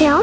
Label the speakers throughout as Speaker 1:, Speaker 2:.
Speaker 1: 聊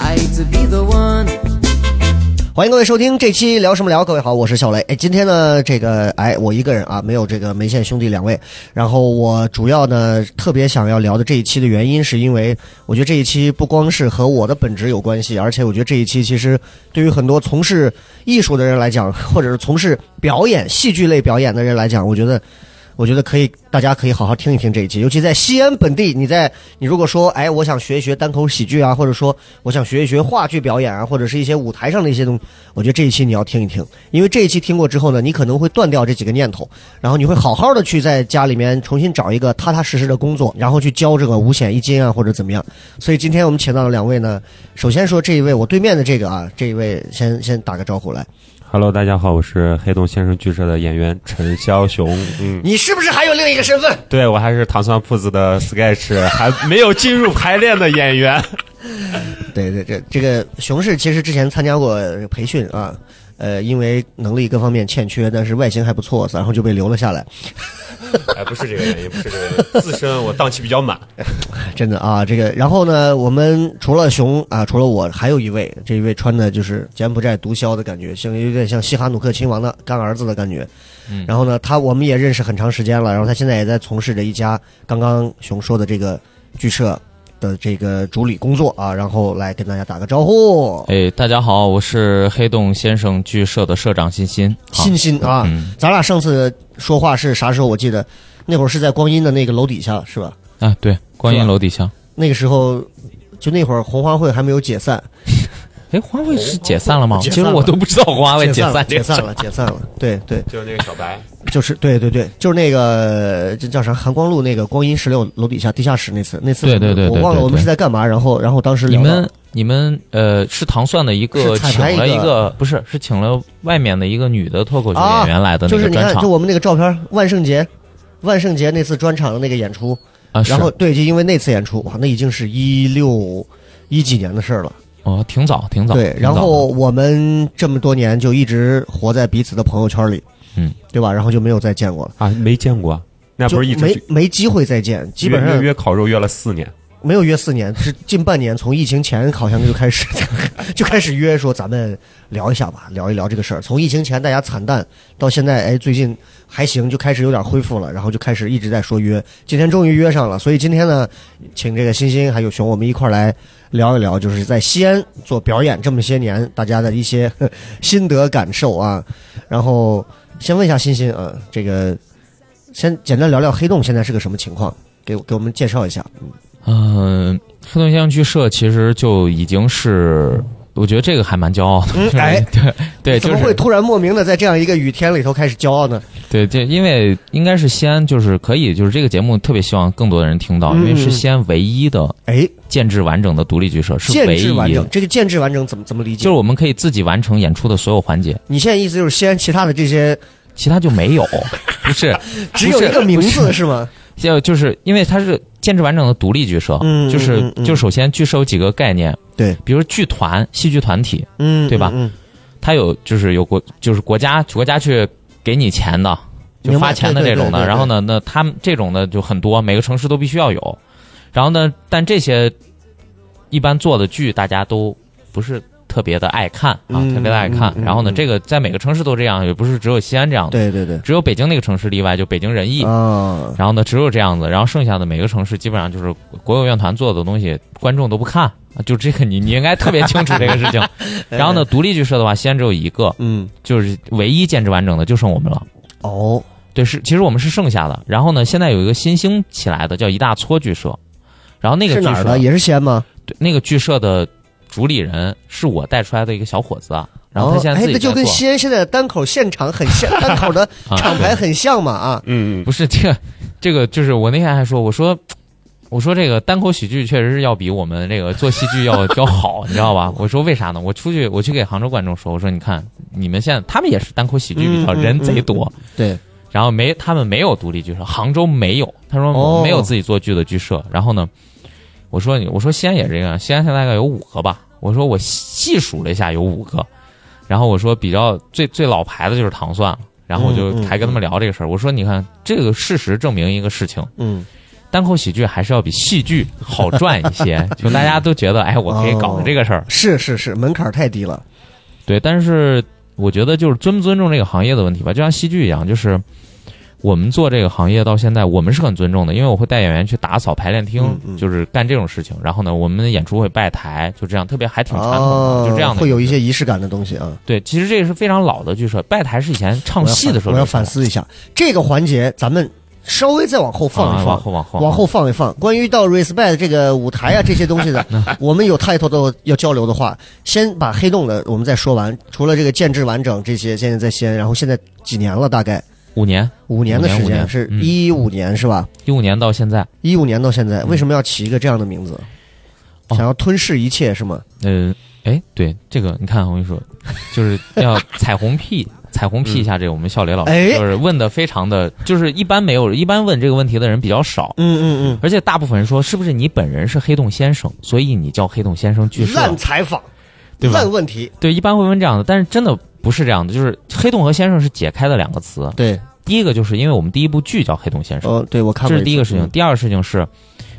Speaker 2: I hate to be the one.
Speaker 3: 欢迎各位收听这期聊什么聊。各位好，我是小雷。哎，今天呢，这个哎，我一个人啊，没有这个梅县兄弟两位。然后我主要呢，特别想要聊的这一期的原因，是因为我觉得这一期不光是和我的本职有关系，而且我觉得这一期其实对于很多从事艺术的人来讲，或者是从事表演、戏剧类表演的人来讲，我觉得。我觉得可以，大家可以好好听一听这一期，尤其在西安本地，你在你如果说，哎，我想学一学单口喜剧啊，或者说我想学一学话剧表演啊，或者是一些舞台上的一些东西，我觉得这一期你要听一听，因为这一期听过之后呢，你可能会断掉这几个念头，然后你会好好的去在家里面重新找一个踏踏实实的工作，然后去交这个五险一金啊，或者怎么样。所以今天我们请到了两位呢，首先说这一位我对面的这个啊，这一位先先打个招呼来，
Speaker 4: Hello，大家好，我是黑洞先生剧社的演员陈枭雄。嗯，
Speaker 3: 你是不是还有另一个身份？
Speaker 4: 对我还是糖蒜铺子的 Sketch 还没有进入排练的演员。
Speaker 3: 对对，这这个熊市其实之前参加过培训啊，呃，因为能力各方面欠缺，但是外形还不错，然后就被留了下来。
Speaker 4: 哎，不是这个原因，不是这个原因，自身我档期比较 满。
Speaker 3: 真的啊，这个，然后呢，我们除了熊啊，除了我，还有一位，这一位穿的就是柬埔寨毒枭的感觉，像有点像西哈努克亲王的干儿子的感觉。嗯，然后呢，他我们也认识很长时间了，然后他现在也在从事着一家刚刚熊说的这个剧社的这个主理工作啊，然后来跟大家打个招呼。
Speaker 5: 哎，大家好，我是黑洞先生剧社的社长欣欣。好
Speaker 3: 欣欣啊，
Speaker 5: 嗯
Speaker 3: 咱俩上次说话是啥时候？我记得那会儿是在光阴的那个楼底下，是吧？
Speaker 5: 啊，对，观音楼底下。
Speaker 3: 那个时候，就那会儿红花会还没有解散，
Speaker 5: 哎，花卉是解散了吗？
Speaker 3: 解
Speaker 5: 其
Speaker 3: 散
Speaker 5: 实
Speaker 3: 了
Speaker 5: 我都不知道花卉
Speaker 3: 解了，
Speaker 5: 散这
Speaker 3: 解
Speaker 5: 个事
Speaker 3: 散
Speaker 5: 儿。
Speaker 3: 了，解散了。对对，
Speaker 4: 就是那个小白，
Speaker 3: 就是对对对，就是那个这叫啥？韩光路那个光阴十六楼底下地下室那次，那次
Speaker 5: 对对对对
Speaker 3: 我忘了
Speaker 5: 对
Speaker 3: 我们
Speaker 5: 对
Speaker 3: 是在干嘛。然后然后当时
Speaker 5: 你
Speaker 3: 聊到
Speaker 5: 们你们呃，是糖蒜的一个
Speaker 3: 是彩
Speaker 5: 请
Speaker 3: 排
Speaker 5: 了
Speaker 3: 一
Speaker 5: 一
Speaker 3: 个
Speaker 5: 个，不是是请了外面的一个女的脱口秀演员来的那
Speaker 3: 啊就是
Speaker 5: 个
Speaker 3: 你
Speaker 5: 专
Speaker 3: 看，
Speaker 5: 场
Speaker 3: 就我们那个照片，万圣节。万圣节那次专场的那个演出，
Speaker 5: 啊，是
Speaker 3: 然后对，就因为那次演出，哇，那已经是一六一几年的事儿了。
Speaker 5: 哦，挺早挺早。
Speaker 3: 对，
Speaker 5: 挺早
Speaker 3: 然
Speaker 5: 的
Speaker 3: 后我们这么多年就一直活在彼此的朋友圈里，
Speaker 5: 嗯，
Speaker 3: 对吧？然后就没有再见过了，
Speaker 4: 啊，没见过，那
Speaker 3: 就
Speaker 4: 不是一直
Speaker 3: 没没机会再见，基本
Speaker 4: 约约
Speaker 3: 上
Speaker 4: 约烤肉约了四年。
Speaker 3: 没有约四年，是近半年，从疫情前好像就开始 就开始约说咱们聊一下吧，聊一聊这个事儿。从疫情前大家惨淡到现在，哎，最近还行，就开始有点恢复了，然后就开始一直在说约，今天终于约上了，所以今天呢，请这个欣欣还有熊，我们一块儿来聊一聊，就是在西安做表演这么些年，大家的一些呵心得感受啊。然后先问一下欣欣啊，这个先简单聊聊黑洞现在是个什么情况，给给我们介绍一下。
Speaker 5: 嗯，黑洞先生剧社其实就已经是，我觉得这个还蛮骄傲的。
Speaker 3: 嗯，哎，
Speaker 5: 对，
Speaker 3: 怎
Speaker 5: 就
Speaker 3: 么会
Speaker 5: 是
Speaker 3: 突然莫名的在这样一个雨天里头开始骄傲呢？
Speaker 5: 对，这因为应该是西安，就是可以，就是这个节目特别希望更多的人听到，因为
Speaker 3: 嗯
Speaker 5: 是西安唯一的
Speaker 3: 哎，
Speaker 5: 建制完整的独立剧社，是
Speaker 3: 建
Speaker 5: 唯
Speaker 3: 制
Speaker 5: 一
Speaker 3: 完
Speaker 5: 的
Speaker 3: 整，，这个建制完整怎么怎么理解？
Speaker 5: 就是我们可以自己完成演出的所有环节，
Speaker 3: 你现在意思就是西安其他的这些
Speaker 5: 其他就没有， 不是，
Speaker 3: 只有
Speaker 5: 不是
Speaker 3: 一个名
Speaker 5: 不
Speaker 3: 字
Speaker 5: 是
Speaker 3: 是吗？
Speaker 5: 就就是因为它是建制完整的独立剧社，
Speaker 3: 嗯
Speaker 5: 就是、
Speaker 3: 嗯嗯
Speaker 5: 就首先剧社有几个概念，
Speaker 3: 对，
Speaker 5: 比如剧团、戏剧团体，
Speaker 3: 嗯，
Speaker 5: 对吧
Speaker 3: 嗯，
Speaker 5: 它有就是有国就是国家国家去给你钱的，
Speaker 3: 嗯
Speaker 5: 就发钱的这种的。然后，
Speaker 3: 明白对对对对对
Speaker 5: 呢，那他们这种的就很多，每个城市都必须要有。然后呢，但这些一般做的剧，大家都不是特别的爱看啊，
Speaker 3: 嗯
Speaker 5: 特别的爱看
Speaker 3: 嗯。嗯
Speaker 5: 然后呢，
Speaker 3: 嗯
Speaker 5: 这个在每个城市都这样，也不是只有西安这样的，
Speaker 3: 对对对
Speaker 5: 只有北京那个城市例外，就北京人艺。
Speaker 3: 啊，
Speaker 5: 然后呢，只有这样子，然后剩下的每个城市基本上就是国有院团做的东西，观众都不看，啊就这个你你应该特别清楚这个 事情。然
Speaker 3: 哎
Speaker 5: 后呢，独立剧社的话，西安只有一个，
Speaker 3: 嗯，
Speaker 5: 就是唯一建制完整的，就剩我们了。
Speaker 3: 哦，
Speaker 5: 对，是其实我们是剩下的。然后呢，现在有一个新兴起来的叫一大撮剧社，然后那个啊
Speaker 3: 是
Speaker 5: 剧
Speaker 3: 哪儿
Speaker 5: 社
Speaker 3: 的？也是西安吗？
Speaker 5: 对那个剧社的主理人是我带出来的一个小伙子啊，然后
Speaker 3: 哦
Speaker 5: 他现
Speaker 3: 哎，
Speaker 5: 在自己
Speaker 3: 那就
Speaker 5: 在
Speaker 3: 跟
Speaker 5: 做。
Speaker 3: 西安现在的单口现场很像，单口 的
Speaker 5: 啊
Speaker 3: 厂牌很像嘛啊，
Speaker 4: 嗯，
Speaker 5: 不是这个，这个就是我那天还说，我说我说这个单口喜剧确实是要比我们这个做戏剧要要好，你知道 吧？我说为啥呢？我出去我去给杭州观众说，我说你看你们现在他们也是单口喜剧比较、
Speaker 3: 嗯嗯
Speaker 5: 人贼多，
Speaker 3: 对，
Speaker 5: 然后没他们没有独立剧社，杭州没有，他说
Speaker 3: 哦
Speaker 5: 我没有自己做剧的剧社。然后呢，我说我说西安也这样，西安现在大概有五个吧，我说我细数了一下有五个，然后我说比较最最老牌的就是糖蒜了，然后我就
Speaker 3: 嗯嗯
Speaker 5: 还跟他们聊这个事儿，我说你看这个事实证明一个事情，
Speaker 3: 嗯，
Speaker 5: 单口喜剧还是要比戏剧好赚一些， 就大家都觉得哎我可以搞
Speaker 3: 哦
Speaker 5: 个这个事儿，
Speaker 3: 是是是，门槛儿太低了，
Speaker 5: 对，但是我觉得就是尊不尊重这个行业的问题吧，就像戏剧一样，就是我们做这个行业到现在，我们是很尊重的，因为我会带演员去打扫排练厅，
Speaker 3: 嗯嗯
Speaker 5: 就是干这种事情。然后呢，我们的演出会拜台，就这样，特别还挺传统的，
Speaker 3: 啊
Speaker 5: 就这样的。
Speaker 3: 会有一些仪式感的东西啊。
Speaker 5: 对，其实这个是非常老的剧社，拜台是以前唱
Speaker 3: 我要
Speaker 5: 戏的时候
Speaker 3: 我要
Speaker 5: 就
Speaker 3: 反
Speaker 5: 有
Speaker 3: 思一下这个环节，咱们稍微再往后放
Speaker 5: 啊
Speaker 3: 一
Speaker 5: 往
Speaker 3: 放。
Speaker 5: 后往后
Speaker 3: 往后放一放，关于到 respect 这个舞台啊这些东西 的，
Speaker 5: 嗯
Speaker 3: 我们有太多的要交流的话，先把黑洞的我们再说完。除了这个建制完整这些，现在在西安，然后现在几年了，大概
Speaker 5: 五年，
Speaker 3: 五年的时
Speaker 5: 五年五
Speaker 3: 间，
Speaker 5: 年
Speaker 3: 是
Speaker 5: 嗯
Speaker 3: 一五年是吧？
Speaker 5: 一五年到现在，
Speaker 3: 一五年到现在，为什么要起一个这样的名字？
Speaker 5: 哦
Speaker 3: 想要吞噬一切是吗？
Speaker 5: 嗯、呃，哎，对这个，你看我跟你说，就是要彩虹屁，彩虹屁一下这个我们笑雷老师，
Speaker 3: 哎
Speaker 5: 就是问的非常的，就是一般没有，一般问这个问题的人比较少，
Speaker 3: 嗯嗯
Speaker 5: 而且大部分人说是不是你本人是黑洞先生，所以你叫黑洞先生剧社？
Speaker 3: 烂采访，
Speaker 5: 对吧
Speaker 3: 烂问题，
Speaker 5: 对，一般会问这样的，但是真的不是这样的，就是黑洞和先生是解开的两个词。
Speaker 3: 对，
Speaker 5: 第一个就是因为我们第一部剧叫黑洞先生，
Speaker 3: 哦，对我看过，
Speaker 5: 这是第一个事情。，第二个事情是，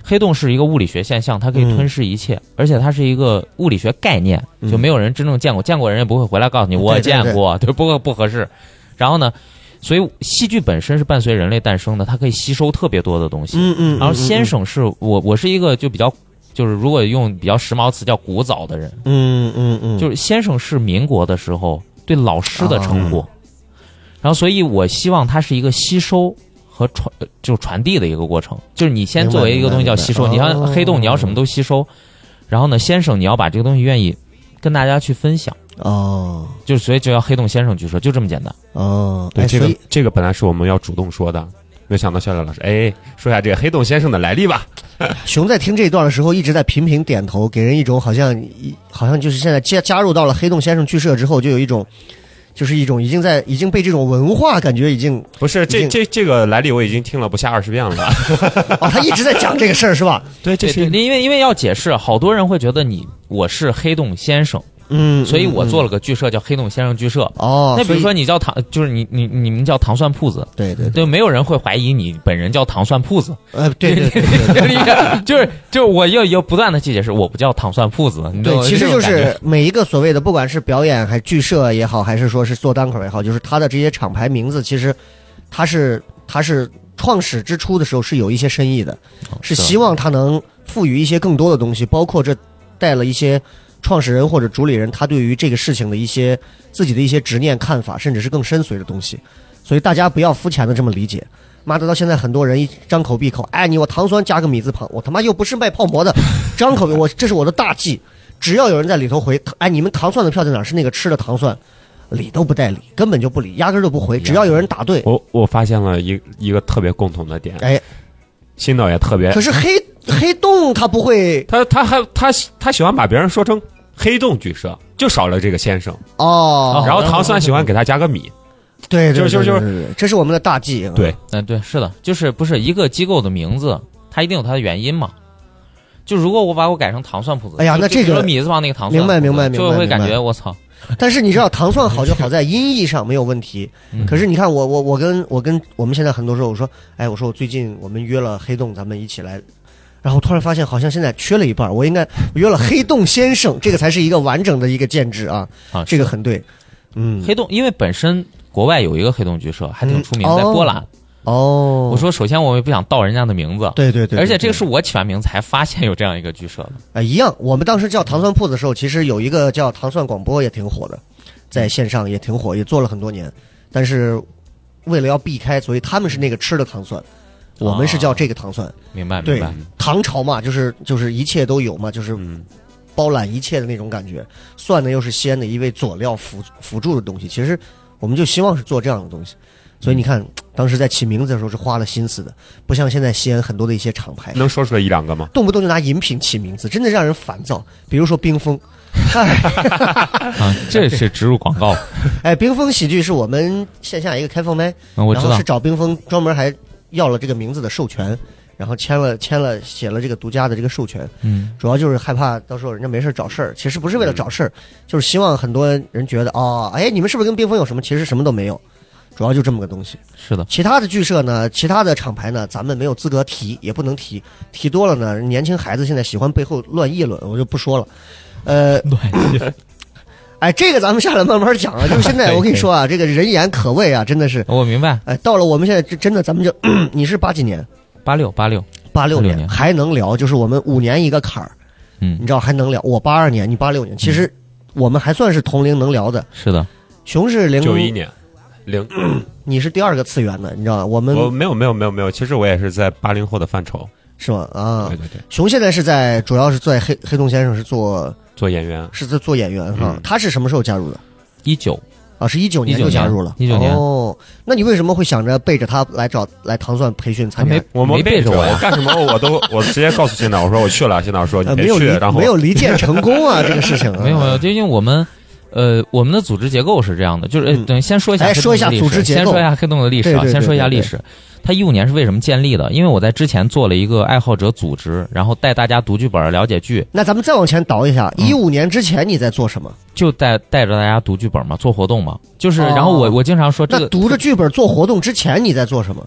Speaker 5: 黑洞是一个物理学现象，它可以吞噬一切，而且它是一个物理学概念，
Speaker 3: 嗯
Speaker 5: 就没有人真正见过，见过人也不会回来告诉你我
Speaker 3: 对对
Speaker 5: 见过， 对不不合适。然后呢，所以戏剧本身是伴随人类诞生的，它可以吸收特别多的东西。
Speaker 3: 嗯嗯，
Speaker 5: 然后
Speaker 3: 嗯
Speaker 5: 先，生是我，我是一个就比较，就是如果用比较时髦词叫古早的人，
Speaker 3: 嗯嗯嗯，
Speaker 5: 就是先生是民国的时候对老师的称
Speaker 3: 啊
Speaker 5: 呼，然后所以我希望它是一个吸收和传呃就传递的一个过程，就是你先
Speaker 3: 明白
Speaker 5: 作为一个东西
Speaker 3: 明白
Speaker 5: 叫吸收，你
Speaker 3: 明白
Speaker 5: 像
Speaker 3: 哦
Speaker 5: 黑洞你要什么都吸收，然后呢先生你要把这个东西愿意跟大家去分享，
Speaker 3: 哦
Speaker 5: 就是所以就叫黑洞先生剧社，就这么简单。
Speaker 3: 哦，
Speaker 4: 对，
Speaker 3: 哎
Speaker 4: 这个
Speaker 3: 所以
Speaker 4: 这个本来是我们要主动说的，没想到笑笑老师，哎，说一下这个黑洞先生的来历吧。
Speaker 3: 熊在听这一段的时候，一直在频频点头，给人一种好像好像就是现在加加入到了黑洞先生剧社之后，就有一种就是一种已经在已经被这种文化感觉已经
Speaker 4: 不是，
Speaker 3: 已
Speaker 4: 这
Speaker 3: 经
Speaker 4: 这这个来历我已经听了不下二十遍了。
Speaker 3: 哦，他一直在讲这个事儿是吧？
Speaker 4: 对，这
Speaker 5: 对
Speaker 4: 是
Speaker 5: 对，因为因为要解释，好多人会觉得你我是黑洞先生，
Speaker 3: 嗯，
Speaker 5: 所以我做
Speaker 3: 了
Speaker 5: 了个剧社叫黑洞先生剧社。
Speaker 3: 哦，
Speaker 5: 那比如
Speaker 3: 所
Speaker 5: 说
Speaker 3: 以
Speaker 5: 你叫糖，就是你你你们叫糖蒜铺子，
Speaker 3: 对对
Speaker 5: 对，没有人会怀疑你本人叫糖蒜铺子。
Speaker 3: 呃对对对
Speaker 5: 就是就是我要要不断的去解释，我不叫糖蒜铺子， 你懂吗
Speaker 3: 对，其实就
Speaker 5: 这种感
Speaker 3: 是每一个所谓的不管是表演还是剧社也好，还是说是做单口也好，就是他的这些厂牌名字，其实他是他是创始之初的时候是有一些深意的。
Speaker 5: 觉
Speaker 3: 是啊
Speaker 5: 是
Speaker 3: 希望它能赋予一些更多的东西，包括这带了一些创始人或者主理人他对于这个事情的一些自己的一些执念、看法，甚至是更深邃的东西。所以大家不要肤浅的这么理解。妈的，到现在很多人一张口闭口，哎，你我糖酸加个米字旁，我他妈又不是卖泡馍 的，张口闭我这是我的大忌。只要有人在里头回，哎，你们糖蒜的票在哪儿？是那个吃的糖蒜，理都不带理，根本就不理，压根儿就不回。只要有人答对，
Speaker 4: 我我发现了一一个特别共同的点，
Speaker 3: 哎，
Speaker 4: 新导也特别
Speaker 3: 可，是黑黑洞他不会
Speaker 4: 他他还他他喜欢把别人说成黑洞剧社，就少了这个先生。
Speaker 3: 哦
Speaker 5: 哦
Speaker 4: 然后唐三喜欢给他加个米，
Speaker 3: 对，
Speaker 4: 就是
Speaker 3: 对
Speaker 4: 就
Speaker 3: 对
Speaker 4: 是
Speaker 3: 对对这是我们的大忌。啊
Speaker 4: 对，
Speaker 5: 嗯，对，是的，就是不是一个机构的名字，它一定有它的原因嘛。就如果我把我改成糖蒜铺子，
Speaker 3: 哎呀
Speaker 5: 就
Speaker 3: 那这个
Speaker 5: 就除了米字旁那个糖蒜铺子，
Speaker 3: 明白明白明白
Speaker 5: 就会感
Speaker 3: 明
Speaker 5: 觉
Speaker 3: 白
Speaker 5: 我操，
Speaker 3: 但是你知道糖蒜好就好在音译上没有问题，
Speaker 5: 嗯
Speaker 3: 可是你看我我我跟我跟我们现在很多时候我说，哎，我说我最近我们约了黑洞，咱们一起来。然后突然发现，好像现在缺了一半儿，我应该约了黑洞先生，这个才是一个完整的一个建制啊，
Speaker 5: 啊，
Speaker 3: 这个
Speaker 5: 是
Speaker 3: 很对，嗯，
Speaker 5: 黑洞，因为本身国外有一个黑洞剧社还挺出名，
Speaker 3: 嗯
Speaker 5: 在
Speaker 3: 哦
Speaker 5: 波兰。
Speaker 3: 哦，
Speaker 5: 我说首先我也不想盗人家的名字，
Speaker 3: 对对对，
Speaker 5: 而且这个
Speaker 3: 是。
Speaker 5: 是我起完名才发现有这样一个剧社的。
Speaker 3: 啊，一样。我们当时叫糖蒜铺子的时候，其实有一个叫糖蒜广播也挺火的，在线上也挺火，也做了很多年。但是为了要避开，所以他们是那个吃的糖蒜，我们是叫这个糖蒜。
Speaker 5: 明白明
Speaker 3: 对
Speaker 5: 白，，
Speaker 3: 唐朝嘛，就是就是一切都有嘛，就是
Speaker 4: 嗯，
Speaker 3: 包揽一切的那种感觉。蒜呢又是西安的一味佐料辅辅助的东西，其实我们就希望是做这样的东西。所以你看，当时在起名字的时候是花了心思的，不像现在西安很多的一些厂牌，
Speaker 4: 能说出来一两个吗？
Speaker 3: 动不动就拿饮品起名字，真的让人烦躁。比如说冰峰，哎，
Speaker 5: 啊，这是植入广告。
Speaker 3: 哎，冰峰喜剧是我们线下一个开放麦，
Speaker 5: 嗯，我知
Speaker 3: 然后
Speaker 5: 道
Speaker 3: 是，找冰峰专门还要了这个名字的授权，然后签了签了写了这个独家的这个授权，
Speaker 5: 嗯，
Speaker 3: 主要就是害怕到时候人家没事找事儿。其实不是为了找事儿，就是希望很多人觉得哦，哎，你们是不是跟冰峰有什么？其实什么都没有，主要就这么个东西。
Speaker 5: 是的，
Speaker 3: 其他的剧社呢，其他的厂牌呢，咱们没有资格提，也不能提，提多了呢，年轻孩子现在喜欢背后乱议论，我就不说了。呃，
Speaker 5: 对，
Speaker 3: 哎，这个咱们下来慢慢讲啊。就是现
Speaker 5: 可
Speaker 3: 在
Speaker 5: 以
Speaker 3: 我跟你说啊，这个人言可畏啊，真的是。
Speaker 5: 我明白。
Speaker 3: 哎，到了我们现在，这真的咱们就， 你是八几年？
Speaker 5: 八六八六，
Speaker 3: 八六
Speaker 5: 86
Speaker 3: 年
Speaker 5: 年
Speaker 3: 还能聊，就是我们五年一个坎儿，
Speaker 5: 嗯
Speaker 3: 你，知道还能聊。我八二年，你八六年，其实我们还算是同龄能聊的。
Speaker 5: 是的，
Speaker 3: 熊是零
Speaker 4: 九一，年，零，
Speaker 3: 你是第二个次元的，你知道吧？我们
Speaker 4: 我没有没有没有没有，其实我也是在八零后的范畴。
Speaker 3: 是吗？啊
Speaker 4: 对，对对，
Speaker 3: 熊现在是在，主要是在黑黑洞先生是做
Speaker 4: 做演员，
Speaker 3: 是在做演员哈、
Speaker 4: 嗯
Speaker 3: 他是什么时候加入的？
Speaker 5: 一九
Speaker 3: 啊，是一九
Speaker 5: 19
Speaker 3: 就加入了，
Speaker 5: 19年
Speaker 3: 哦，那你为什么会想着背着他来找来糖蒜培训参加？
Speaker 5: 啊没
Speaker 4: 我没
Speaker 5: 没背着我
Speaker 4: 我
Speaker 5: 呀，
Speaker 4: 干什么我都我直接告诉新导，我说我去了，新导说你
Speaker 3: 呃，没
Speaker 4: 别
Speaker 3: 有
Speaker 4: 去，
Speaker 3: 离
Speaker 4: 然后
Speaker 3: 没有离间成功啊，这个事情、啊、
Speaker 5: 没有没有，就因为我们。呃，我们的组织结构是这样的，就是呃
Speaker 3: 嗯
Speaker 5: 等于先说一下
Speaker 3: 哎
Speaker 5: 黑洞的
Speaker 3: 说一下
Speaker 5: 历史
Speaker 3: 组织结构
Speaker 5: 先说一下黑洞的历史啊，
Speaker 3: 对对对
Speaker 5: 先说一下
Speaker 3: 对对
Speaker 5: 历史。它一五年是为什么建立的？因为我在之前做了一个爱好者组织，然后带大家读剧本、了解剧，
Speaker 3: 那咱们再往前倒一
Speaker 5: 嗯
Speaker 3: 下，一五年之前你在做什么？
Speaker 5: 就带带着大家读剧本嘛，做活动嘛，就是。
Speaker 3: 哦
Speaker 5: 然后我我经常说这
Speaker 3: 那
Speaker 5: 个，
Speaker 3: 读着剧本做活动之前你在做什么？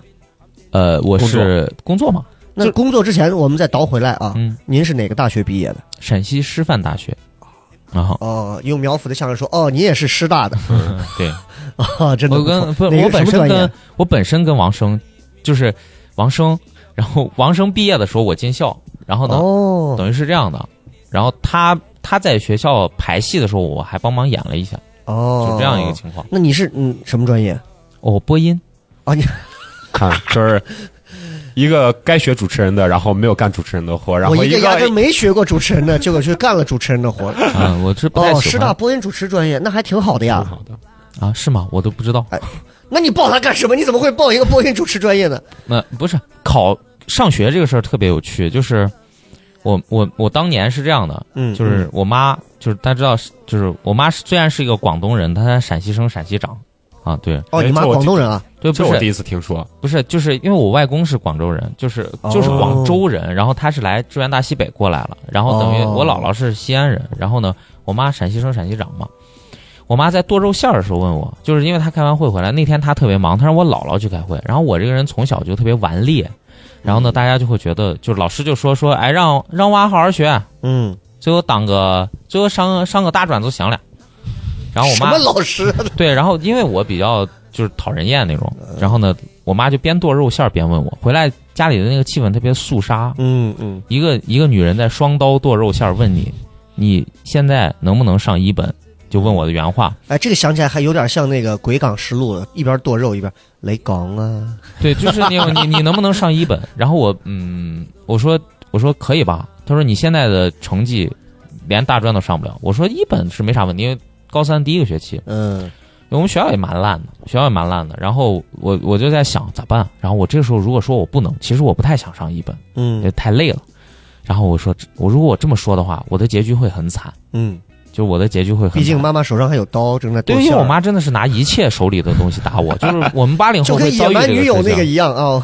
Speaker 5: 呃，我是工作嘛，
Speaker 3: 那工作之前我们再倒回来啊，
Speaker 5: 嗯，
Speaker 3: 您是哪个大学毕业的？
Speaker 5: 陕西师范大学，
Speaker 3: 啊
Speaker 5: 然后
Speaker 3: 哦，用苗阜的相声说，哦，你也是师大的
Speaker 5: 对，
Speaker 3: 啊，真的
Speaker 5: 嗯我
Speaker 3: 不错。
Speaker 5: 跟不是
Speaker 3: 哪个什
Speaker 5: 我本
Speaker 3: 么
Speaker 5: 身
Speaker 3: 专业
Speaker 5: 跟我本身跟王生，就是王生，然后王生毕业的时候我进校，然后呢，
Speaker 3: 哦
Speaker 5: 等于是这样的，然后他他在学校排戏的时候，我还帮忙演了一下，
Speaker 3: 哦，
Speaker 5: 就这样一个。情况。
Speaker 3: 那你是嗯什么专业？
Speaker 5: 哦，播音，
Speaker 4: 看，就是一个该学主持人的，然后没有干主持人的活，然后
Speaker 3: 我一
Speaker 4: 个
Speaker 3: 压根没学过主持人的，结果去干了主持人的活。
Speaker 5: 嗯，我是 不太
Speaker 3: 哦，
Speaker 5: 喜
Speaker 3: 师
Speaker 5: 欢
Speaker 3: 大播音主持专业，那还挺好的
Speaker 4: 挺
Speaker 3: 呀。
Speaker 4: 好的，
Speaker 5: 啊，是吗？我都不知
Speaker 3: 哎
Speaker 5: 道。
Speaker 3: 那你报它干什么？你怎么会报一个播音主持专业呢？
Speaker 5: 那不是考上学这个事儿特别有趣，就是我我我当年是这样的，
Speaker 3: 嗯，
Speaker 5: 就是我妈，就是大家知道是，就是我妈是虽然是一个广东人，她在陕西生陕西长啊，对
Speaker 3: 哦，你妈
Speaker 4: 哎这我
Speaker 3: 广东人啊？
Speaker 5: 对，
Speaker 4: 这
Speaker 5: 不
Speaker 4: 我第
Speaker 5: 是
Speaker 4: 一次听说。
Speaker 5: 不是，就是因为我外公是广州人，就是
Speaker 3: 哦
Speaker 5: 就是广州人，然后他是来支援大西北过来了，然后等于
Speaker 3: 哦
Speaker 5: 我姥姥是西安人，然后呢，我妈陕西生陕西长嘛。我妈在剁肉馅儿的时候问我，就是因为她开完会回来那天她特别忙，她让我姥姥去开会，然后我这个人从小就特别顽劣，然后
Speaker 3: 嗯
Speaker 5: 呢，大家就会觉得，就是老师就说说，哎，让让娃好好学，
Speaker 3: 嗯，
Speaker 5: 最后当个最后上个上个大专就行了。然后我
Speaker 3: 什
Speaker 5: 妈
Speaker 3: 么老师 啊？
Speaker 5: 对，然后因为我比较就是讨人厌那种，
Speaker 3: 呃
Speaker 5: 然后呢，我妈就边剁肉馅儿边问我，回来家里的那个气氛特别肃杀，
Speaker 3: 嗯嗯，
Speaker 5: 一个一个女人在双刀剁肉馅儿问你，你现在能不能上一本？就问我的原 话，
Speaker 3: 哎，这个想起来还有点像那个《鬼港实录》，一边剁肉一边雷港啊。
Speaker 5: 对，就是那种你你能不能上一本？然后我嗯，我说我说可以吧，她说你现在的成绩连大专都上不了，我说一本是没啥问题，因为高三第一个学期，
Speaker 3: 嗯，
Speaker 5: 我们学校也蛮烂的，学校也蛮烂的。然后我我就在想咋办？然后我这个时候如果说我不能，其实我不太想上一本，也
Speaker 3: 嗯
Speaker 5: 太累了。然后我说，我如果我这么说的话，我的结局会很惨，
Speaker 3: 嗯，
Speaker 5: 就是我的结局会很惨。
Speaker 3: 毕竟妈妈手上还有刀，正在剁
Speaker 5: 对，因
Speaker 3: 馅
Speaker 5: 为
Speaker 3: 儿
Speaker 5: 我妈真的是拿一切手里的东西打我，就是我们八零
Speaker 3: 就
Speaker 5: 后
Speaker 3: 跟
Speaker 5: 会
Speaker 3: 野
Speaker 5: 遭遇
Speaker 3: 蛮
Speaker 5: 这
Speaker 3: 女友
Speaker 5: 个
Speaker 3: 那
Speaker 5: 事
Speaker 3: 个
Speaker 5: 情。
Speaker 3: 一样啊。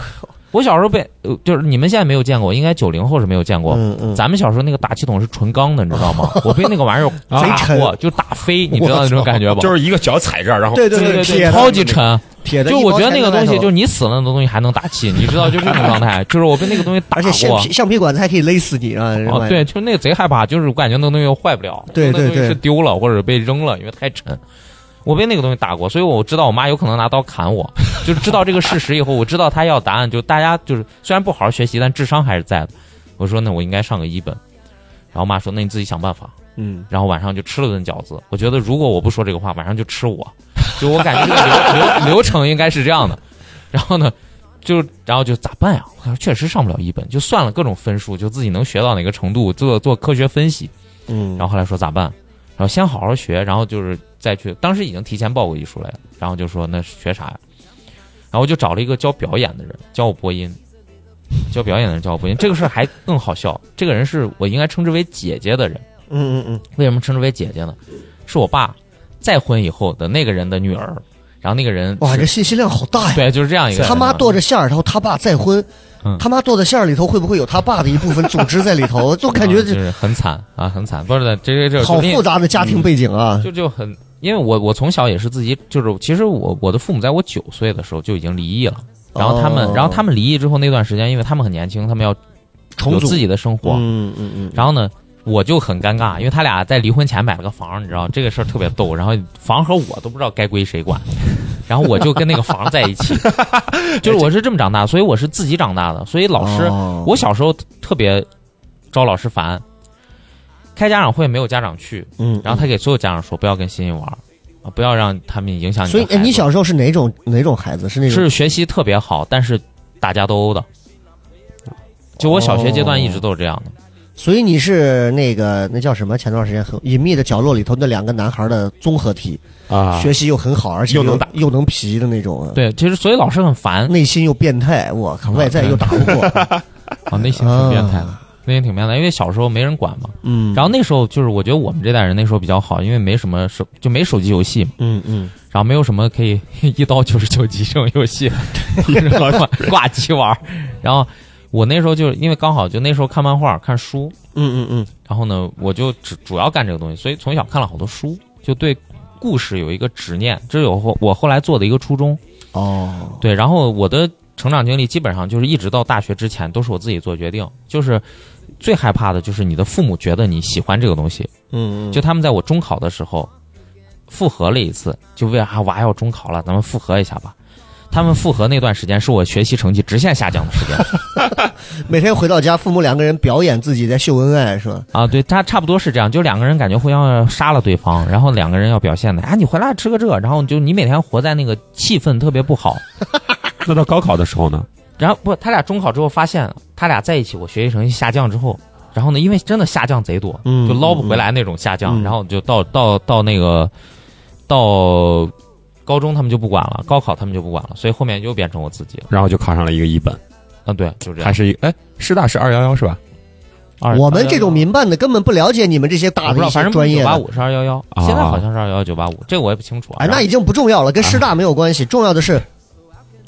Speaker 5: 我小时候被，呃就是你们现在没有见过，应该九零后是没有见过。
Speaker 3: 嗯嗯，
Speaker 5: 咱们小时候那个打气筒是纯钢的，你知道吗？我被那个 玩意儿
Speaker 3: 贼
Speaker 5: 打
Speaker 3: 沉
Speaker 5: 过，就打飞，你知道那种感觉不？
Speaker 4: 就是一个脚踩这儿，然后
Speaker 3: 对
Speaker 5: 对
Speaker 3: 对
Speaker 5: 对
Speaker 3: 铁
Speaker 5: 对，
Speaker 3: 的
Speaker 5: 超级沉。
Speaker 3: 铁的，
Speaker 5: 就
Speaker 3: 一
Speaker 5: 我
Speaker 3: 毛
Speaker 5: 觉得
Speaker 3: 钱
Speaker 5: 那个
Speaker 3: 都卖
Speaker 5: 东西，
Speaker 3: 头
Speaker 5: 就是你死了，那东西还能打气，你知道，就这种 状态。就是我被那个东西打
Speaker 3: 而且橡
Speaker 5: 过
Speaker 3: 皮，橡皮管子还可以勒死你啊！
Speaker 5: 哦，对，就那个贼害怕，就是我感觉那个东西又坏不了，
Speaker 3: 对
Speaker 5: 那个
Speaker 3: 对
Speaker 5: 东西
Speaker 3: 对
Speaker 5: 是丢了或者被扔了，因为太沉。我被那个东西打过，所以我知道我妈有可能拿刀砍我，就知道这个事实以后，我知道她要答案，就大家就是虽然不好好学习，但智商还是在的。我说那我应该上个一本，然后我妈说那你自己想办法。
Speaker 3: 嗯，
Speaker 5: 然后晚上就吃了顿饺子。我觉得如果我不说这个话，晚上就吃我，就我感觉这个流流流程应该是这样的。然后呢，就然后就咋办呀？我确实上不了一本，就算了各种分数，就自己能学到哪个程度，做做科学分析。
Speaker 3: 嗯，
Speaker 5: 然后后来说咋办？然后先好好学，然后就是再去。当时已经提前报过艺术了，然后就说那学啥呀？然后我就找了一个教表演的人教我播 音，教表演的人教我播音，这个事儿还更好笑。这个人是我应该称之为姐姐的人，
Speaker 3: 嗯嗯嗯，
Speaker 5: 为什么称之为姐姐呢？是我爸再婚以后的那个人的女儿，然后那个人
Speaker 3: 哇，
Speaker 5: 是
Speaker 3: 这信息量好大呀！
Speaker 5: 对就是这样一个人
Speaker 3: 他妈
Speaker 5: 嘛
Speaker 3: 剁着馅儿，然后他爸再婚
Speaker 5: 嗯，
Speaker 3: 他妈剁的馅儿里头会不会有他爸的一部分组织在里头？就感觉
Speaker 5: 啊就是很惨啊，很惨，不是的，嗯这这这
Speaker 3: 好
Speaker 5: 另
Speaker 3: 复杂的家庭背景 啊！
Speaker 5: 就就很，因为我我从小也是自己，就是其实我我的父母在我九岁的时候就已经离异了，然后他们、
Speaker 3: 哦
Speaker 5: 然后他们离异之后那段时间，因为他们很年轻，他们要
Speaker 3: 重
Speaker 5: 有
Speaker 3: 组
Speaker 5: 自己的生活，
Speaker 3: 嗯嗯嗯，
Speaker 5: 然后呢。我就很尴尬，因为他俩在离婚前买了个房，你知道这个事儿特别逗。然后房和我都不知道该归谁管，然后我就跟那个房在 一起，就是我是这么长大，所以我是自己长大的。所以老师，
Speaker 3: 哦
Speaker 5: 我小时候特别招老师烦，开家长会没有家长去，
Speaker 3: 嗯，
Speaker 5: 然后他给所有家长说，不要跟欣欣玩儿，啊，不要让他们影响你的
Speaker 3: 所以
Speaker 5: 孩子。
Speaker 3: 哎你小时候是哪种哪种孩子？是那种
Speaker 5: 是学习特别好，但是打架斗殴的。就我小学阶
Speaker 3: 哦
Speaker 5: 段一直都是这样的，
Speaker 3: 所以你是那个那叫什么？前段时间很隐秘的角落里头那两个男孩的综合体，
Speaker 4: 啊，
Speaker 3: 学习又很好，而且
Speaker 4: 又能打
Speaker 3: 又能皮的那种啊，
Speaker 5: 对，啊其实所以老师很烦
Speaker 3: 内心又变态，我靠，外在又打不 过，
Speaker 5: 啊，内心挺变态的，内心挺变态，因为小时候没人管嘛。
Speaker 3: 啊嗯，
Speaker 5: 然后那时候就是我觉得我们这代人那时候比较好，因为没什么手就没手机游戏嘛，
Speaker 3: 嗯嗯，
Speaker 5: 然后没有什么可以 一刀九十九级这种游戏，老挂挂机玩儿。然后我那时候就是因为刚好就那时候看漫画看书，
Speaker 3: 嗯嗯嗯，
Speaker 5: 然后呢，我就只主要干这个东西，所以从小看了好多书，就对故事有一个执念，这是我后我后来做的一个初衷。
Speaker 3: 哦，
Speaker 5: 对，然后我的成长经历基本上就是一直到大学之前都是我自己做决定，就是最害怕的就是你的父母觉得你喜欢这个东西，
Speaker 3: 嗯嗯，
Speaker 5: 就他们在我中考的时候复合了一次，就为啊娃要中考了，咱们复合一下吧。他们复合那段时间是我学习成绩直线下降的时间
Speaker 3: 每天回到家，父母两个人表演自己在秀恩爱，是吧？
Speaker 5: 啊，对他差不多是这样，就两个人感觉互相杀了对方，然后两个人要表现的，啊，你回来吃个这，然后就你每天活在那个气氛特别不好。
Speaker 4: 那到高考的时候呢？
Speaker 5: 然后不，他俩中考之后发现他俩在一起，我学习成绩下降之后，然后呢，因为真的下降贼多，
Speaker 3: 嗯
Speaker 5: 就捞不回来那种下降，
Speaker 3: 嗯嗯
Speaker 5: 然后就到到到那个到高中他们就不管了，高考他们就不管了，所以后面又变成我自己了。
Speaker 4: 然后就考上了一个一本，
Speaker 5: 啊，对，就这
Speaker 4: 还
Speaker 5: 样。
Speaker 4: 是一个哎，师大是二幺幺是吧？
Speaker 5: 二
Speaker 3: 我们这种民办的根本不了解你们这些
Speaker 5: 我
Speaker 3: 大的
Speaker 5: 不知道，
Speaker 3: 一
Speaker 5: 反
Speaker 3: 些
Speaker 5: 正
Speaker 3: 专业
Speaker 5: 九
Speaker 3: 的
Speaker 5: 八五是二幺幺，
Speaker 4: 啊
Speaker 5: 现在好像是二幺幺九八五，这个我也不清楚啊。
Speaker 3: 哎，那已
Speaker 5: 然啊
Speaker 3: 经不重要了，跟师大没有关系。重要的是，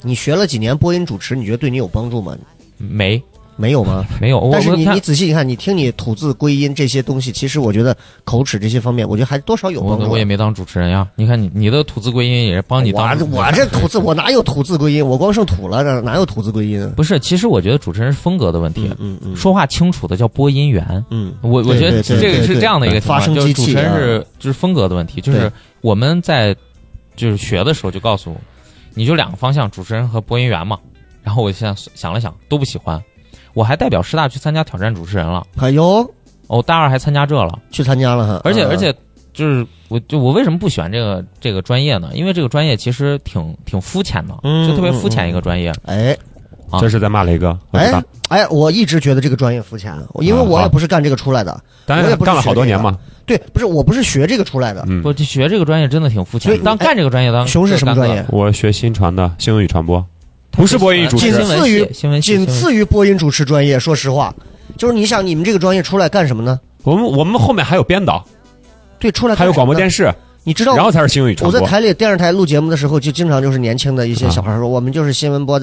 Speaker 3: 你学了几年播音主持，你觉得对你有帮助吗？
Speaker 5: 后没
Speaker 3: 没有吗？
Speaker 5: 没有，我
Speaker 3: 但是
Speaker 5: 我
Speaker 3: 你
Speaker 5: 看
Speaker 3: 你仔细一看，你听你吐字归音这些东西，其实我觉得口齿这些方面，我觉得还多少有
Speaker 5: 我
Speaker 3: 帮助。啊
Speaker 5: 我也没当主持人呀。你看你你的吐字归音也是帮你当主
Speaker 3: 我
Speaker 5: 持人，
Speaker 3: 我这吐字，我哪有吐字归音？我光剩吐了，哪哪有吐字归音啊？
Speaker 5: 不是，其实我觉得主持人是风格的问题。
Speaker 3: 嗯嗯嗯，
Speaker 5: 说话清楚的叫播音员。
Speaker 3: 嗯，
Speaker 5: 我我
Speaker 3: 对
Speaker 5: 觉
Speaker 3: 对
Speaker 5: 得
Speaker 3: 对
Speaker 5: 这个
Speaker 3: 对
Speaker 5: 是
Speaker 3: 对
Speaker 5: 这样的一个
Speaker 3: 对
Speaker 5: 情况
Speaker 3: 发声
Speaker 5: 就是
Speaker 3: 机
Speaker 5: 主
Speaker 3: 器
Speaker 5: 持人
Speaker 3: 啊
Speaker 5: 是就是风格的问题，就是
Speaker 3: 对
Speaker 5: 我们在就是学的时候就告诉我，你就两个方向，主持人和播音员嘛。然后我现在想了想，都不喜欢。我还代表师大去参加挑战主持人了，
Speaker 3: 哎呦，
Speaker 5: 哦我大二还参加这了，
Speaker 3: 去参加了哈。
Speaker 5: 而且
Speaker 3: 嗯
Speaker 5: 而，且就是我就我为什么不喜欢这个这个专业呢？因为这个专业其实挺挺肤浅的，
Speaker 3: 嗯
Speaker 5: 就特别
Speaker 3: 嗯
Speaker 5: 肤浅一个专业。
Speaker 3: 哎
Speaker 5: 啊
Speaker 4: 这是在骂雷哥，我知道
Speaker 3: 哎。哎，我一直觉得这个专业肤浅，因为
Speaker 4: 啊
Speaker 3: 我也
Speaker 4: 好
Speaker 3: 不是干这个出来的。
Speaker 4: 当
Speaker 3: 我也
Speaker 4: 然
Speaker 3: 不是
Speaker 4: 干了好多年嘛，
Speaker 3: 对，不是，我不是学这个出来的。
Speaker 4: 嗯
Speaker 5: 不，，就学这个专业真的挺
Speaker 3: 所
Speaker 5: 肤浅
Speaker 3: 以
Speaker 5: 的。当
Speaker 3: 哎
Speaker 5: 干这个专业当
Speaker 3: 熊是什么专业？
Speaker 4: 我学新传的新闻与传播，不是播音主
Speaker 3: 仅
Speaker 4: 持
Speaker 5: 新，闻
Speaker 3: 次于
Speaker 5: 系新闻系
Speaker 3: 仅
Speaker 5: 新闻系
Speaker 3: 次于播音主持专业。说实话，就是你想，你们这个专业出来干什么呢？
Speaker 4: 我们我们后面还有编导，
Speaker 3: 对，出来
Speaker 4: 还有广播电
Speaker 3: 视。
Speaker 4: 视，
Speaker 3: 你知道
Speaker 4: 然后才是新闻与传
Speaker 3: 我在
Speaker 4: 播。
Speaker 3: 台里电视台录节目的时候，就经常就是年轻的一些小孩
Speaker 4: 啊
Speaker 3: 说，我们就是新闻播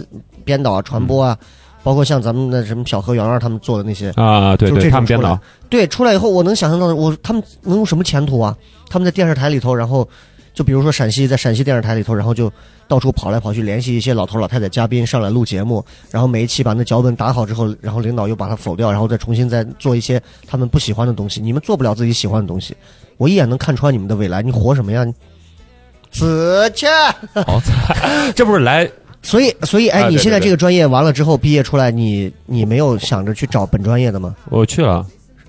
Speaker 3: 编导啊、传播啊，包括像咱们的什么小何、杨二他们做的那些，
Speaker 4: 啊，对
Speaker 3: 就是
Speaker 4: 对，
Speaker 3: 这
Speaker 4: 他
Speaker 3: 种
Speaker 4: 们编
Speaker 3: 出来
Speaker 4: 导，
Speaker 3: 对，出来以后我能想象到的，我他们能有什么前途啊？他们在电视台里头，然后就比如说陕西，在陕西电视台里头，然后就到处跑来跑去，联系一些老头老太太嘉宾上来录节目，然后每一期把那脚本打好之后，然后领导又把它否掉，然后再重新再做一些他们不喜欢的东西。你们做不了自己喜欢的东西，我一眼能看穿你们的未来，你活什么呀？你死去！
Speaker 5: 哦，
Speaker 4: 这不是来
Speaker 3: 所以，所以，哎，
Speaker 4: 啊对
Speaker 3: 你现在
Speaker 4: 对对
Speaker 3: 这个专业完了之后，毕业出来，你你没有想着去找本专业的吗？
Speaker 4: 我去了，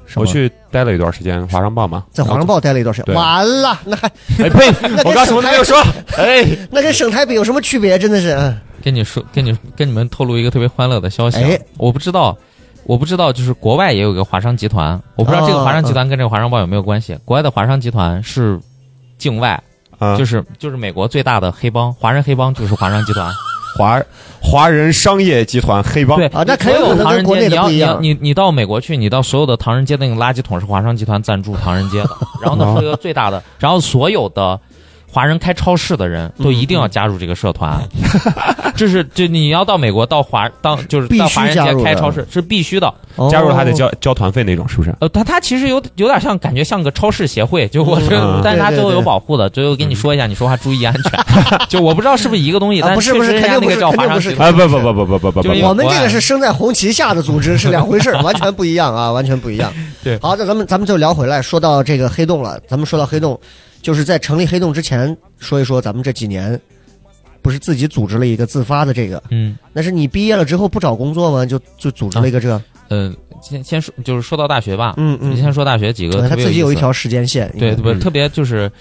Speaker 3: 什
Speaker 4: 我
Speaker 3: 么
Speaker 4: 去待了一段时间，华商报嘛，
Speaker 3: 在华商报待了一段时间，
Speaker 4: 对
Speaker 3: 完了，那还
Speaker 4: 然 后。哎呸！
Speaker 3: 那
Speaker 4: 我
Speaker 3: 跟
Speaker 4: 刚什
Speaker 3: 省
Speaker 4: 么都没
Speaker 3: 台
Speaker 4: 有说。哎，
Speaker 3: 那跟省台比有什么区别？真的是，嗯
Speaker 5: 跟你说，跟你跟你们透露一个特别欢乐的消息啊，
Speaker 3: 哎
Speaker 5: 我不知道，我不知道，就是国外也有个华商集团，我不知道这个华商集团跟这个华商报有没有关系。国外的华商集团是境外，
Speaker 4: 啊
Speaker 5: 就是就是美国最大的黑帮，华人黑帮就是华商集团，
Speaker 4: 华华人商业集团黑帮。
Speaker 5: 对
Speaker 3: 啊那
Speaker 5: 所
Speaker 3: 肯有可
Speaker 5: 有
Speaker 3: 能
Speaker 5: 唐
Speaker 3: 跟
Speaker 5: 人
Speaker 3: 国
Speaker 5: 街，
Speaker 3: 内
Speaker 5: 你
Speaker 3: 的
Speaker 5: 要
Speaker 3: 不一
Speaker 5: 你
Speaker 3: 样
Speaker 5: 要你你到美国去，你到所有的唐人街的那个垃圾桶是华商集团赞助唐人街 的，然后
Speaker 3: 啊
Speaker 5: 那是一个最大的，然后所有的华人开超市的人
Speaker 3: 嗯
Speaker 5: 都一定要加入这个社团， 这是就你要到美国到华当就是
Speaker 3: 必须
Speaker 5: 到华人
Speaker 3: 加
Speaker 5: 街
Speaker 3: 入的
Speaker 5: 开超市是必须的，
Speaker 4: 加入他
Speaker 3: 哦
Speaker 4: 得交交团费那种，是不是？
Speaker 5: 呃，他他其实有有点像感觉像个超市协会，就我这，
Speaker 4: 嗯
Speaker 5: 但是他
Speaker 3: 对对
Speaker 5: 最后有
Speaker 3: 对
Speaker 5: 保护的，最后跟你说一下，你说话注意安全， 就我不知道是不是一个东西，
Speaker 3: 啊
Speaker 5: 但
Speaker 3: 不是
Speaker 5: 确
Speaker 3: 不是
Speaker 5: 实人
Speaker 3: 肯
Speaker 5: 家
Speaker 3: 定不
Speaker 5: 那个
Speaker 3: 是
Speaker 5: 叫
Speaker 3: 肯定
Speaker 5: 华商
Speaker 3: 不
Speaker 5: 集
Speaker 3: 是
Speaker 5: 团
Speaker 4: 哎，不不不不不不不
Speaker 5: 就
Speaker 4: 不
Speaker 5: 是因
Speaker 3: 我
Speaker 5: 为
Speaker 3: 们这个是生在红旗下的组织是两回 事儿，完全不一样啊，完全不一样。
Speaker 5: 对
Speaker 3: 好，那咱们咱们就聊回来，说到这个黑洞了。咱们说到黑洞，就是在成立黑洞之前，说一说咱们这几年，不是自己组织了一个自发的这个，
Speaker 5: 嗯。
Speaker 3: 那是你毕业了之后不找工作吗？就就组织了一个这，
Speaker 5: 嗯，先先说，就是说到大学吧，
Speaker 3: 嗯
Speaker 5: 你
Speaker 3: 嗯，
Speaker 5: 先说大学几个特别
Speaker 3: 他自己
Speaker 5: 有
Speaker 3: 有
Speaker 5: 意
Speaker 3: 一
Speaker 5: 思，
Speaker 3: 条时间线，
Speaker 5: 对，
Speaker 3: 应
Speaker 5: 不
Speaker 3: 该
Speaker 5: 是特别就是。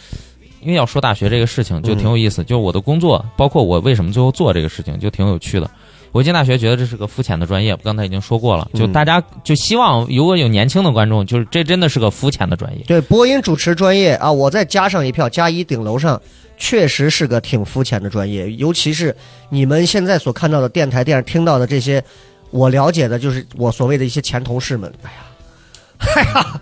Speaker 5: 因为要说大学这个事情就挺有
Speaker 3: 嗯
Speaker 5: 意思，就是我的工作，包括我为什么最后做这个事情，就挺有趣的。我进大学觉得这是个肤浅的专业，我刚才已经说过了，就
Speaker 3: 嗯
Speaker 5: 大家就希望如果有年轻的观众，就是这真的是个肤浅的专业，
Speaker 3: 对播音主持专业啊，我再加上一票，加一顶楼上。确实是个挺肤浅的专业，尤其是你们现在所看到的电台、电视听到的这些，我了解的就是我所谓的一些前同事们。 哎呀，哎呀，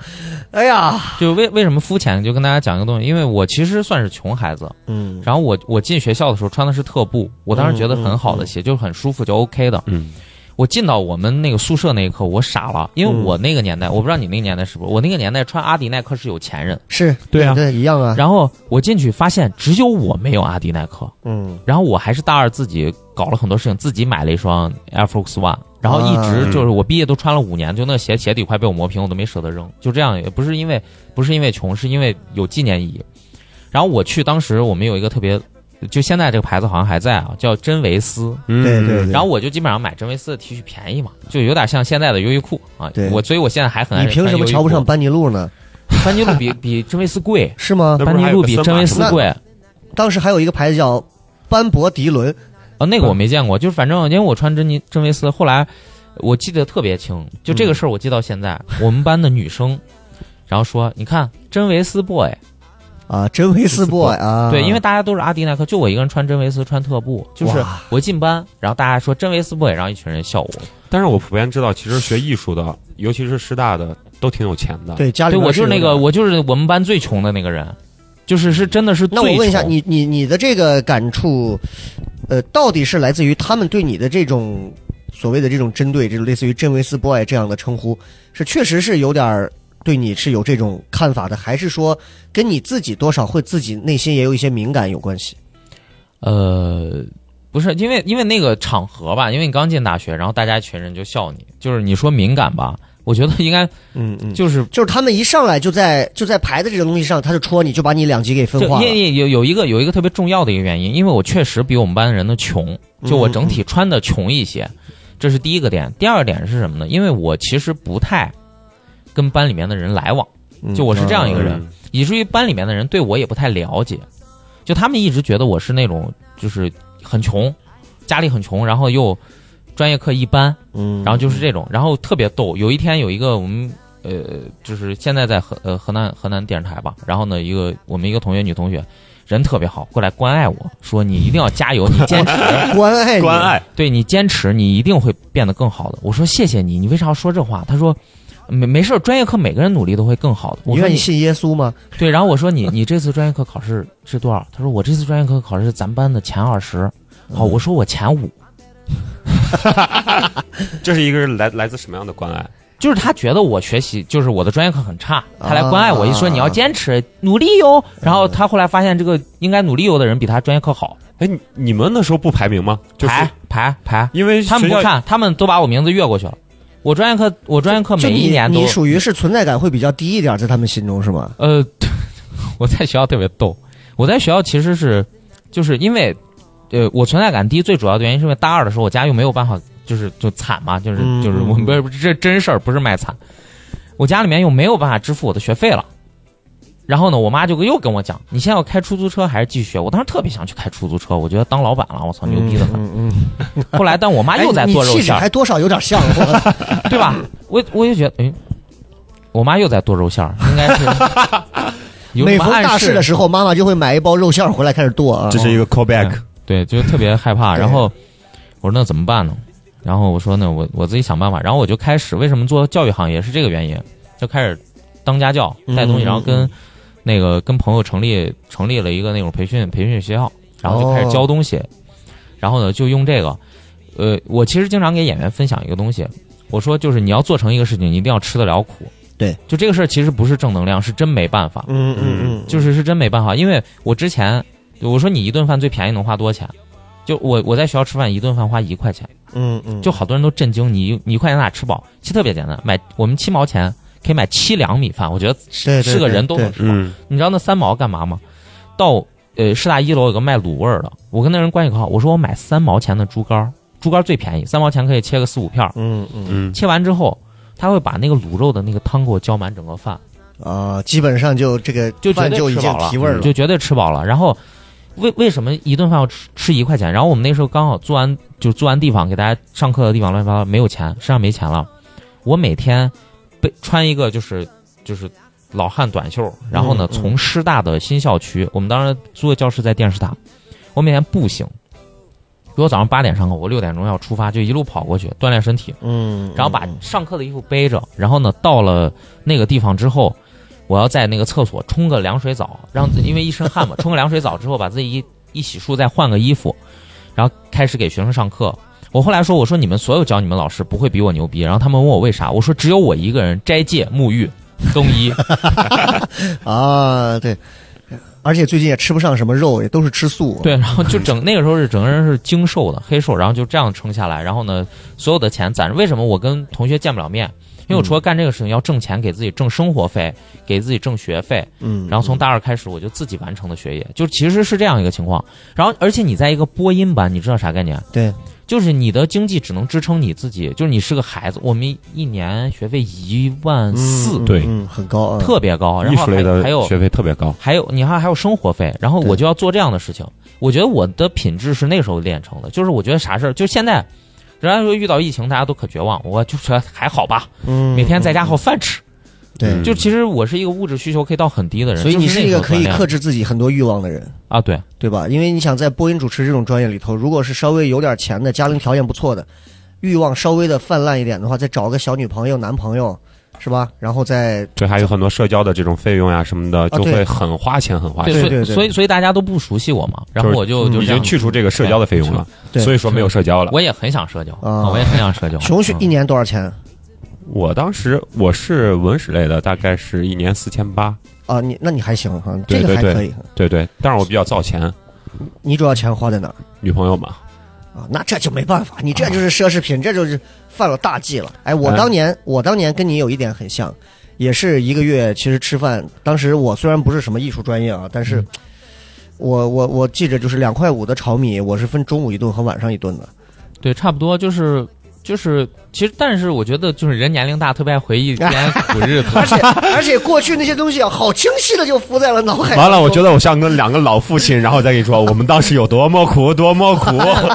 Speaker 3: 哎呀，
Speaker 5: 就为为什么肤浅，就跟大家讲一个东西，因为我其实算是穷孩子，
Speaker 3: 嗯，
Speaker 5: 然后我我进学校的时候穿的是特步，我当时觉得很好
Speaker 3: 嗯嗯
Speaker 5: 的
Speaker 3: 嗯
Speaker 5: 鞋，就是很舒服，就 OK 的。
Speaker 4: 嗯，
Speaker 5: 我进到我们那个宿舍那一刻，我傻了，因为我那个年代，我不知道你那个年代是不是，我那个年代穿阿迪耐克是有钱人。
Speaker 3: 是
Speaker 4: 对啊
Speaker 3: 对，一样啊，
Speaker 5: 然后我进去发现只有我没有阿迪耐克，
Speaker 3: 嗯，
Speaker 5: 然后我还是大二自己搞了很多事情，自己买了一双 Air Force One，然后一直就是我毕业都穿了五年，就那鞋鞋底快被我磨平，我都没舍得扔。就这样，也不是因为不是因为穷，是因为有纪念意义。然后我去，当时我们有一个特别，就现在这个牌子好像还在啊，叫真维斯，
Speaker 4: 对
Speaker 3: 对对对。
Speaker 5: 然后我就基本上买真维斯的 T 恤便宜嘛，就有点像现在的优衣库啊
Speaker 3: 对。
Speaker 5: 我所以我现在哎还很爱
Speaker 3: 你凭什么瞧不上班尼路呢？，
Speaker 5: 班尼路比 比真维斯贵
Speaker 3: 是吗
Speaker 4: 那？不
Speaker 5: 班
Speaker 4: 是
Speaker 5: 尼
Speaker 4: 还有
Speaker 5: 路
Speaker 4: 个
Speaker 5: 比
Speaker 4: 森
Speaker 5: 真
Speaker 4: 马
Speaker 5: 维
Speaker 4: 什么
Speaker 5: 斯
Speaker 3: 的
Speaker 5: 贵
Speaker 3: 当时还有一个牌子叫班博迪伦，
Speaker 5: 啊，那个我没见过，就是反正因为我穿真尼真维斯，后来我记得特别清，就这个事儿我记到 现在。我们班的女生，然后说你看真维斯 boy，
Speaker 3: 啊，真维斯 boy 啊，
Speaker 5: 对，因为大家都是阿迪耐克，就我一个人穿真维斯穿特步，就是
Speaker 3: 哇
Speaker 5: 我进班，然后大家说真维斯 boy，然后一群人笑我，
Speaker 4: 但是我普遍知道，其实学艺术的，尤其是师大的，都挺有钱的。
Speaker 3: 对家里
Speaker 5: 对
Speaker 3: 面
Speaker 5: 我就是
Speaker 3: 有
Speaker 5: 那个
Speaker 3: 的
Speaker 5: 我就是我们班最穷的那个人。就是是真的是最
Speaker 3: 那
Speaker 5: 穷。
Speaker 3: 我问一下，你你你的这个感触，呃，到底是来自于他们对你的这种所谓的这种针对，这种类似于真维斯 boy 这样的称呼，是确实是有点儿对你是有这种看法的，还是说跟你自己多少会自己内心也有一些敏感有关系？
Speaker 5: 呃，不是，因为因为那个场合吧，因为你刚进大学，然后大家一群人就笑你，就是你说敏感吧，我觉得应该
Speaker 3: 嗯嗯，
Speaker 5: 就是。
Speaker 3: 就是他们一上来就在就在牌子这种东西上，他就戳你，就把你两极给
Speaker 5: 就
Speaker 3: 分化
Speaker 5: 因
Speaker 3: 了。
Speaker 5: 为有有一个有一个特别重要的一个原因，因为我确实比我们班的人的穷，就我整
Speaker 3: 嗯
Speaker 5: 体穿的穷一些，这是第一个点。第二个点是什么呢？因为我其实不太跟班里面的人来往，
Speaker 3: 嗯
Speaker 5: 就我是这样一个人，
Speaker 4: 嗯
Speaker 5: 以至于班里面的人对我也不太了解，就他们一直觉得我是那种就是很穷，家里很穷，然后又专业课一般，
Speaker 3: 嗯，
Speaker 5: 然后就是这种，然后特别逗。有一天有一个我们呃，就是现在在河呃河南河南电视台吧，然后呢一个我们一个同学女同学，人特别好，过来关爱我说你一定要加油，你坚持，
Speaker 3: 嗯关爱你
Speaker 4: 关，爱，
Speaker 5: 对你坚持，你一定会变得更好的。我说谢谢你，你为啥要说这话？他说。没没事儿，专业课每个人努力都会更好的。
Speaker 3: 你
Speaker 5: 我说
Speaker 3: 愿意
Speaker 5: 你
Speaker 3: 信耶稣吗？
Speaker 5: 对，然后我说你你这次专业课考试是多少？他说我这次专业课考试是咱班的前二十。好，
Speaker 3: 嗯
Speaker 5: 我说我前五，
Speaker 4: 这是一个人来来自什么样的关爱？
Speaker 5: 就是他觉得我学习就是我的专业课很差，他来
Speaker 3: 啊
Speaker 5: 关爱我，一说你要坚持努力哟。然后他后来发现这个应该努力哟的人比他专业课好，
Speaker 4: 哎，你你们那时候不排名吗？就是
Speaker 5: 排排排，
Speaker 4: 因为
Speaker 5: 他们
Speaker 4: 学
Speaker 5: 不
Speaker 4: 校
Speaker 5: 看，他们都把我名字越过去了。我专业课我专业课
Speaker 3: 就
Speaker 5: 每一
Speaker 3: 你
Speaker 5: 年都
Speaker 3: 你属于是存在感会比较低一点，在他们心中是吗？
Speaker 5: 呃， 我在学校特别逗，我在学校其实是就是因为呃我存在感低，最主要的原因是因为大二的时候我家又没有办法就是就惨嘛，就是
Speaker 3: 嗯
Speaker 5: 就是
Speaker 3: 嗯
Speaker 5: 我不是不是这真事儿不是卖惨，我家里面又没有办法支付我的学费了。然后呢，我妈就又跟我讲，你现在要开出租车还是继续学？我当时特别想去开出租车，我觉得当老板了，我操，牛逼的很。
Speaker 3: 嗯嗯。嗯
Speaker 5: 后来，但我妈
Speaker 3: 哎
Speaker 5: 又在做
Speaker 3: 你
Speaker 5: 肉
Speaker 3: 气质
Speaker 5: 馅儿，
Speaker 3: 还多少有点像我。
Speaker 5: 对 吧？我我就觉得，哎，我妈又在剁肉馅儿，应该是 有什
Speaker 3: 每
Speaker 5: 么
Speaker 3: 逢
Speaker 5: 暗
Speaker 3: 大事的时候，妈妈就会买一包肉馅儿回来开始剁啊。
Speaker 4: 这是一个 callback，
Speaker 5: 对，就特别害怕。
Speaker 3: 对
Speaker 5: 然后我说那怎么办呢？然后我说呢，我我自己想办法。然后我就开始，为什么做教育行业是这个原因，就开始当家教带东西，
Speaker 3: 嗯
Speaker 5: 然后跟那个跟朋友成立成立了一个那种培训培训学校，然后就开始教东西。然后呢，就用这个，呃，我其实经常给演员分享一个东西，我说就是你要做成一个事情，你一定要吃得了苦。
Speaker 3: 对，
Speaker 5: 就这个事儿其实不是正能量，是真没办法。
Speaker 3: 嗯嗯嗯，
Speaker 5: 就是是真没办法，因为我之前我说你一顿饭最便宜能花多少钱？就我我在学校吃饭一顿饭花一块钱，
Speaker 3: 嗯嗯，
Speaker 5: 就好多人都震惊，你你一块钱咋吃饱？其实特别简单，买我们七毛钱可以买七两米饭，我觉得
Speaker 3: 是
Speaker 5: 是个人都能吃饱。
Speaker 4: 嗯，
Speaker 5: 你知道那三毛干嘛吗？到呃师大一楼有个卖卤味儿的，我跟那人关系可好，我说我买三毛钱的猪肝儿，猪肝儿最便宜，三毛钱可以切个四五片儿，
Speaker 3: 嗯嗯
Speaker 4: 嗯，
Speaker 5: 切完之后他会把那个卤肉的那个汤给我浇满整个饭。
Speaker 3: 啊，基本上就这个
Speaker 5: 就绝
Speaker 3: 饭
Speaker 5: 对
Speaker 3: 就已
Speaker 5: 吃
Speaker 3: 经
Speaker 5: 饱了，嗯
Speaker 3: 提味儿了
Speaker 5: 就，绝对吃饱了。然后为为什么一顿饭要吃吃一块钱？然后我们那时候刚好做完就做完地方给大家上课的地方乱七八糟没有钱，身上没钱了。我每天被穿一个就是就是老汉短袖，然后呢
Speaker 3: 嗯嗯
Speaker 5: 从师大的新校区，我们当时租的教室在电视塔，我每天步行。比如早上八点上课，我六点钟要出发，就一路跑过去锻炼身体，
Speaker 3: 嗯，
Speaker 5: 然后把上课的衣服背着，然后呢，到了那个地方之后，我要在那个厕所冲个凉水澡，让自因为一身汗嘛，冲个凉水澡之后，把自己一一洗漱，再换个衣服，然后开始给学生上课。我后来说，我说你们所有教你们老师不会比我牛逼，然后他们问我为啥，我说只有我一个人斋戒、沐浴、更衣，
Speaker 3: 啊，对，而且最近也吃不上什么肉，也都是吃素，
Speaker 5: 对，然后就整那个时候是整个人是精瘦的黑瘦，然后就这样撑下来，然后呢，所有的钱攒着。为什么我跟同学见不了面？因为
Speaker 3: 嗯
Speaker 5: 我除了干这个事情要挣钱，给自己挣生活费，给自己挣学费，
Speaker 3: 嗯，
Speaker 5: 然后从大二开始我就自己完成的学业，就其实是这样一个情况。然后而且你在一个播音班，你知道啥概念？
Speaker 3: 对，
Speaker 5: 就是你的经济只能支撑你自己，就是你是个孩子，我们一年学费一万四
Speaker 3: 嗯，
Speaker 4: 对
Speaker 3: 嗯，很高啊，
Speaker 5: 特别高，然
Speaker 4: 艺
Speaker 5: 后
Speaker 4: 术类
Speaker 5: 还
Speaker 4: 的
Speaker 5: 还有
Speaker 4: 学费特别高，
Speaker 5: 还有你还还有生活费，然后
Speaker 3: 对
Speaker 5: 我就要做这样的事情。我觉得我的品质是那时候练成的，就是我觉得啥事儿，就现在，人家说遇到疫情大家都可绝望，我就说还好吧，
Speaker 3: 嗯，
Speaker 5: 每天在家还有饭吃。
Speaker 3: 对
Speaker 4: 嗯，
Speaker 5: 就其实我是一个物质需求可以到很低的人，
Speaker 3: 所以你
Speaker 5: 就是
Speaker 3: 一
Speaker 5: 那
Speaker 3: 个
Speaker 5: 时
Speaker 3: 可
Speaker 5: 候
Speaker 3: 以
Speaker 5: 锻炼
Speaker 3: 克制自己很多欲望的人。
Speaker 5: 啊，对，
Speaker 3: 对吧？因为你想在播音主持这种专业里头，如果是稍微有点钱的，家庭条件不错的，欲望稍微的泛滥一点的话，再找个小女朋友、男朋友，是吧？然后再
Speaker 4: 对，还有很多社交的这种费用呀、什么
Speaker 5: 啊
Speaker 4: 的，就
Speaker 3: 对
Speaker 4: 会很花钱，很花
Speaker 5: 对，
Speaker 4: 钱。
Speaker 5: 所
Speaker 3: 啊对对
Speaker 5: 以
Speaker 3: 对
Speaker 5: 所以所以大家都不熟悉我嘛，然后
Speaker 4: 就是
Speaker 5: 我就就
Speaker 4: 已
Speaker 5: 这样
Speaker 4: 经去除这个社交的费用了，
Speaker 3: 对
Speaker 4: 所以说没有社交了。
Speaker 5: 我也很想社交，
Speaker 3: 啊
Speaker 5: 我也很想社交。
Speaker 3: 熊熊
Speaker 5: 嗯
Speaker 3: 一年多少钱
Speaker 4: 我当时我是文史类的，大概是一年四千八，
Speaker 3: 啊？你那你还行哈，这
Speaker 4: 对
Speaker 3: 个还
Speaker 4: 对
Speaker 3: 可以。
Speaker 4: 对对，但是我比较造钱，
Speaker 3: 你主要钱花在哪儿
Speaker 4: 女朋友嘛，
Speaker 3: 啊？那这就没办法，你这就是奢侈品，这就是犯了大忌了。哎，我
Speaker 4: 嗯
Speaker 3: 当年、我当年跟你有一点很像，也是一个月其实吃饭，当时我虽然不是什么艺术专业啊，但是
Speaker 5: 嗯
Speaker 3: 我我我记着就是两块五的炒米，我是分中午一顿和晚上一顿的。
Speaker 5: 嗯对，差不多就是就是，其实但是我觉得就是人年龄大，特别爱 回忆之前苦日子。
Speaker 3: 而且而且过去那些东西啊，好清晰的就浮在了脑海。
Speaker 4: 完了，我觉得我像跟两个老父亲，然后再跟你说我们当时有多么苦，多么 苦。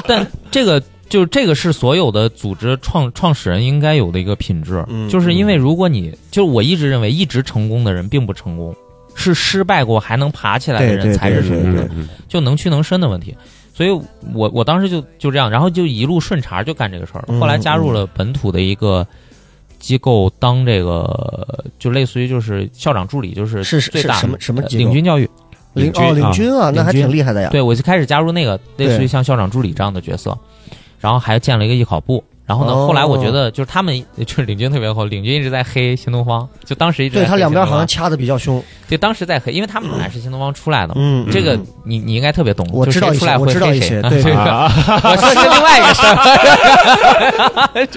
Speaker 5: 但这个就是这个是所有的组织创创始人应该有的一个品质，
Speaker 3: 嗯
Speaker 5: 就是因为如果你就是我一直认为一直成功的人并不成功，是失败过还能爬起来的
Speaker 3: 对
Speaker 5: 人
Speaker 3: 对
Speaker 5: 才是
Speaker 3: 对
Speaker 5: 成
Speaker 3: 对
Speaker 4: 嗯
Speaker 5: 功，
Speaker 4: 嗯
Speaker 5: 就能屈能伸的问题。所以我我当时就就这样，然后就一路顺茬就干这个事儿
Speaker 3: 嗯
Speaker 5: 了。后来加入了本土的一个。机构当这个就类似于就是校长助理，就是
Speaker 3: 是是
Speaker 5: 最大
Speaker 3: 什么什么
Speaker 5: 呃
Speaker 3: 机构
Speaker 5: 领军教育，
Speaker 3: 领
Speaker 4: 领军
Speaker 3: 哦，领军
Speaker 4: 啊
Speaker 3: 啊，那还
Speaker 5: 领军
Speaker 3: 挺厉害的呀。
Speaker 5: 对我就开始加入那个类似
Speaker 3: 对
Speaker 5: 于像校长助理这样的角色，然后还建了一个艺考部。然后呢，
Speaker 3: 哦
Speaker 5: 后来我觉得就是他们就是领军特别好，领军一直在黑新东方，就当时一直
Speaker 3: 对
Speaker 5: 在
Speaker 3: 他
Speaker 5: 黑
Speaker 3: 两边
Speaker 5: 新东
Speaker 3: 好像
Speaker 5: 方
Speaker 3: 掐的比较凶。
Speaker 5: 对当时在黑，因为他们本来是新东方出来的嘛。
Speaker 3: 嗯，
Speaker 5: 这个
Speaker 3: 嗯
Speaker 5: 你你应该特别懂，
Speaker 3: 我
Speaker 5: 就
Speaker 3: 知道
Speaker 5: 谁
Speaker 3: 一
Speaker 5: 出
Speaker 3: 些，
Speaker 5: 来
Speaker 3: 我
Speaker 5: 会
Speaker 3: 知道
Speaker 5: 黑
Speaker 3: 一
Speaker 5: 谁
Speaker 3: 些。
Speaker 5: 啊
Speaker 3: 对
Speaker 5: 这，个
Speaker 4: 啊，
Speaker 5: 我说的是另外一个事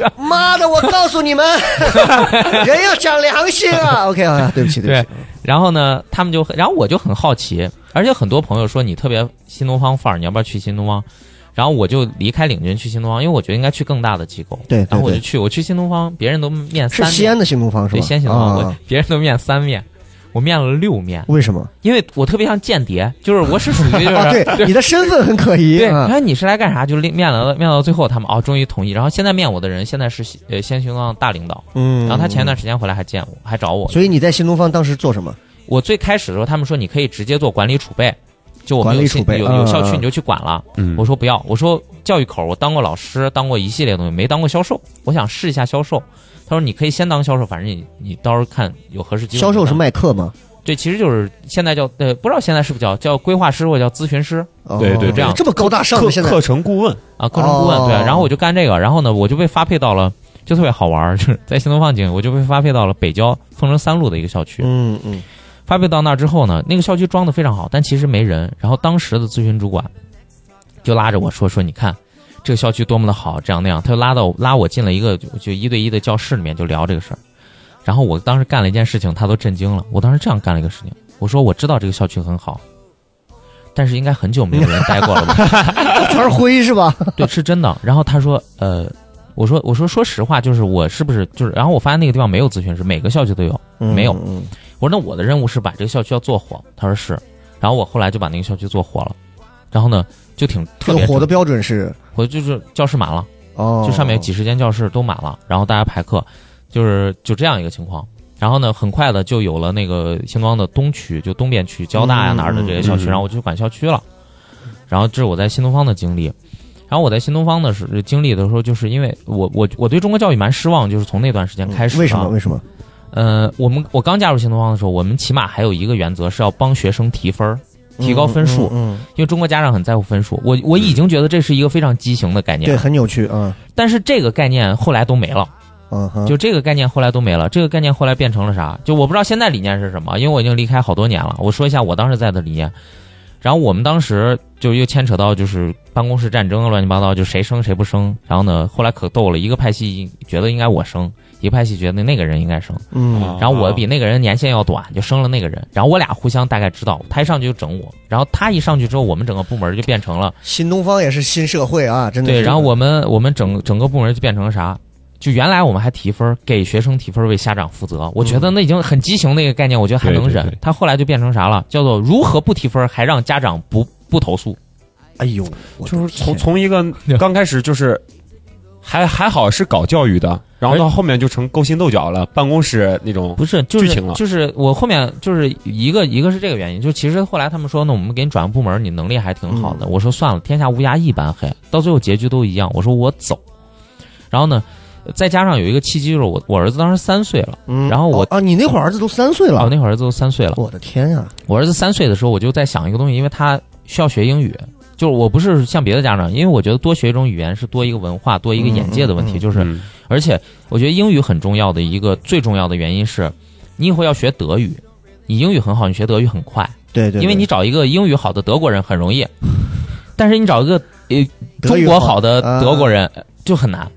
Speaker 5: 儿。
Speaker 3: 妈的，我告诉你们， 人要讲良心啊。OK 啊，对不起，不
Speaker 5: 对
Speaker 3: 起。，
Speaker 5: 然后呢，他们就很，然后我就很好奇，而且很多朋友说你特别新东方范儿，你要不要去新东方？然后我就离开领军去新东方，因为我觉得应该去更大的机构。
Speaker 3: 对对
Speaker 5: 然后我就
Speaker 3: 对
Speaker 5: 去，我去新东方，别人都面
Speaker 3: 是
Speaker 5: 三
Speaker 3: 西
Speaker 5: 面，
Speaker 3: 安的新东方是吧？
Speaker 5: 对，先新东
Speaker 3: 啊
Speaker 5: 方，我别人都面三面，我面了六面，
Speaker 3: 为什么？
Speaker 5: 因为我特别像间谍，就是我是属于就是、
Speaker 3: 啊，对，你的身份很可疑
Speaker 5: 对，然
Speaker 3: 啊。
Speaker 5: 后你是来干啥？就面了面到最后，他们哦终于同意。然后现在面我的人现在是西呃先新东方大领导，
Speaker 3: 嗯，
Speaker 5: 然后他前一段时间回来还见我，还找我。
Speaker 3: 所以你在新东方当时做什么？
Speaker 5: 我最开始的时候，他们说你可以直接做管理储备，就我们
Speaker 3: 管
Speaker 5: 有
Speaker 3: 理
Speaker 5: 信
Speaker 3: 储备
Speaker 5: 有
Speaker 3: 嗯
Speaker 5: 有校区
Speaker 3: 嗯
Speaker 5: 你就去管了。
Speaker 4: 嗯，
Speaker 5: 我说不要，我说教育口儿我当过老师，当过一系列东西，没当过销售，我想试一下销售。他说你可以先当销售，反正你你到时候看有合适机会。
Speaker 3: 销售是
Speaker 5: 什么？
Speaker 3: 卖课吗？
Speaker 5: 对，其实就是现在叫呃，不知道现在是不是叫叫规划师或者叫咨询师
Speaker 3: 哦
Speaker 4: 对对这样
Speaker 3: 这么高大上
Speaker 4: 课
Speaker 3: 的现在
Speaker 4: 课程顾问，
Speaker 5: 啊，课程顾问、
Speaker 3: 哦
Speaker 5: 对。然后我就干这个，然后呢，我就被发配到了，就特别好玩儿，就是在新东方景，我就被发配到了北郊凤城三路的一个校区。
Speaker 3: 嗯嗯，
Speaker 5: 发配到那儿之后呢，那个校区装的非常好，但其实没人。然后当时的咨询主管就拉着我说：“说你看这个校区多么的好，这样那样。”他就拉到拉我进了一个就就一对一的教室里面，就聊这个事儿。然后我当时干了一件事情，他都震惊了。我当时这样干了一个事情，我说：“我知道这个校区很好，但是应该很久没有人待过了吧
Speaker 3: 全是灰是吧？？”
Speaker 5: 对，是真的。然后他说：“呃，我说我说说实话，就是我是不是就是？”然后我发现那个地方没有咨询师，每个校区都有。
Speaker 3: 嗯
Speaker 5: 没有
Speaker 3: 嗯
Speaker 5: 我说那我的任务是把这个校区要做火，他说是，然后我后来就把那个校区做火了，然后呢就挺
Speaker 3: 这
Speaker 5: 特
Speaker 3: 个
Speaker 5: 别
Speaker 3: 火的标准是
Speaker 5: 我就是教室满了，
Speaker 3: 哦，
Speaker 5: 就上面有几十间教室都满了，然后大家排课，就是就这样一个情况。然后呢，很快的就有了那个星光的东区，就东边区、交大呀、
Speaker 3: 嗯
Speaker 5: 哪儿的这些校
Speaker 4: 嗯
Speaker 5: 区，
Speaker 4: 嗯
Speaker 5: 然后我就管校区了。然后这是我在新东方的经历。然后我在新东方的时经历的时候，就是因为我我我对中国教育蛮失望，就是从那段时间开始、啊。
Speaker 3: 嗯为什么？为什么？
Speaker 5: 呃，我们我刚加入新东方的时候，我们起码还有一个原则是要帮学生提分儿，提高分数，
Speaker 3: 嗯，嗯
Speaker 5: 因为中国家长很在乎分数。我我已经觉得这是一个非常畸形的概
Speaker 3: 嗯对，
Speaker 5: 念，
Speaker 3: 很扭曲啊，
Speaker 5: 但是这个概念后来都没了，
Speaker 3: 嗯哼，
Speaker 5: 就这个概念后来都没了。这个概念后来变成了啥？就我不知道现在理念是什么，因为我已经离开好多年了。我说一下我当时在的理念，然后我们当时就又牵扯到就是办公室战争乱七八糟，就谁升谁不升。然后呢，后来可逗了，一个派系觉得应该我升，一个派系觉得那个人应该升。
Speaker 3: 嗯
Speaker 5: 然后我
Speaker 4: 啊
Speaker 5: 比那个人年限要短，就升了那个人。然后我俩互相大概知道，他一上去就整我，然后他一上去之后，我们整个部门就变成了
Speaker 3: 新东方也是新社会啊，真的是。
Speaker 5: 对，然后我们我们整整个部门就变成了啥？就原来我们还提分儿，给学生提分儿，为家长负责。我觉得那已经很畸形的一个概念，我觉得还能
Speaker 4: 对对
Speaker 5: 忍
Speaker 4: 对。
Speaker 5: 他后来就变成啥了？叫做如何不提分儿，还让家长不不投诉。
Speaker 3: 哎呦，我
Speaker 4: 就是从
Speaker 3: 天
Speaker 4: 从一个 刚开始就是还还好是搞教育的，然后到后面就成勾心斗角了，办公室那种
Speaker 5: 不是，就
Speaker 4: 剧
Speaker 5: 是
Speaker 3: 啊
Speaker 4: 情了
Speaker 5: 就是我后面就是一个一个是这个原因，就其实后来他们说，那我们给你转个部门，你能力还挺好
Speaker 3: 嗯
Speaker 5: 的。我说算了，天下乌鸦一般黑，到最后结局都一样。我说我走，然后呢，再加上有一个契机，就是我我儿子当时三岁了，
Speaker 3: 嗯
Speaker 5: 然后我
Speaker 3: 哦啊，你那会儿儿子都三岁
Speaker 5: 哦，
Speaker 3: 了，
Speaker 5: 那会儿儿子都三岁了。
Speaker 3: 我的天呀，
Speaker 5: 我儿子三岁的时候，我就在想一个东西，因为他需要学英语，就是我不是像别的家长，因为我觉得多学一种语言是多一个文化、多一个眼界的问
Speaker 3: 嗯嗯
Speaker 5: 题，
Speaker 3: 嗯
Speaker 5: 就是
Speaker 4: 嗯
Speaker 5: 而且我觉得英语很重要的一个最重要的原因是，你以后要学德语，你英语很好，你学德语很快，
Speaker 3: 对对，
Speaker 5: 因为
Speaker 3: 对
Speaker 5: 你找一个英语好的德国人很 容易，但是你找一个
Speaker 3: 德
Speaker 5: 中
Speaker 3: 语
Speaker 5: 国好的
Speaker 3: 啊
Speaker 5: 德国人就很难。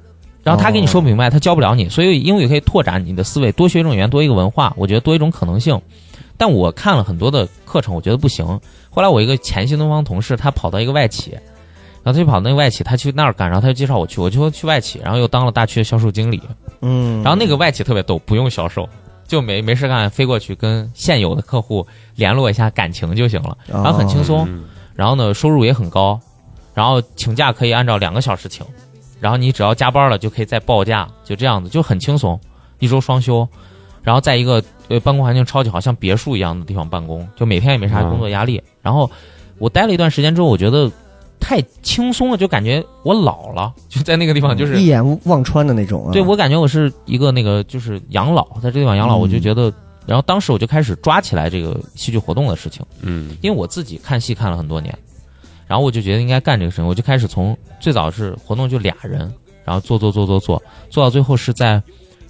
Speaker 5: 然后他给你说不明白，他教不了你，所以英语可以拓展你的思维，多学一种语言，多一个文化，我觉得多一种可能性。但我看了很多的课程，我觉得不行。后来我一个前新东方同事，他跑到一个外企，然后他就跑到那个外企，他去那儿干，然后他就介绍我去，我就去外企，然后又当了大区的销售经理。
Speaker 3: 嗯，
Speaker 5: 然后那个外企特别逗，不用销售，就没没事干，飞过去跟现有的客户联络一下感情就行了，
Speaker 3: 哦
Speaker 5: 然后很轻松，
Speaker 4: 嗯
Speaker 5: 然后呢收入也很高，然后请假可以按照两个小时请，然后你只要加班了就可以再报价，就这样子就很轻松，一周双休，然后在一个呃办公环境超级好，像别墅一样的地方办公，就每天也没啥
Speaker 4: 嗯
Speaker 5: 工作压力。然后我待了一段时间之后，我觉得太轻松了，就感觉我老了，就在那个地方就是
Speaker 3: 一眼望穿的那种啊，
Speaker 5: 对我感觉我是一个那个就是养老，在这地方养老，
Speaker 3: 嗯
Speaker 5: 我就觉得，然后当时我就开始抓起来这个戏剧活动的事情，
Speaker 4: 嗯
Speaker 5: 因为我自己看戏看了很多年，然后我就觉得应该干这个事情，我就开始从最早是活动就俩人，然后做做做做做，做到最后是在。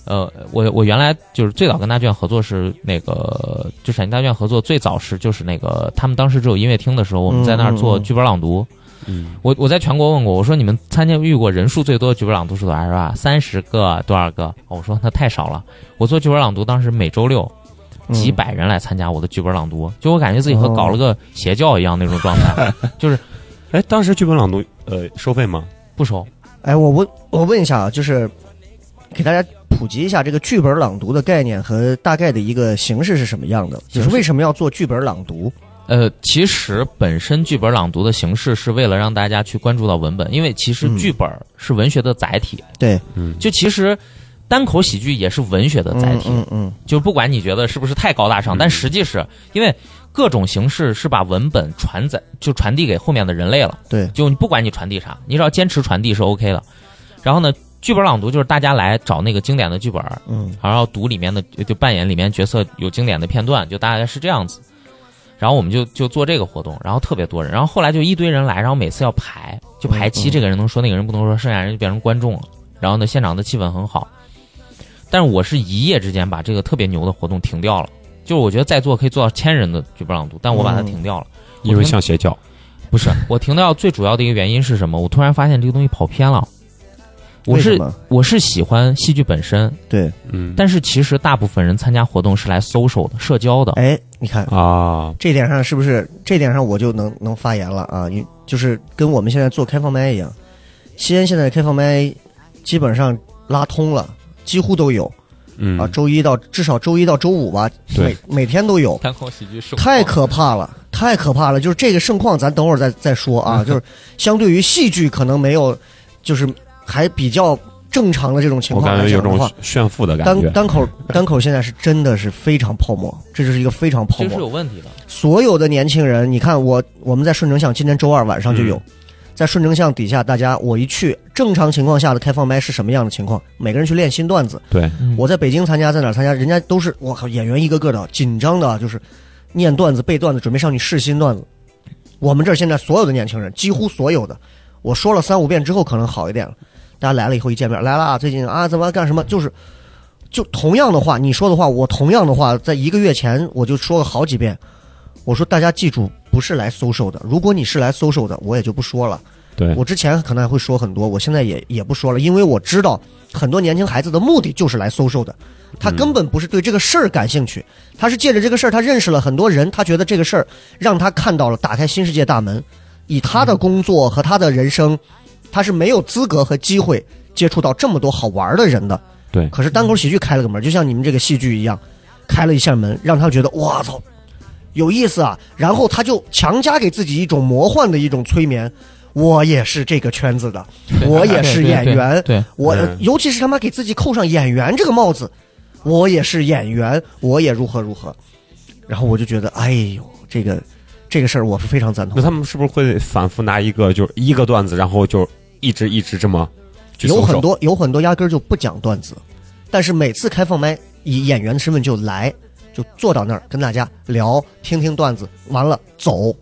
Speaker 5: 呃，我我原来就是最早跟大剧院合作是那个，就陕西大剧院合作最早是就是那个，他们当时只有音乐厅的时候，我们在那儿做
Speaker 3: 嗯嗯嗯
Speaker 5: 剧本朗读，
Speaker 4: 嗯
Speaker 5: 我我在全国问过，我说你们参加遇过人数最多的剧本朗读是多少是吧？三十个多少个？哦我说那太少了。我做剧本朗读，当时每周六
Speaker 3: 嗯
Speaker 5: 几百人来参加我的剧本朗读，就我感觉自己和
Speaker 3: 哦
Speaker 5: 搞了个邪教一样那种状 态，
Speaker 4: 哎，当时剧本朗读呃收费吗？
Speaker 5: 不收。
Speaker 3: 哎，我问我问一下啊，就是给大家普及一下这个剧本朗读的概念和大概的一个形式是什么样的，就
Speaker 5: 形式
Speaker 3: 是为什么要做剧本朗读？
Speaker 5: 呃，其实本身剧本朗读的形式是为了让大家去关注到文本，因为其实
Speaker 3: 嗯
Speaker 5: 剧本是文学的载体。
Speaker 3: 对，
Speaker 4: 嗯
Speaker 5: 就其实单口喜剧也是文学的载体，
Speaker 3: 嗯嗯
Speaker 5: 就不管你觉得是不是太高大上，但实际是因为各种形式是把文本传载就传递给后面的人类了。
Speaker 3: 对，
Speaker 5: 就你不管你传递啥，你只要坚持传递是 OK 的。然后呢，剧本朗读就是大家来找那个经典的剧本，
Speaker 3: 嗯
Speaker 5: 然后读里面的就扮演里面角色有经典的片段，就大概是这样子。然后我们就就做这个活动，然后特别多人，然后后来就一堆人来，然后每次要排，就排期，
Speaker 3: 嗯嗯
Speaker 5: 这个人能说，那个人不能说，剩下人就变成观众了。然后呢，现场的气氛很好，但是我是一夜之间把这个特别牛的活动停掉了，就是我觉得在座可以做到千人的剧本朗读，但我把它
Speaker 3: 嗯
Speaker 5: 停掉了。
Speaker 4: 因为像邪教，
Speaker 5: 不是，我停掉最主要的一个原因是什么？我突然发现这个东西跑偏了。我
Speaker 3: 为什
Speaker 5: 是啊
Speaker 3: 么
Speaker 5: 我是喜欢戏剧本身，
Speaker 3: 对，
Speaker 4: 嗯，
Speaker 5: 但是其实大部分人参加活动是来 social 的、社交的。
Speaker 3: 哎，你看
Speaker 4: 啊，
Speaker 3: 这点上是不是？这点上我就能能发言了啊！因就是跟我们现在做开放麦一样，西安现在开放麦基本上拉通了，几乎都有
Speaker 4: 嗯
Speaker 3: 啊，周一到至少周一到周五吧，每
Speaker 4: 对
Speaker 3: 每天都有，
Speaker 5: 单口喜剧是
Speaker 3: 太可怕了，太可怕了！就是这个盛况，咱等会儿再再说 啊。就是相对于戏剧，可能没有，就是还比较正常的这种情
Speaker 4: 我
Speaker 3: 况
Speaker 4: 感
Speaker 3: 来
Speaker 4: 觉有
Speaker 3: 讲的
Speaker 4: 种
Speaker 3: 话，
Speaker 4: 炫富的感
Speaker 3: 单
Speaker 4: 觉，
Speaker 3: 单口单口现在是真的是非常泡沫，这就是一个非常泡
Speaker 5: 这是
Speaker 3: 沫。
Speaker 5: 有问题的。
Speaker 3: 所有的年轻人，你看我我们在顺城巷，今天周二晚上就有，在顺城巷底下，大家我一去，正常情况下的开放麦是什么样的情况？每个人去练新段子。
Speaker 4: 对，
Speaker 3: 我在北京参加，在哪儿参加，人家都是我靠，演员一个个的紧张的，就是念段子、背段子，准备上去试新段子。我们这儿现在所有的年轻人，几乎所有的，我说了三五遍之后可能好一点了。大家来了以后一见面，来了啊，最近啊怎么干什么，就是就同样的话，你说的话，我同样的话，在一个月前我就说了好几遍。我说大家记住，不是来 social 的。如果你是来 social 的，我也就不说了。
Speaker 4: 对
Speaker 3: 我之前可能还会说很多，我现在也也不说了，因为我知道很多年轻孩子的目的就是来 social 的，他根本不是对这个事儿感兴趣，他是借着这个事儿，他认识了很多人，他觉得这个事儿让他看到了打开新世界大门，以他的工作和他的人生，他是没有资格和机会接触到这么多好玩的人的。
Speaker 4: 对
Speaker 3: 可是单口喜剧开了个门，就像你们这个戏剧一样，开了一扇门，让他觉得哇操，有意思啊！然后他就强加给自己一种魔幻的一种催眠。我也是这个圈子的，我也是演员，
Speaker 5: 对，
Speaker 3: 我呃
Speaker 4: 嗯
Speaker 3: 尤其是他妈给自己扣上演员这个帽子，我也是演员，我也如何如何。然后我就觉得，哎呦，这个这个事儿我是非常赞同
Speaker 4: 那。他们是不是会反复拿一个就是一个段子，然后就一直一直这么去搜
Speaker 3: 有
Speaker 4: 索
Speaker 3: 很多有很多压根儿就不讲段子，但是每次开放麦以演员的身份就来，就坐到那儿跟大家聊，听听段子，完了走。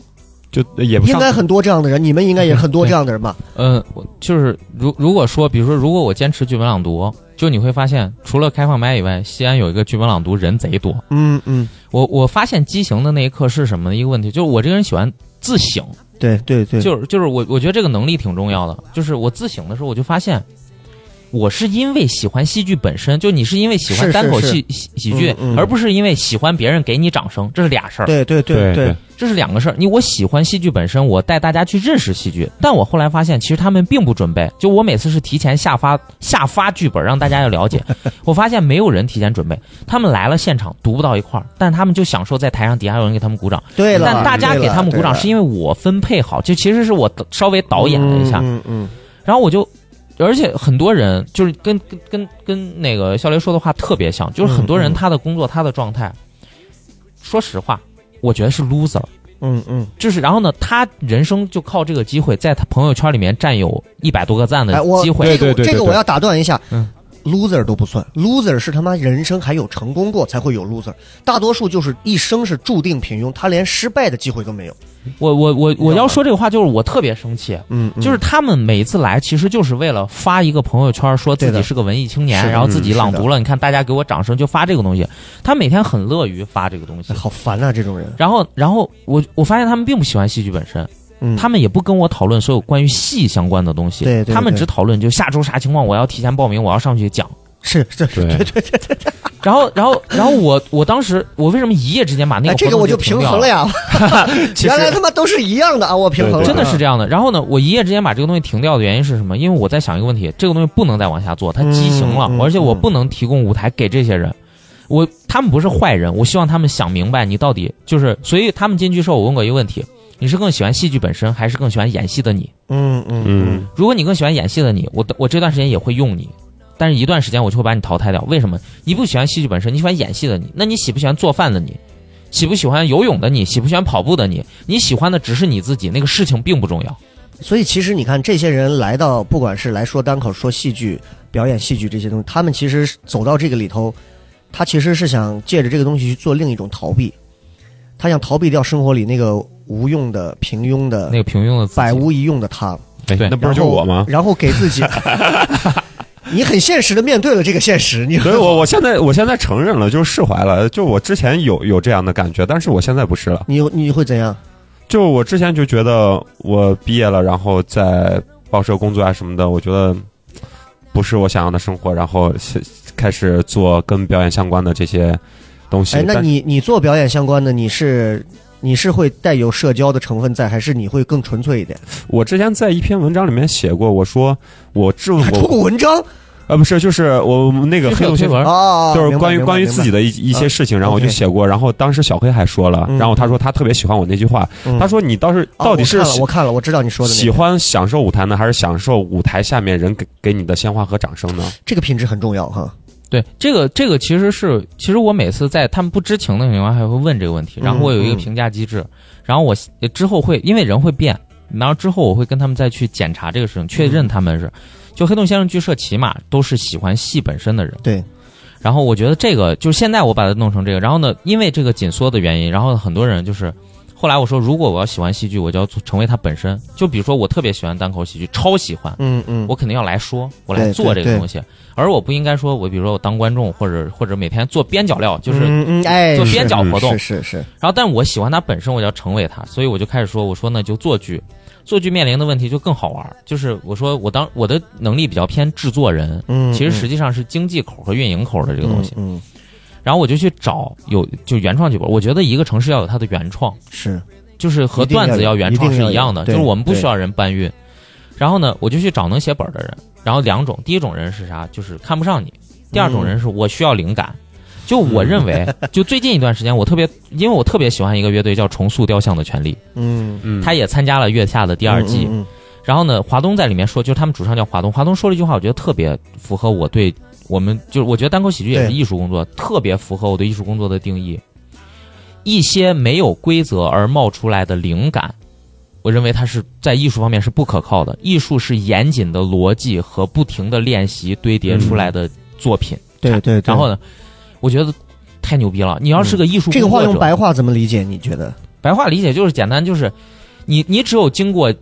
Speaker 4: 就也不
Speaker 3: 应
Speaker 4: 上
Speaker 3: 该很多这样的人，你们应该也很多这样的人 吧？
Speaker 5: 嗯，我就是如如果说，比如说，如果我坚持剧本朗读，就你会发现，除了开放麦以外，西安有一个剧本朗读人贼多。
Speaker 3: 嗯嗯，
Speaker 5: 我我发现畸形的那一刻是什么一个问题，就是我这个人喜欢自省。
Speaker 3: 对对对，
Speaker 5: 就是就是我我觉得这个能力挺重要的。就是我自省的时候，我就发现，我是因为喜欢戏剧本身，就你是因为喜
Speaker 3: 是
Speaker 5: 欢
Speaker 3: 是
Speaker 5: 单口
Speaker 3: 是
Speaker 5: 戏喜喜剧，
Speaker 3: 嗯嗯
Speaker 5: 而不是因为喜欢别人给你掌声，这是俩事儿，
Speaker 3: 对对
Speaker 4: 对
Speaker 3: 对，
Speaker 5: 这是两个事儿。你我喜欢戏剧本身，我带大家去认识戏剧，但我后来发现，其实他们并不准备。就我每次是提前下发下发剧本，让大家要 了解。我发现没有人提前准备，他们来了现场读不到一块儿，但他们就享受在台上底下有人给他们鼓掌。
Speaker 3: 对了，
Speaker 5: 但大家给他们鼓掌是
Speaker 3: 因
Speaker 5: 因为我分配好，就其实是我稍微导演了一下，
Speaker 3: 嗯嗯，
Speaker 5: 然后我就，而且很多人就是跟跟跟跟那个肖雷说的话特别像，就是很多
Speaker 3: 嗯
Speaker 5: 人
Speaker 3: 嗯
Speaker 5: 他的工作、他的状态，说实话，我觉得是 loser，
Speaker 3: 嗯嗯
Speaker 5: 就是然后呢，他人生就靠这个机会在他朋友圈里面占有一百多个赞
Speaker 3: 嗯，
Speaker 5: 的
Speaker 3: 哎，我
Speaker 5: 机会，
Speaker 3: 这个
Speaker 4: 对对对
Speaker 3: 这个我要打断一下
Speaker 5: 嗯
Speaker 3: ，loser 都不算，loser 是他妈人生还有成功过才会有 loser，大多数就是一生是注定平庸，他连失败的机会都没有。
Speaker 5: 我我我我
Speaker 3: 要
Speaker 5: 要说这个话就是我特别生气，
Speaker 3: 嗯，嗯
Speaker 5: 就是他们每一次来，其实就是为了发一个朋友圈，说自
Speaker 3: 对
Speaker 5: 己
Speaker 3: 的
Speaker 5: 是个文艺青
Speaker 3: 是
Speaker 5: 年，
Speaker 3: 的
Speaker 5: 然后自己
Speaker 3: 嗯
Speaker 5: 朗读
Speaker 3: 是
Speaker 5: 了，你看大家给我掌声，就发这个东西。他每天很乐于发这个东西
Speaker 3: 哎。好烦啊，这种人。
Speaker 5: 然后，然后我我发现他们并不喜欢戏剧本身，
Speaker 3: 嗯，
Speaker 5: 他们也不跟我讨论所有关于戏相关的东西，
Speaker 3: 对对
Speaker 5: 他们
Speaker 3: 对
Speaker 5: 只讨论就下周啥情况，我要提前报名，我要上去讲。
Speaker 3: 是这是
Speaker 4: 对
Speaker 5: 然后，然后，然后我我当时我为什么一夜之间把那
Speaker 3: 哎，
Speaker 5: 个
Speaker 3: 这个我
Speaker 5: 活动
Speaker 3: 就
Speaker 5: 就
Speaker 3: 平
Speaker 5: 停掉
Speaker 3: 衡了呀，
Speaker 5: 其实
Speaker 3: 原来他妈都是一样的啊，我平衡了，
Speaker 5: 真的是
Speaker 3: 样。
Speaker 5: 这样的。然后呢，我一夜之间把这个东西停掉的原因是什么？因为我在想一个问题，这个东西不能再往下做，它畸形了，
Speaker 3: 嗯嗯
Speaker 5: 而且我不能提供舞台给这些人。我他们不是坏人，我希望他们想明白你到底就是。所以他们进去之后，我问过一个问题：你是更喜欢戏剧本身，还是更喜欢演戏的你？
Speaker 3: 嗯嗯
Speaker 4: 嗯
Speaker 5: 如果你更喜欢演戏的你，我我这段时间也会用你。但是一段时间我就会把你淘汰掉。为什么？你不喜欢戏剧本身，你喜欢演戏的你，那你喜不喜欢做饭的你？喜不喜欢游泳的你？喜不喜欢跑步的你？你喜欢的只是你自己，那个事情并不重要。
Speaker 3: 所以其实你看，这些人来到，不管是来说单口、说戏剧、表演戏剧这些东西，他们其实是走到这个里头，他其实是想借着这个东西去做另一种逃避，他想逃避掉生活里那个无用的、平庸的
Speaker 5: 那、个平庸的自己
Speaker 3: 百无一用的他。
Speaker 4: 哎
Speaker 5: 对
Speaker 4: 那不是就是我吗？
Speaker 3: 然后然后给自 己，你很现实的面对了这个现实，你
Speaker 4: 所以我我现在我现在承认了，就是释怀了。就我之前有有这样的感觉，但是我现在不是了。
Speaker 3: 你你会怎样？
Speaker 4: 就我之前就觉得我毕业了，然后在报社工作啊什么的，我觉得不是我想要的生活，然后是开始做跟表演相关的这些东西。
Speaker 3: 哎，那
Speaker 4: 但
Speaker 3: 你你做表演相关的，你是你是会带有社交的成分在，还是你会更纯粹一点？
Speaker 4: 我之前在一篇文章里面写过，我说我之
Speaker 3: 还 通
Speaker 4: 我
Speaker 3: 过文章
Speaker 4: 呃不是，就是我那个
Speaker 5: 这是
Speaker 4: 黑
Speaker 5: 有
Speaker 4: 洞
Speaker 5: 推
Speaker 4: 新闻
Speaker 5: 文
Speaker 3: 啊啊，啊
Speaker 4: 就是
Speaker 3: 明白
Speaker 4: 关于
Speaker 3: 明白
Speaker 4: 关于
Speaker 3: 明白啊
Speaker 4: 自己的一一些事情，然后我就
Speaker 3: OK
Speaker 4: 写过，然后当时小黑还说了，
Speaker 3: 嗯
Speaker 4: 然后他说他特别喜欢我那句话，
Speaker 3: 嗯
Speaker 4: 他说你倒是
Speaker 3: 啊
Speaker 4: 到底是
Speaker 3: 我看了，我看了，我知道你说的那
Speaker 4: 喜
Speaker 3: 个，
Speaker 4: 欢享受舞台呢，还是享受舞台下面人给给你的鲜花和掌声呢？
Speaker 3: 这个品质很重要哈。
Speaker 5: 对，这个这个其实是，其实我每次在他们不知情的情况下还会问这个问题，然后我有一
Speaker 3: 嗯
Speaker 5: 个
Speaker 3: 嗯
Speaker 5: 评价机制，然后我呃之后会因为人会变，然后之后我会跟他们再去检查这个事情，确
Speaker 3: 嗯
Speaker 5: 认他们是，就黑洞先生剧社起码都是喜欢戏本身的人，
Speaker 3: 对，
Speaker 5: 然后我觉得这个就是现在我把它弄成这个，然后呢，因为这个紧缩的原因，然后很多人就是。后来我说，如果我要喜欢戏剧，我就要做成为它本身。就比如说，我特别喜欢单口喜剧，超喜欢，
Speaker 3: 嗯嗯，
Speaker 5: 我肯定要来说，我来
Speaker 3: 对
Speaker 5: 做
Speaker 3: 对
Speaker 5: 这个
Speaker 3: 对
Speaker 5: 东西，而我不应该说，我比如说我当观众，或者或者每天做边角料，就是，然
Speaker 3: 嗯嗯哎
Speaker 5: 做边角活动
Speaker 3: 是是是，
Speaker 5: 后但我喜欢它本身，我就要成为它，所以我就开始说，我说那就做剧，做剧面临的问题就更好玩儿，就是我说我当我的能力比较偏制作人，
Speaker 3: 嗯，
Speaker 5: 其实实际上是经济口和运营口的这
Speaker 3: 这
Speaker 5: 个东西，
Speaker 3: 嗯，嗯
Speaker 5: 然后我就去找有就原创剧本，我觉得一个城市要有它的原创。
Speaker 3: 是
Speaker 5: 就是和段子要原创是一样的，
Speaker 3: 一
Speaker 5: 就
Speaker 3: 定
Speaker 5: 是
Speaker 3: 要有
Speaker 5: 我们不需要人搬运。然后呢，我就去找能写本的人。然后两种，第一种人是啥？就是看不上你；第二种
Speaker 3: 嗯
Speaker 5: 人是我需要灵感。就我认 为，就最近一段时间，我特别，因为我特别喜欢一个乐队叫重塑雕像的权利，
Speaker 3: 嗯，
Speaker 4: 嗯，
Speaker 5: 他也参加了月下的第
Speaker 3: 第
Speaker 5: 二季。
Speaker 3: 嗯
Speaker 5: 然后呢，华东在里面说，就是他们主唱叫华东，华东说了一句话，我觉得特别符合我对我们，就是我觉得单口喜剧也是
Speaker 3: 对
Speaker 5: 艺术工作，特别符合我对艺术工作的定义。一些没有规则而冒出来的灵感，我认为它是在艺术方面是不可靠的。艺术是严谨的逻辑和不停的练习堆叠出来的作品。
Speaker 3: 对嗯对，对
Speaker 5: 然后呢，我觉得太牛逼了。你要是个艺术
Speaker 3: 这
Speaker 5: 工
Speaker 3: 个
Speaker 5: 作者，嗯
Speaker 3: 话用白话怎么理解？你觉得？
Speaker 5: 白话理解就是简单，就是你你只有经过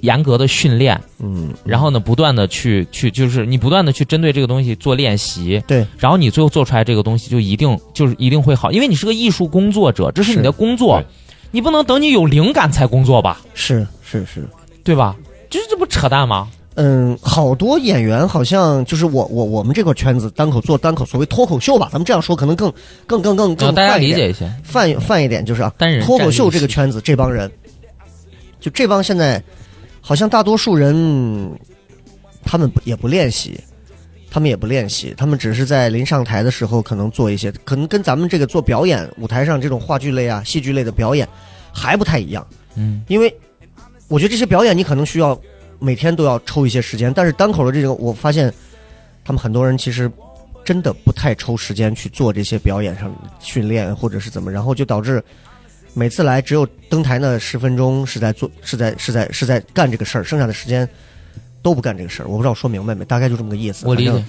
Speaker 5: 严格的训练。
Speaker 3: 嗯，
Speaker 5: 然后呢，不断的去去，就是你不断的去针对这个东西做练习，
Speaker 3: 对，
Speaker 5: 然后你最后做出来这个东西就一定就是一定会好，因为你是个艺术工作者，这是
Speaker 3: 是
Speaker 5: 你的工作
Speaker 4: 对，
Speaker 5: 你不能等你有灵感才工作吧，
Speaker 3: 是是是。
Speaker 5: 对吧？这这不扯淡吗？
Speaker 3: 嗯，好多演员好像就是我我我们这个圈子单口做单口所谓脱口秀吧，咱们这样说可能更更更更
Speaker 5: 让
Speaker 3: 更
Speaker 5: 啊呃大家
Speaker 3: 泛一
Speaker 5: 理
Speaker 3: 点
Speaker 5: 解一些，
Speaker 3: 泛泛一点，就是啊，
Speaker 5: 单人
Speaker 3: 脱口秀这个
Speaker 5: 战
Speaker 3: 圈子，这帮人，就这帮现在，好像大多数人，他们不也不练习，他们也不练习，他们只是在临上台的时候可能做一些，可能跟咱们这个做表演舞台上这种话剧类啊、戏剧类的表演还不太一样，
Speaker 5: 役嗯，
Speaker 3: 因为我觉得这些表演你可能需要每天都要抽一些时间，但是单口的这种，我发现他们很多人其实真的不太抽时间去做这些表演上的训练或者是怎么，然后就导致每次来只有登台那十分钟是在做是在是在是在干这个事儿，剩下的时间都不干这个事儿。我不知道我说明白没，大概就这么个意思。
Speaker 5: 我理
Speaker 3: 反
Speaker 5: 解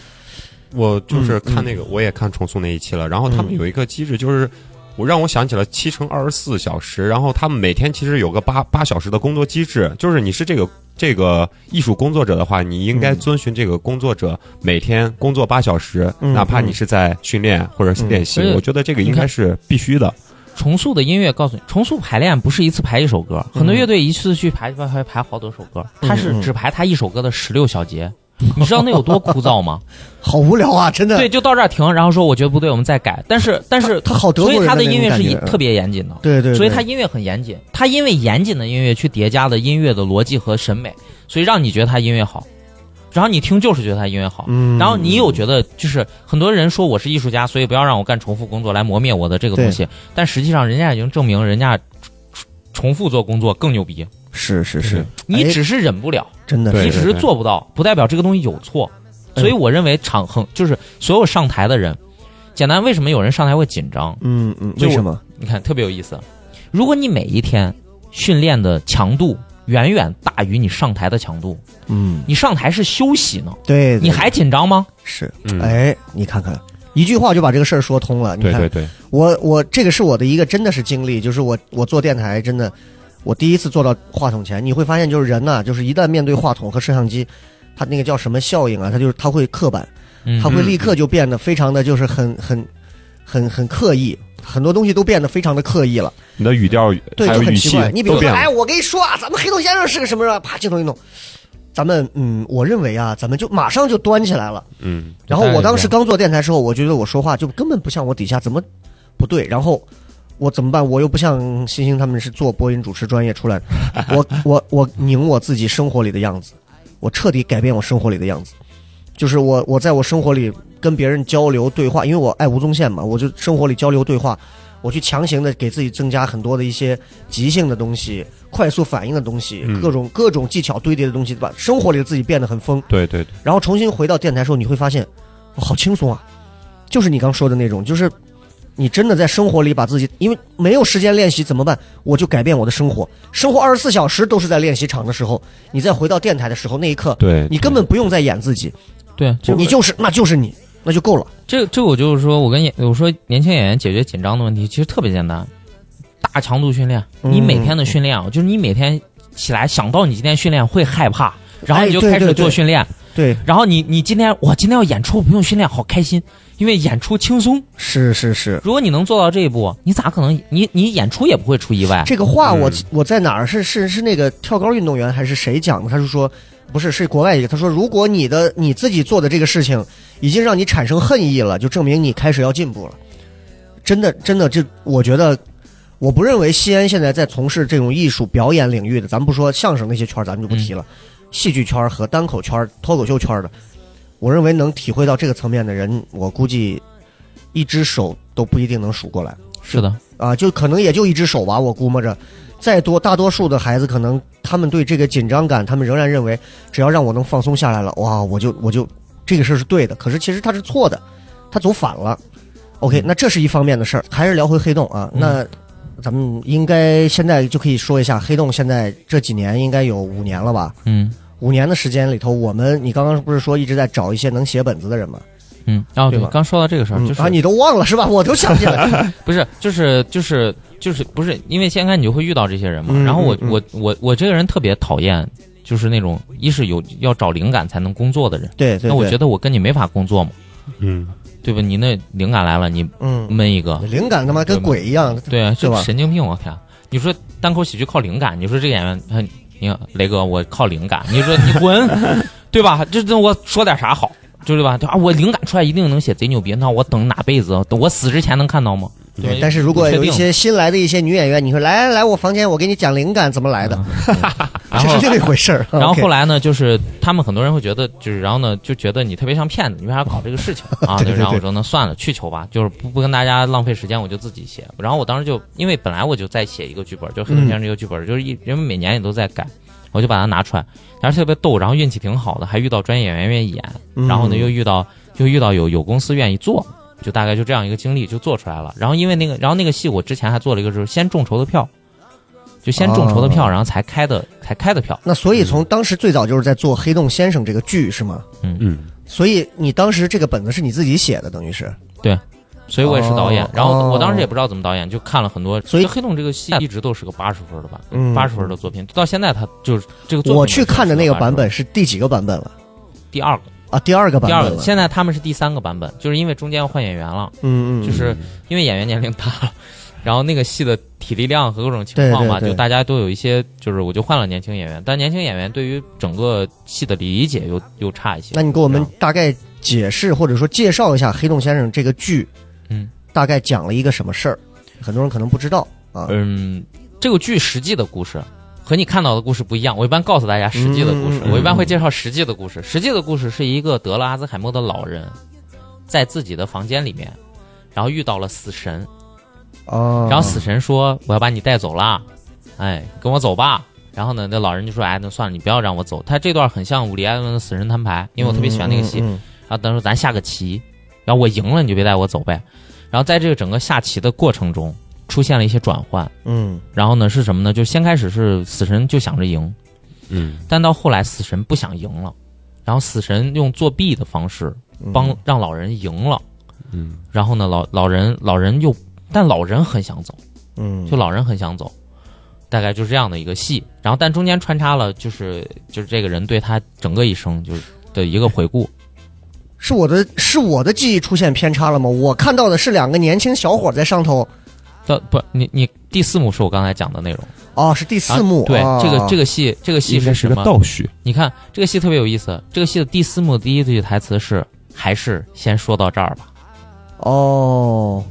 Speaker 3: 正，，
Speaker 4: 我就是看
Speaker 3: 嗯
Speaker 4: 那个，我也看重塑那一期了。然后他们
Speaker 3: 嗯
Speaker 4: 有一个机制，就是我让我想起了七乘二十四小时。然后他们每天其实有个八八小时的工作机制，就是你是这个这个艺术工作者的话，你应该
Speaker 3: 嗯
Speaker 4: 遵循这个工作者每天工作八小时，
Speaker 3: 嗯
Speaker 4: 哪怕你是在训练或者是
Speaker 3: 嗯
Speaker 4: 练习
Speaker 5: 而，且
Speaker 4: 我觉得这个
Speaker 5: 你
Speaker 4: 应
Speaker 5: 看
Speaker 4: 该是必须的。
Speaker 5: 重塑的音乐告诉你，重塑排练不是一次排一首歌，
Speaker 3: 嗯
Speaker 5: 很多乐队一次去排排排排好多首歌，
Speaker 3: 嗯
Speaker 5: 他是只排他一首歌的十六小节，你知道那有多枯 燥吗？
Speaker 3: 好无聊啊， 真的。
Speaker 5: 对，就到这儿停，然后说我觉得不对，我们再改。但是但是
Speaker 3: 他哦好德国
Speaker 5: 所以
Speaker 3: 人
Speaker 5: 他
Speaker 3: 的
Speaker 5: 的
Speaker 3: 那
Speaker 5: 音
Speaker 3: 种
Speaker 5: 乐
Speaker 3: 感觉
Speaker 5: 是一特别严谨的，
Speaker 3: 对对对，
Speaker 5: 所以他音乐很严谨。他因为严谨的音乐去叠加了音乐的逻辑和审美，所以让你觉得他音乐好，然后你听就是觉得他音乐好。
Speaker 3: 嗯，
Speaker 5: 然后你有觉得就是很多人说我是艺术家，所以不要让我干重复工作来磨灭我的这个东西，但实际上人家已经证明人家重重复做工作更牛逼，
Speaker 3: 是是是，
Speaker 5: 你
Speaker 3: 哎
Speaker 5: 只是忍不了，
Speaker 3: 真的
Speaker 4: 对
Speaker 5: 你
Speaker 3: 是
Speaker 5: 只是做不到，不代表这个东西有错。
Speaker 3: 嗯
Speaker 5: 所以我认为场很就是所有上台的人，简单为什么有人上台会紧张？
Speaker 3: 嗯嗯，
Speaker 5: 就
Speaker 3: 为什么？
Speaker 5: 你看特别有意思，如果你每一天训练的强度远远大于你上台的强度，
Speaker 3: 嗯，
Speaker 5: 你上台是休息呢，
Speaker 3: 对，对
Speaker 5: 你还紧张吗？
Speaker 3: 是
Speaker 4: 嗯，
Speaker 3: 哎，你看看。一句话就把这个事儿说通了。你
Speaker 4: 对
Speaker 3: 看，
Speaker 4: 对对，
Speaker 3: 我我这个是我的一个真的是经历，就是我我做电台真的，我第一次坐到话筒前，你会发现就是人呐、就是一旦面对话筒和摄像机，他那个叫什么效应啊，他就是他会刻板，
Speaker 5: 嗯
Speaker 3: 他会立刻就变得非常的就是很很很很刻意，很多东西都变得非常的刻意了。
Speaker 4: 你的语调
Speaker 3: 对，
Speaker 4: 还
Speaker 3: 就
Speaker 4: 有
Speaker 3: 很
Speaker 4: 语
Speaker 3: 奇
Speaker 4: 气
Speaker 3: 怪。你比
Speaker 4: 都
Speaker 3: 如说，
Speaker 4: 变
Speaker 3: 哎，
Speaker 4: 了，
Speaker 3: 我跟你说啊，咱们黑头先生是个什么什么，啪，镜头一弄，咱们嗯，我认为啊，咱们就马上就端起来了。
Speaker 4: 嗯，
Speaker 3: 然后我当时刚做电台时候，我觉得我说话就根本不像我底下怎么不对，然后我怎么办？我又不像星星他们是做播音主持专业出来的，我我我拧我自己生活里的样子，我彻底改变我生活里的样子，就是我我在我生活里跟别人交流对话，因为我爱吴宗宪嘛，我就生活里交流对话。我去强行的给自己增加很多的一些即兴的东西、快速反应的东西、
Speaker 4: 嗯
Speaker 3: 各种各种技巧堆叠的东西，把生活里的自己变得很丰
Speaker 4: 对对对，
Speaker 3: 然后重新回到电台时候，你会发现，哇好轻松啊！就是你刚说的那种，就是你真的在生活里把自己，因为没有时间练习怎么办？我就改变我的生活，生活二十四小时都是在练习场的时候，你再回到电台的时候，那一刻，
Speaker 4: 对
Speaker 3: 你根本不用再演自己，
Speaker 5: 对，这
Speaker 3: 你就是那就是你，那就够了。
Speaker 5: 这这我就是说，我跟演我说年轻演员解决紧张的问题，其实特别简单，大强度训练。
Speaker 3: 嗯
Speaker 5: 你每天的训练啊，就是你每天起来想到你今天训练会害怕，然后你就
Speaker 3: 哎对
Speaker 5: 开始
Speaker 3: 对
Speaker 5: 做
Speaker 3: 对
Speaker 5: 训练。
Speaker 3: 对，
Speaker 5: 然后你你今天我今天要演出，不用训练，好开心，因为演出轻松。
Speaker 3: 是是是，
Speaker 5: 如果你能做到这一步，你咋可能你你演出也不会出意外？
Speaker 3: 这个话我、
Speaker 4: 嗯
Speaker 3: 我在哪儿是是是那个跳高运动员还是谁讲的？他是说不是是国外一个，他说如果你的你自己做的这个事情已经让你产生恨意了，就证明你开始要进步了。真的真的，这我觉得。我不认为西安现在在从事这种艺术表演领域的，咱们不说相声那些圈儿咱们就不提了，戏剧圈儿和单口圈儿、脱口秀圈儿的，我认为能体会到这个层面的人，我估计一只手都不一定能数过来。
Speaker 5: 是的，
Speaker 3: 啊，就可能也就一只手吧，我估摸着。再多，大多数的孩子可能他们对这个紧张感，他们仍然认为只要让我能放松下来了，哇，我就我就这个事儿是对的。可是其实他是错的，他走反了。OK，那
Speaker 5: 嗯
Speaker 3: 这是一方面的事儿，还是聊回黑洞啊？那咱们应该现在就可以说一下，黑洞现在这几年应该有五年了吧？
Speaker 5: 嗯
Speaker 3: 五年的时间里头，我们你刚刚不是说一直在找一些能写本子的人吗？
Speaker 5: 嗯。哦，
Speaker 3: 对
Speaker 5: 对
Speaker 3: 吧，
Speaker 5: 刚说到这个事儿，
Speaker 3: 嗯
Speaker 5: 就是
Speaker 3: 啊，你都忘了是吧？我都想起 来了，
Speaker 5: 不是，就是就是就是不是，因为先开始你就会遇到这些人嘛。
Speaker 3: 嗯
Speaker 5: 然后我、
Speaker 3: 嗯嗯
Speaker 5: 我我我这个人特别讨厌，就是那种一是有要找灵感才能工作的人。
Speaker 3: 对对对，
Speaker 5: 那我觉得我跟你没法工作嘛，
Speaker 4: 嗯，
Speaker 5: 对吧？你那灵感来了，你
Speaker 3: 嗯，
Speaker 5: 闷一个，
Speaker 3: 灵感他妈跟鬼一样，
Speaker 5: 对啊，
Speaker 3: 对
Speaker 5: 这
Speaker 3: 吧
Speaker 5: 神经病！我天，你说单口喜剧靠灵感，你说这个演员，他你看雷哥，我靠灵感，你说你滚， 对吧？这这我说点啥好？就是吧，对啊，我灵感出来一定能写贼牛逼。那我等哪辈子？等我死之前能看到吗？对吧
Speaker 3: 对，但是如果有一，些新来的一些女演员，你说来来来，我房间我给你讲灵感怎么来 的，
Speaker 5: 嗯然
Speaker 3: 这
Speaker 5: 后
Speaker 3: 是另一回事儿。
Speaker 5: 然后
Speaker 3: OK
Speaker 5: 后来呢，就是他们很多人会觉得，就是然后呢，就觉得你特别像骗子，你为啥搞这个事 情啊？
Speaker 3: 对对对
Speaker 5: 然后我说那算了，去球吧，就是不不跟大家浪费时间，我就自己写。然后我当时就因为本来我就在写一个剧本，就是黑龙
Speaker 3: 嗯
Speaker 5: 江这个剧本，就是一人们每年也都在改，我就把它拿出来，然后特别逗，然后运气挺好的，还遇到专业演员愿意演，
Speaker 3: 嗯
Speaker 5: 然后呢又遇到又遇到有有公司愿意做。就大概就这样一个经历就做出来了，然后因为那个，然后那个戏我之前还做了一个，就是先众筹的票，就先众筹的票，
Speaker 3: 哦
Speaker 5: 然后才开的才开的票，
Speaker 3: 那所以从当时最早就是在做《黑洞先生》这个剧是吗？
Speaker 4: 嗯，
Speaker 3: 所以你当时这个本子是你自己写的，等于是，
Speaker 5: 所以我也是导演。
Speaker 3: 哦
Speaker 5: 然后我当时也不知道怎么导演，就看了很多。
Speaker 3: 所以
Speaker 5: 这黑洞这个戏一直都是个八十分的吧，
Speaker 3: 嗯
Speaker 5: 八十分的作品，到现在它就是这个作品。
Speaker 3: 我去看的那个版本是第几个版本了？
Speaker 5: 第二个，
Speaker 3: 啊，第二个版
Speaker 5: 第二
Speaker 3: 本
Speaker 5: 个，
Speaker 3: 了。
Speaker 5: 现在他们是第三个版本，就是因为中间换演员了，
Speaker 3: 嗯嗯，
Speaker 5: 就是因为演员年龄大了。然后那个戏的体力量和各种情况吧，
Speaker 3: 对对对
Speaker 5: 就大家都有一些，就是我就换了年轻演员，但年轻演员对于整个戏的理解又又差一些。
Speaker 3: 那你给我们
Speaker 5: 这样
Speaker 3: 大概解释或者说介绍一下《黑洞先生》这个剧，
Speaker 5: 嗯，
Speaker 3: 大概讲了一个什么事儿？很多人可能不知道啊。
Speaker 5: 嗯，这个剧实际的故事和你看到的故事不一样。我一般告诉大家实际的故事，
Speaker 3: 嗯
Speaker 5: 我一般会介绍实际的故事。实际的故事是一个得了阿兹海默的老人，在自己的房间里面，然后遇到了死神，
Speaker 3: 哦，
Speaker 5: 然后死神说：“我要把你带走啦，哎，跟我走吧。”然后呢，那老人就说：“哎，那算了，你不要让我走。”他这段很像伍迪·艾伦的《死神摊牌》，因为我特别喜欢那个戏。
Speaker 3: 嗯嗯
Speaker 5: 然后他说：“咱下个棋，然后我赢了你就别带我走呗。”然后在这个整个下棋的过程中，出现了一些转换。
Speaker 3: 嗯
Speaker 5: 然后呢是什么呢？就先开始是死神就想着赢，
Speaker 4: 嗯
Speaker 5: 但到后来死神不想赢了，然后死神用作弊的方式
Speaker 3: 嗯
Speaker 5: 帮让老人赢了。
Speaker 4: 嗯
Speaker 5: 然后呢，老老人老人又，但老人很想走，
Speaker 3: 嗯
Speaker 5: 就老人很想走，大概就是这样的一个戏。然后但中间穿插了就是就是这个人对他整个一生就是的一个回顾。
Speaker 3: 是我的是我的记忆出现偏差了吗？我看到的是两个年轻小伙在上头，
Speaker 5: 到呃不，你你第四幕是我刚才讲的内容。
Speaker 3: 哦，是第四
Speaker 5: 啊
Speaker 3: 幕，
Speaker 5: 对，
Speaker 3: 哦
Speaker 5: 这个这个戏这个戏
Speaker 4: 应该是
Speaker 5: 什
Speaker 4: 个
Speaker 5: 么？
Speaker 4: 倒叙，
Speaker 5: 你看这个戏特别有意思。这个戏的第四幕第一句台词是“还是先说到这儿吧
Speaker 3: 哦，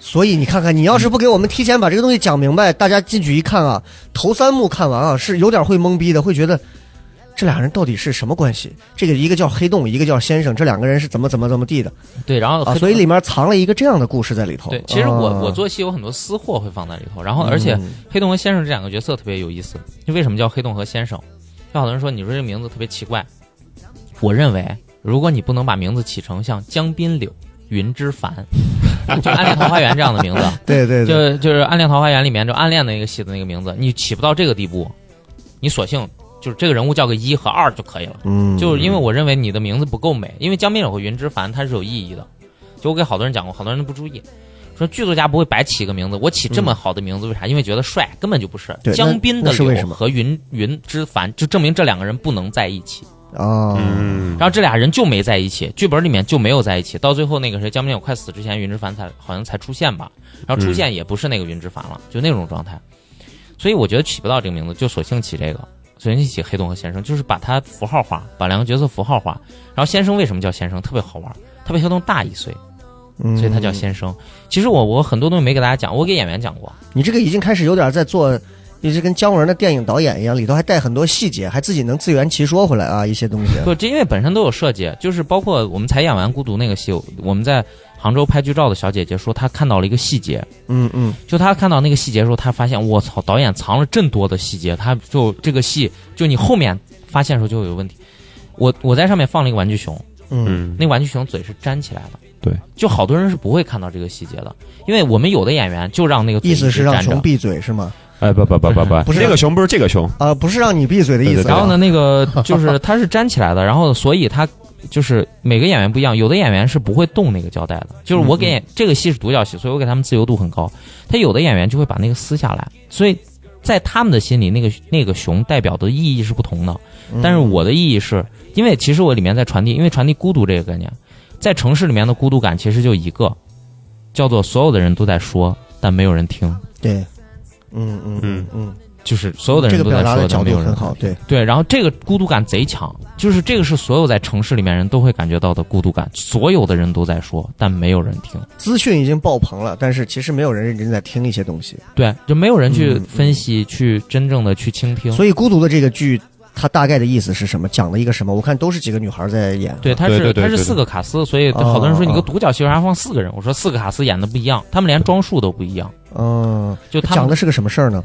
Speaker 3: 所以你看看，你要是不给我们提前把这个东西讲明白，大家进去一看啊，头三幕看完啊，是有点会懵逼的，会觉得这俩人到底是什么关系？这个一个叫黑洞，一个叫先生，这两个人是怎么怎么怎么地的”。
Speaker 5: 对，然后
Speaker 3: 啊？所以里面藏了一个这样的故事在里头。
Speaker 5: 哦对，其实我、
Speaker 3: 啊
Speaker 5: 我做戏有很多私货会放在里头，然后而且
Speaker 3: 嗯
Speaker 5: 黑洞和先生这两个角色特别有意思。就为什么叫黑洞和先生？有好多人说你说这名字特别奇怪，我认为如果你不能把名字起成像江滨柳、云之凡， 就《暗恋桃花源》这样的名 字，
Speaker 3: 对对对，
Speaker 5: 就就是《暗恋桃花源》里面就暗恋的那个戏的那个名字，你起不到这个地步，你索性就是这个人物叫个一和二就可以了。
Speaker 3: 嗯，
Speaker 5: 就是因为我认为你的名字不够美，因为江滨柳和云之凡它是有意义的。就我给好多人讲过，好多人都不注意，说剧作家不会白起一个名字。我起这么好的名字，为啥？因为觉得帅，根本就不是
Speaker 3: 对。那
Speaker 5: 江滨
Speaker 3: 那
Speaker 5: 的
Speaker 3: 是为
Speaker 5: 柳
Speaker 3: 什么
Speaker 5: 和云云之凡，就证明这两个人不能在一起。
Speaker 3: 啊，
Speaker 4: 嗯
Speaker 5: 然后这俩人就没在一起，剧本里面就没有在一起。到最后那个谁，江滨柳快死之前，云之凡才好像才出现吧，然后出现也不是那个云之凡了，就那种状态。所以我觉得起不到这个名字，就索性起这个，索性起黑洞和先生，就是把它符号化，把两个角色符号化。然后先生为什么叫先生？特别好玩，他比黑洞大一岁，
Speaker 3: 嗯
Speaker 5: 所以他叫。先生。其实我我很多东西没给大家讲，我给演员讲过，
Speaker 3: 你这个已经开始有点在做。一直跟姜文的电影导演一样，里头还带很多细节，还自己能自圆其说回来啊，一些东 西。
Speaker 5: 不，这因为本身都有设计，就是包括我们才演完《孤独》那个戏，我们在杭州拍剧照的小姐姐说，她看到了一个细节，
Speaker 3: 嗯嗯，
Speaker 5: 就他看到那个细节的时候，他发现我操，导演藏了这么多的细节，他就这个戏，就你后面发现的时候就会有问题。我我在上面放了一个玩具熊，
Speaker 3: 嗯
Speaker 4: 嗯
Speaker 5: 那玩具熊嘴是粘起来的，
Speaker 4: 对，
Speaker 5: 就好多人是不会看到这个细节的，因为我们有的演员就让那个嘴
Speaker 3: 意思是
Speaker 5: 一直
Speaker 3: 让
Speaker 5: 粘着
Speaker 3: 熊闭嘴是吗？
Speaker 4: 哎不不不不不，
Speaker 3: 不是
Speaker 4: 那个熊不是这个熊，
Speaker 3: 啊、不是让你闭嘴的意思。
Speaker 4: 对对对
Speaker 5: 然后呢，？那个就是 它是粘起来的，然后所以它就是每个演员不一样，有的演员是不会动那个胶带的，就是
Speaker 3: 嗯
Speaker 5: 我给演这个戏是独角戏，所以我给他们自由度很高。他有的演员就会把那个撕下来，所以在他们的心里，那个那个熊代表的意义是不同的。
Speaker 3: 嗯
Speaker 5: 但是我的意义是因为其实我里面在传递，因为传递孤独这个概念，在城市里面的孤独感其实就一个，叫做所有的人都在说，但没有人听。
Speaker 3: 对，嗯嗯嗯嗯，
Speaker 5: 就是所有的
Speaker 3: 这个
Speaker 5: 人都
Speaker 3: 表
Speaker 5: 在
Speaker 3: 达
Speaker 5: 说，
Speaker 3: 的
Speaker 5: 但
Speaker 3: 角
Speaker 5: 没
Speaker 3: 度
Speaker 5: 有人
Speaker 3: 很
Speaker 5: 听
Speaker 3: 好，对，
Speaker 5: 对，然后这个孤独感贼强，就是这个是所有在城市里面人都会感觉到的孤独感，所有的人都在说，但没有人听。
Speaker 3: 资讯已经爆棚了，但是其实没有人认真在听一些东西，
Speaker 5: 对，就没有人去
Speaker 3: 嗯嗯
Speaker 5: 分析、去真正的去倾听。
Speaker 3: 所以《孤独》的这个剧，它大概的意思是什么？讲了一个什么？我看都是几个女孩在演，
Speaker 5: 对，他
Speaker 4: 对
Speaker 5: 是
Speaker 4: 对对
Speaker 5: 他是
Speaker 4: 对对
Speaker 5: 四个卡司，所以
Speaker 3: 哦
Speaker 5: 好多人说你
Speaker 3: 哦
Speaker 5: 个独角戏为啥放四个人？我说四个卡司演的不一样，他们连装束都不一样，
Speaker 3: 嗯，
Speaker 5: 就他
Speaker 3: 讲
Speaker 5: 们
Speaker 3: 的是个什么事儿呢？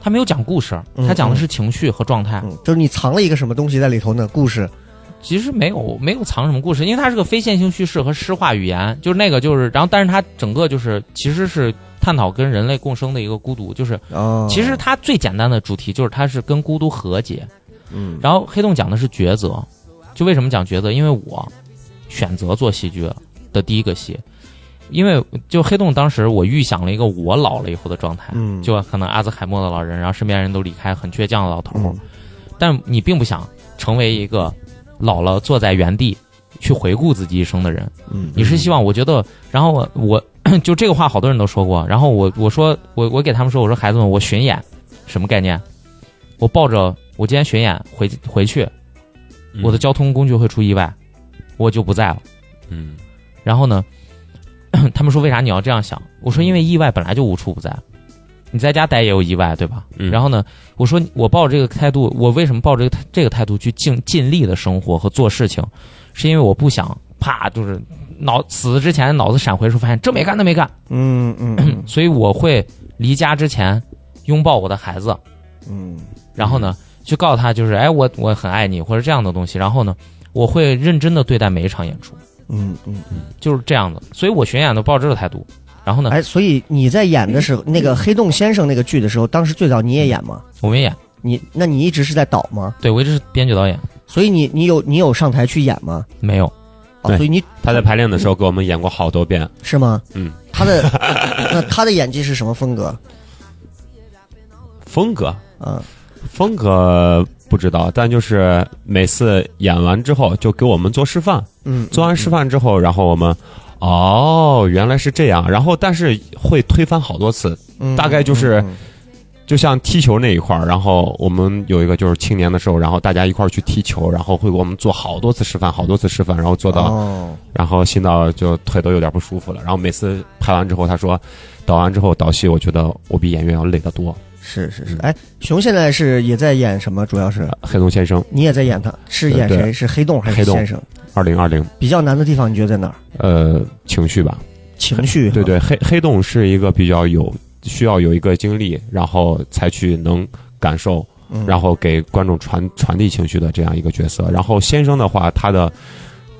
Speaker 5: 他没有讲故事，
Speaker 3: 嗯
Speaker 5: 他讲的是情绪和状态。
Speaker 3: 嗯，就是你藏了一个什么东西在里头呢？故事，
Speaker 5: 其实没有没有藏什么故事，因为它是个非线性叙事和诗化语言，就是那个就是，然后但是它整个就是其实是探讨跟人类共生的一个孤独，就是
Speaker 3: 哦，
Speaker 5: 其实，它最简单的主题就是它是跟孤独和解，
Speaker 3: 嗯，
Speaker 5: 然后黑洞讲的是抉择，就为什么讲抉择？因为我选择做戏剧的第一个戏，因为就黑洞当时我预想了一个我老了以后的状态，
Speaker 3: 嗯
Speaker 5: 就可能阿兹海默的老人，然后身边人都离开，很倔强的老头，
Speaker 3: 嗯
Speaker 5: 但你并不想成为一个老了坐在原地去回顾自己一生的人，
Speaker 3: 嗯，
Speaker 5: 你是希望，我觉得，然后我 我就这个话好多人都说过，然后我我说我我给他们说，我说孩子们，我巡演什么概念？我抱着我今天巡演回回去，
Speaker 3: 嗯
Speaker 5: 我的交通工具会出意外，我就不在了。
Speaker 4: 嗯
Speaker 5: 然后呢， 他们说为啥你要这样想？我说因为意外本来就无处不在，你在家待也有意外，对吧？
Speaker 4: 嗯
Speaker 5: 然后呢，我说我抱着这个态度，我为什么抱着这个这个态度去尽尽力的生活和做事情，是因为我不想啪就是脑死之前脑子闪回的时候发现这没干那没干，
Speaker 3: 嗯嗯嗯
Speaker 5: 所以我会离家之前拥抱我的孩子，
Speaker 3: 嗯
Speaker 5: 然后呢，去告诉他就是，哎，我我很爱你，或者这样的东西。然后呢，我会认真的对待每一场演出，
Speaker 3: 嗯嗯。
Speaker 5: 就是这样的。所以我巡演都抱着这个态度。然后呢，
Speaker 3: 哎，所以你在演的时候，那个黑洞先生那个剧的时候，当时最早你也演吗？
Speaker 5: 我没演，
Speaker 3: 你那你一直是在导吗？
Speaker 5: 对我一直是编剧导演，
Speaker 3: 所以你你有你有上台去演吗？
Speaker 5: 没有。
Speaker 3: 啊，
Speaker 4: 对
Speaker 3: 所以你
Speaker 4: 他在排练的时候给我们演过好多遍，
Speaker 3: 是吗？
Speaker 4: 嗯，
Speaker 3: 他的那他的演技是什么风格？
Speaker 4: 风格
Speaker 3: 啊，
Speaker 4: 风格不知道，但就是每次演完之后就给我们做示范，
Speaker 3: 嗯，
Speaker 4: 做完示范之后，然后我们。哦，原来是这样。然后，但是会推翻好多次，
Speaker 3: 嗯
Speaker 4: 大概就是
Speaker 3: 嗯
Speaker 4: 就像踢球那一块儿。然后我们有一个就是青年的时候，然后大家一块儿去踢球，然后会给我们做好多次示范，好多次示范，然后做到
Speaker 3: 哦，
Speaker 4: 然后新导就腿都有点不舒服了。然后每次拍完之后，他说导完之后导戏，我觉得我比演员要累得多。
Speaker 3: 是是是。哎，熊现在是也在演什么？主要是
Speaker 4: 黑龙先生，
Speaker 3: 你也在演他，是
Speaker 4: 对
Speaker 3: 演
Speaker 4: 对
Speaker 3: 谁？是黑洞还是
Speaker 4: 黑洞
Speaker 3: 先生？
Speaker 4: 二零二零，
Speaker 3: 比较难的地方你觉得在哪儿？
Speaker 4: 呃，情绪吧，
Speaker 3: 情绪
Speaker 4: 对，对，黑黑洞是一个比较有需要有一个经历，然后才去能感受，
Speaker 3: 嗯
Speaker 4: 然后给观众传传递情绪的这样一个角色。然后先生的话，他的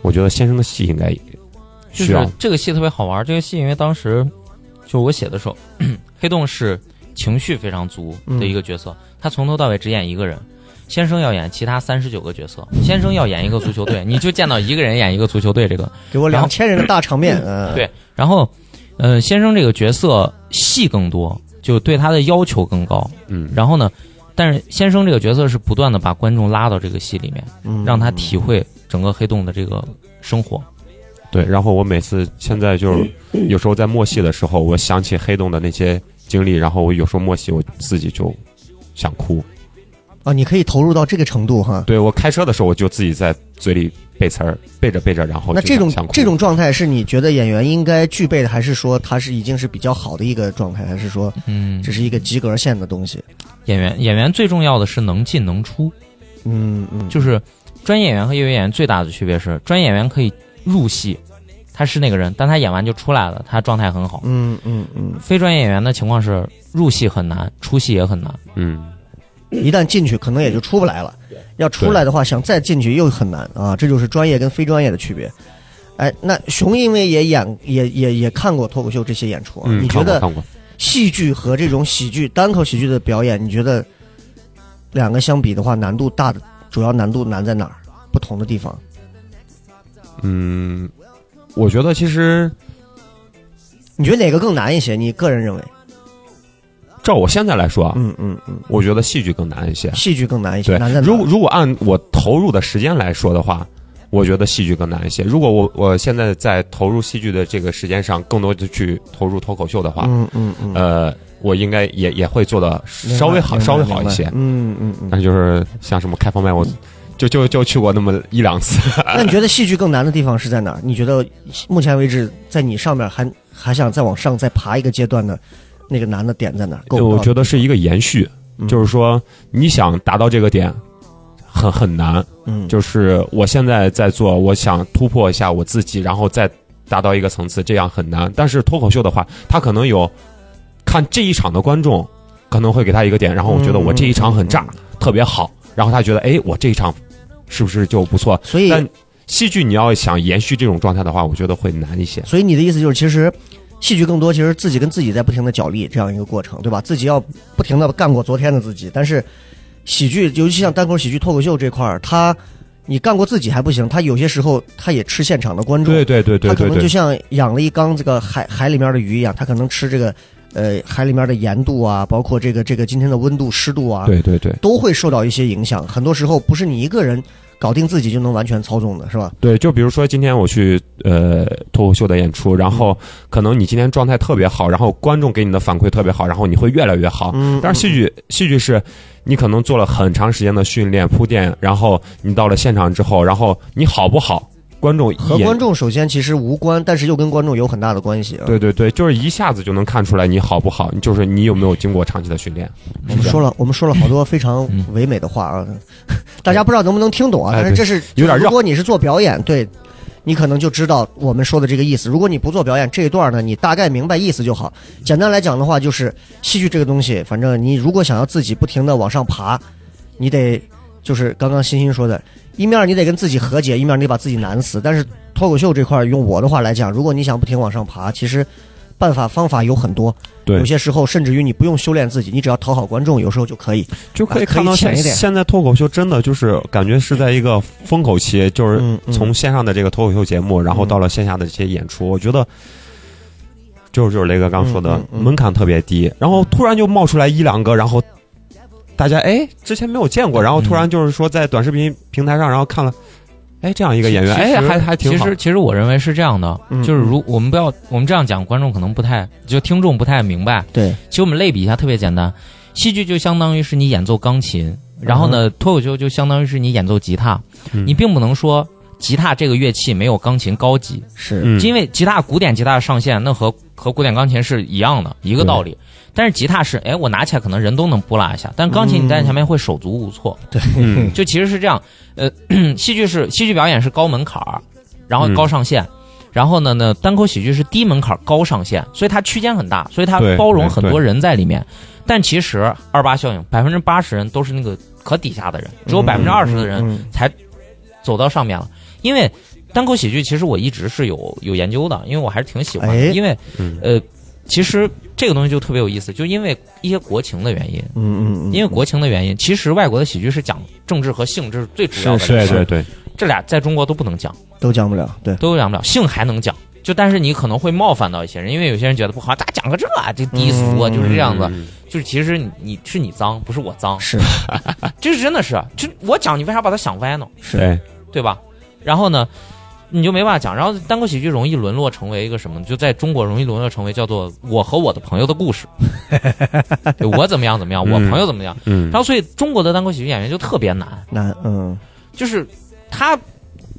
Speaker 4: 我觉得先生的戏应该
Speaker 5: 就
Speaker 4: 需要
Speaker 5: 是这个戏特别好玩儿。这个戏因为当时 就是我写的时候，黑洞是情绪非常足的一个角色，
Speaker 4: 嗯
Speaker 5: 他从头到尾只演一个人。先生要演其他三十九个角色，先生要演一个足球队， 你就见到一个人演一个足球队这个。
Speaker 3: 给我
Speaker 5: 然后
Speaker 3: 两千人的大场面，嗯，
Speaker 5: 对然后，呃，先生这个角色戏更多，就对他的要求更高。
Speaker 4: 嗯，
Speaker 5: 然后呢，但是先生这个角色是不断的把观众拉到这个戏里面，
Speaker 3: 嗯，
Speaker 5: 让他体会整个黑洞的这个生活。
Speaker 4: 对，然后我每次现在就是有时候在默戏的时候，我想起黑洞的那些经历，然后我有时候默戏我自己就想哭。
Speaker 3: 啊，你可以投入到这个程度哈。
Speaker 4: 对我开车的时候，我就自己在嘴里背词儿，背着背着，然后
Speaker 3: 那
Speaker 4: 就
Speaker 3: 这种
Speaker 4: 想哭
Speaker 3: 这种状态是你觉得演员应该具备的，还是说他是已经是比较好的一个状态，还是说
Speaker 5: 嗯，
Speaker 3: 这是一个及格线的东西？
Speaker 5: 演员演员最重要的是能进能出，
Speaker 3: 嗯嗯，
Speaker 5: 就是专业演员和业余演员最大的区别是，专业演员可以入戏，他是那个人，但他演完就出来了，他状态很好。
Speaker 3: 嗯嗯嗯，
Speaker 5: 非专业演员的情况是入戏很难，出戏也很难。
Speaker 4: 嗯，
Speaker 3: 一旦进去可能也就出不来了，要出来的话想再进去又很难啊，这就是专业跟非专业的区别。哎，那熊因为也演也也也看过脱口秀这些演出啊，
Speaker 4: 嗯
Speaker 3: 你觉
Speaker 4: 看过
Speaker 3: 得
Speaker 4: 看过？
Speaker 3: 戏剧和这种喜剧单口喜剧的表演，你觉得两个相比的话，难度大的主要难度难在哪儿？不同的地方？
Speaker 4: 嗯，我觉得其实
Speaker 3: 你觉得哪个更难一些？你个人认为？
Speaker 4: 照我现在来说啊，
Speaker 3: 嗯嗯嗯，
Speaker 4: 我觉得戏剧更难一些。
Speaker 3: 戏剧更难一些，
Speaker 4: 对
Speaker 3: 难在，哪
Speaker 4: 嗯如果如果按我投入的时间来说的话，我觉得戏剧更难一些。如果我我现在在投入戏剧的这个时间上，更多的去投入脱口秀的话，
Speaker 3: 嗯嗯嗯，
Speaker 4: 呃，我应该也也会做的
Speaker 3: 明白
Speaker 4: 稍微好，
Speaker 3: 明白
Speaker 4: 稍微好一些
Speaker 3: 明白。嗯嗯嗯。
Speaker 4: 但就是像什么开放麦，我就就就去过那么一两次。
Speaker 3: 那你觉得戏剧更难的地方是在哪儿？你觉得目前为止，在你上面还还想再往上再爬一个阶段的那个难的点在哪儿？ 够不
Speaker 4: 我
Speaker 3: 到
Speaker 4: 觉得是一个延续，
Speaker 3: 嗯
Speaker 4: 就是说你想达到这个点，很很难。
Speaker 3: 嗯，
Speaker 4: 就是我现在在做，我想突破一下我自己，然后再达到一个层次，这样很难。但是脱口秀的话，他可能有看这一场的观众可能会给他一个点，然后我觉得我这一场很
Speaker 3: 嗯
Speaker 4: 炸，特别好，然后他觉得哎，我这一场是不是就不错？
Speaker 3: 所以
Speaker 4: 但戏剧你要想延续这种状态的话，我觉得会难一些。
Speaker 3: 所以你的意思就是，其实戏剧更多其实自己跟自己在不停的角力这样一个过程，对吧？自己要不停的干过昨天的自己，但是喜剧，尤其像单口喜剧、脱口秀这块儿，它你干过自己还不行，它有些时候它也吃现场的观众，
Speaker 4: 对对对对
Speaker 3: 它可
Speaker 4: 对
Speaker 3: 能就
Speaker 4: 对，
Speaker 3: 像养了一缸这个海海里面的鱼一样，它可能吃这个呃海里面的盐度啊，包括这个这个今天的温度、湿度啊，
Speaker 4: 对对对
Speaker 3: 都会受到一些影响。很多时候不是你一个人搞定自己就能完全操纵的，是吧？
Speaker 4: 对，就比如说今天我去呃脱口秀的演出，然后可能你今天状态特别好，然后观众给你的反馈特别好，然后你会越来越好。
Speaker 3: 嗯，
Speaker 4: 但是戏剧戏剧是，你可能做了很长时间的训练铺垫，然后你到了现场之后，然后你好不好，观众
Speaker 3: 和
Speaker 4: 也
Speaker 3: 观众首先其实无关，但是又跟观众有很大的关系啊。
Speaker 4: 对对对，就是一下子就能看出来你好不好，就是你有没有经过长期的训练。
Speaker 3: 我们说了，我们说了好多非常
Speaker 5: 嗯
Speaker 3: 唯美的话啊，大家不知道能不能听懂啊？但是这是
Speaker 4: 哎有点绕
Speaker 3: 如果你是做表演，对，你可能就知道我们说的这个意思。如果你不做表演这一段呢，你大概明白意思就好。简单来讲的话，就是戏剧这个东西，反正你如果想要自己不停的往上爬，你得就是刚刚欣欣说的，一面你得跟自己和解，一面你得把自己难死。但是脱口秀这块儿，用我的话来讲，如果你想不停往上爬，其实办法方法有很多。
Speaker 4: 对
Speaker 3: 有些时候甚至于你不用修炼自己，你只要讨好观众，有时候就可以。
Speaker 4: 就可以
Speaker 3: 啊可以
Speaker 4: 看到现
Speaker 3: 浅一点
Speaker 4: 现在脱口秀真的就是感觉是在一个风口期，就是
Speaker 3: 嗯，嗯
Speaker 4: 从线上的这个脱口秀节目，然后到了线下的这些演出，我觉得就是就是雷哥刚说的
Speaker 3: 嗯、嗯嗯
Speaker 4: 门槛特别低，然后突然就冒出来一两个，然后大家哎之前没有见过，然后突然就是说在短视频平台上，然后看了哎这样一个演员，
Speaker 5: 其
Speaker 4: 哎
Speaker 5: 实
Speaker 4: 还还挺
Speaker 5: 其
Speaker 4: 好
Speaker 5: 实，其实我认为是这样的，
Speaker 3: 嗯
Speaker 5: 就是如我们不要我们这样讲，观众可能不太就听众不太明白。
Speaker 3: 对，
Speaker 5: 其实我们类比一下，特别简单，戏剧就相当于是你演奏钢琴，然后呢，脱口秀就相当于是你演奏吉他。
Speaker 4: 嗯
Speaker 5: 你并不能说吉他这个乐器没有钢琴高级，
Speaker 3: 是，
Speaker 4: 嗯
Speaker 5: 因为吉他古典吉他的上限，那和和古典钢琴是一样的一个道理。但是吉他是，哎，我拿起来可能人都能拨拉一下，但钢琴你在前面会手足无措。
Speaker 4: 嗯
Speaker 5: 就其实是这样，呃， 戏剧是戏剧表演是高门槛儿，然后
Speaker 4: 嗯
Speaker 5: 高上限，然后呢呢单口喜剧是低门槛儿高上限，所以它区间很大，所以它
Speaker 4: 对
Speaker 5: 包容很多
Speaker 4: 对
Speaker 5: 人在里面。但其实二八效应，百分之八十人都是那个可底下的人，只有百分之二十的人
Speaker 3: 嗯，
Speaker 5: 才走到上面了，因为。单口喜剧其实我一直是有有研究的，因为我还是挺喜欢的。
Speaker 3: 哎
Speaker 5: 因为
Speaker 4: 嗯
Speaker 5: 呃，其实这个东西就特别有意思，就因为一些国情的原因，
Speaker 3: 嗯嗯嗯，
Speaker 5: 因为国情的原因，其实外国的喜剧是讲政治和性，这是最主要的。
Speaker 3: 是
Speaker 4: 对对对，
Speaker 5: 这俩在中国都不能讲，
Speaker 3: 都讲不了，对，
Speaker 5: 都讲不了，性还能讲。就但是你可能会冒犯到一些人，因为有些人觉得不好，咋讲个这啊，这低俗啊，
Speaker 3: 嗯
Speaker 5: 就是这样子。
Speaker 4: 嗯
Speaker 5: 就是其实你你是你脏，不是我脏，
Speaker 3: 是
Speaker 5: 这是真的是。就我讲，你为啥把它想歪呢？
Speaker 3: 是，
Speaker 4: 对，
Speaker 5: 对吧？然后呢，你就没办法讲。然后单口喜剧容易沦落成为一个什么？就在中国容易沦落成为叫做“我和我的朋友的 故事”，对我怎么样怎么样，我
Speaker 4: 嗯
Speaker 5: 朋友怎么样。
Speaker 4: 嗯
Speaker 5: 然后所以中国的单口喜剧演员就特别难。
Speaker 3: 难，嗯
Speaker 5: 就是他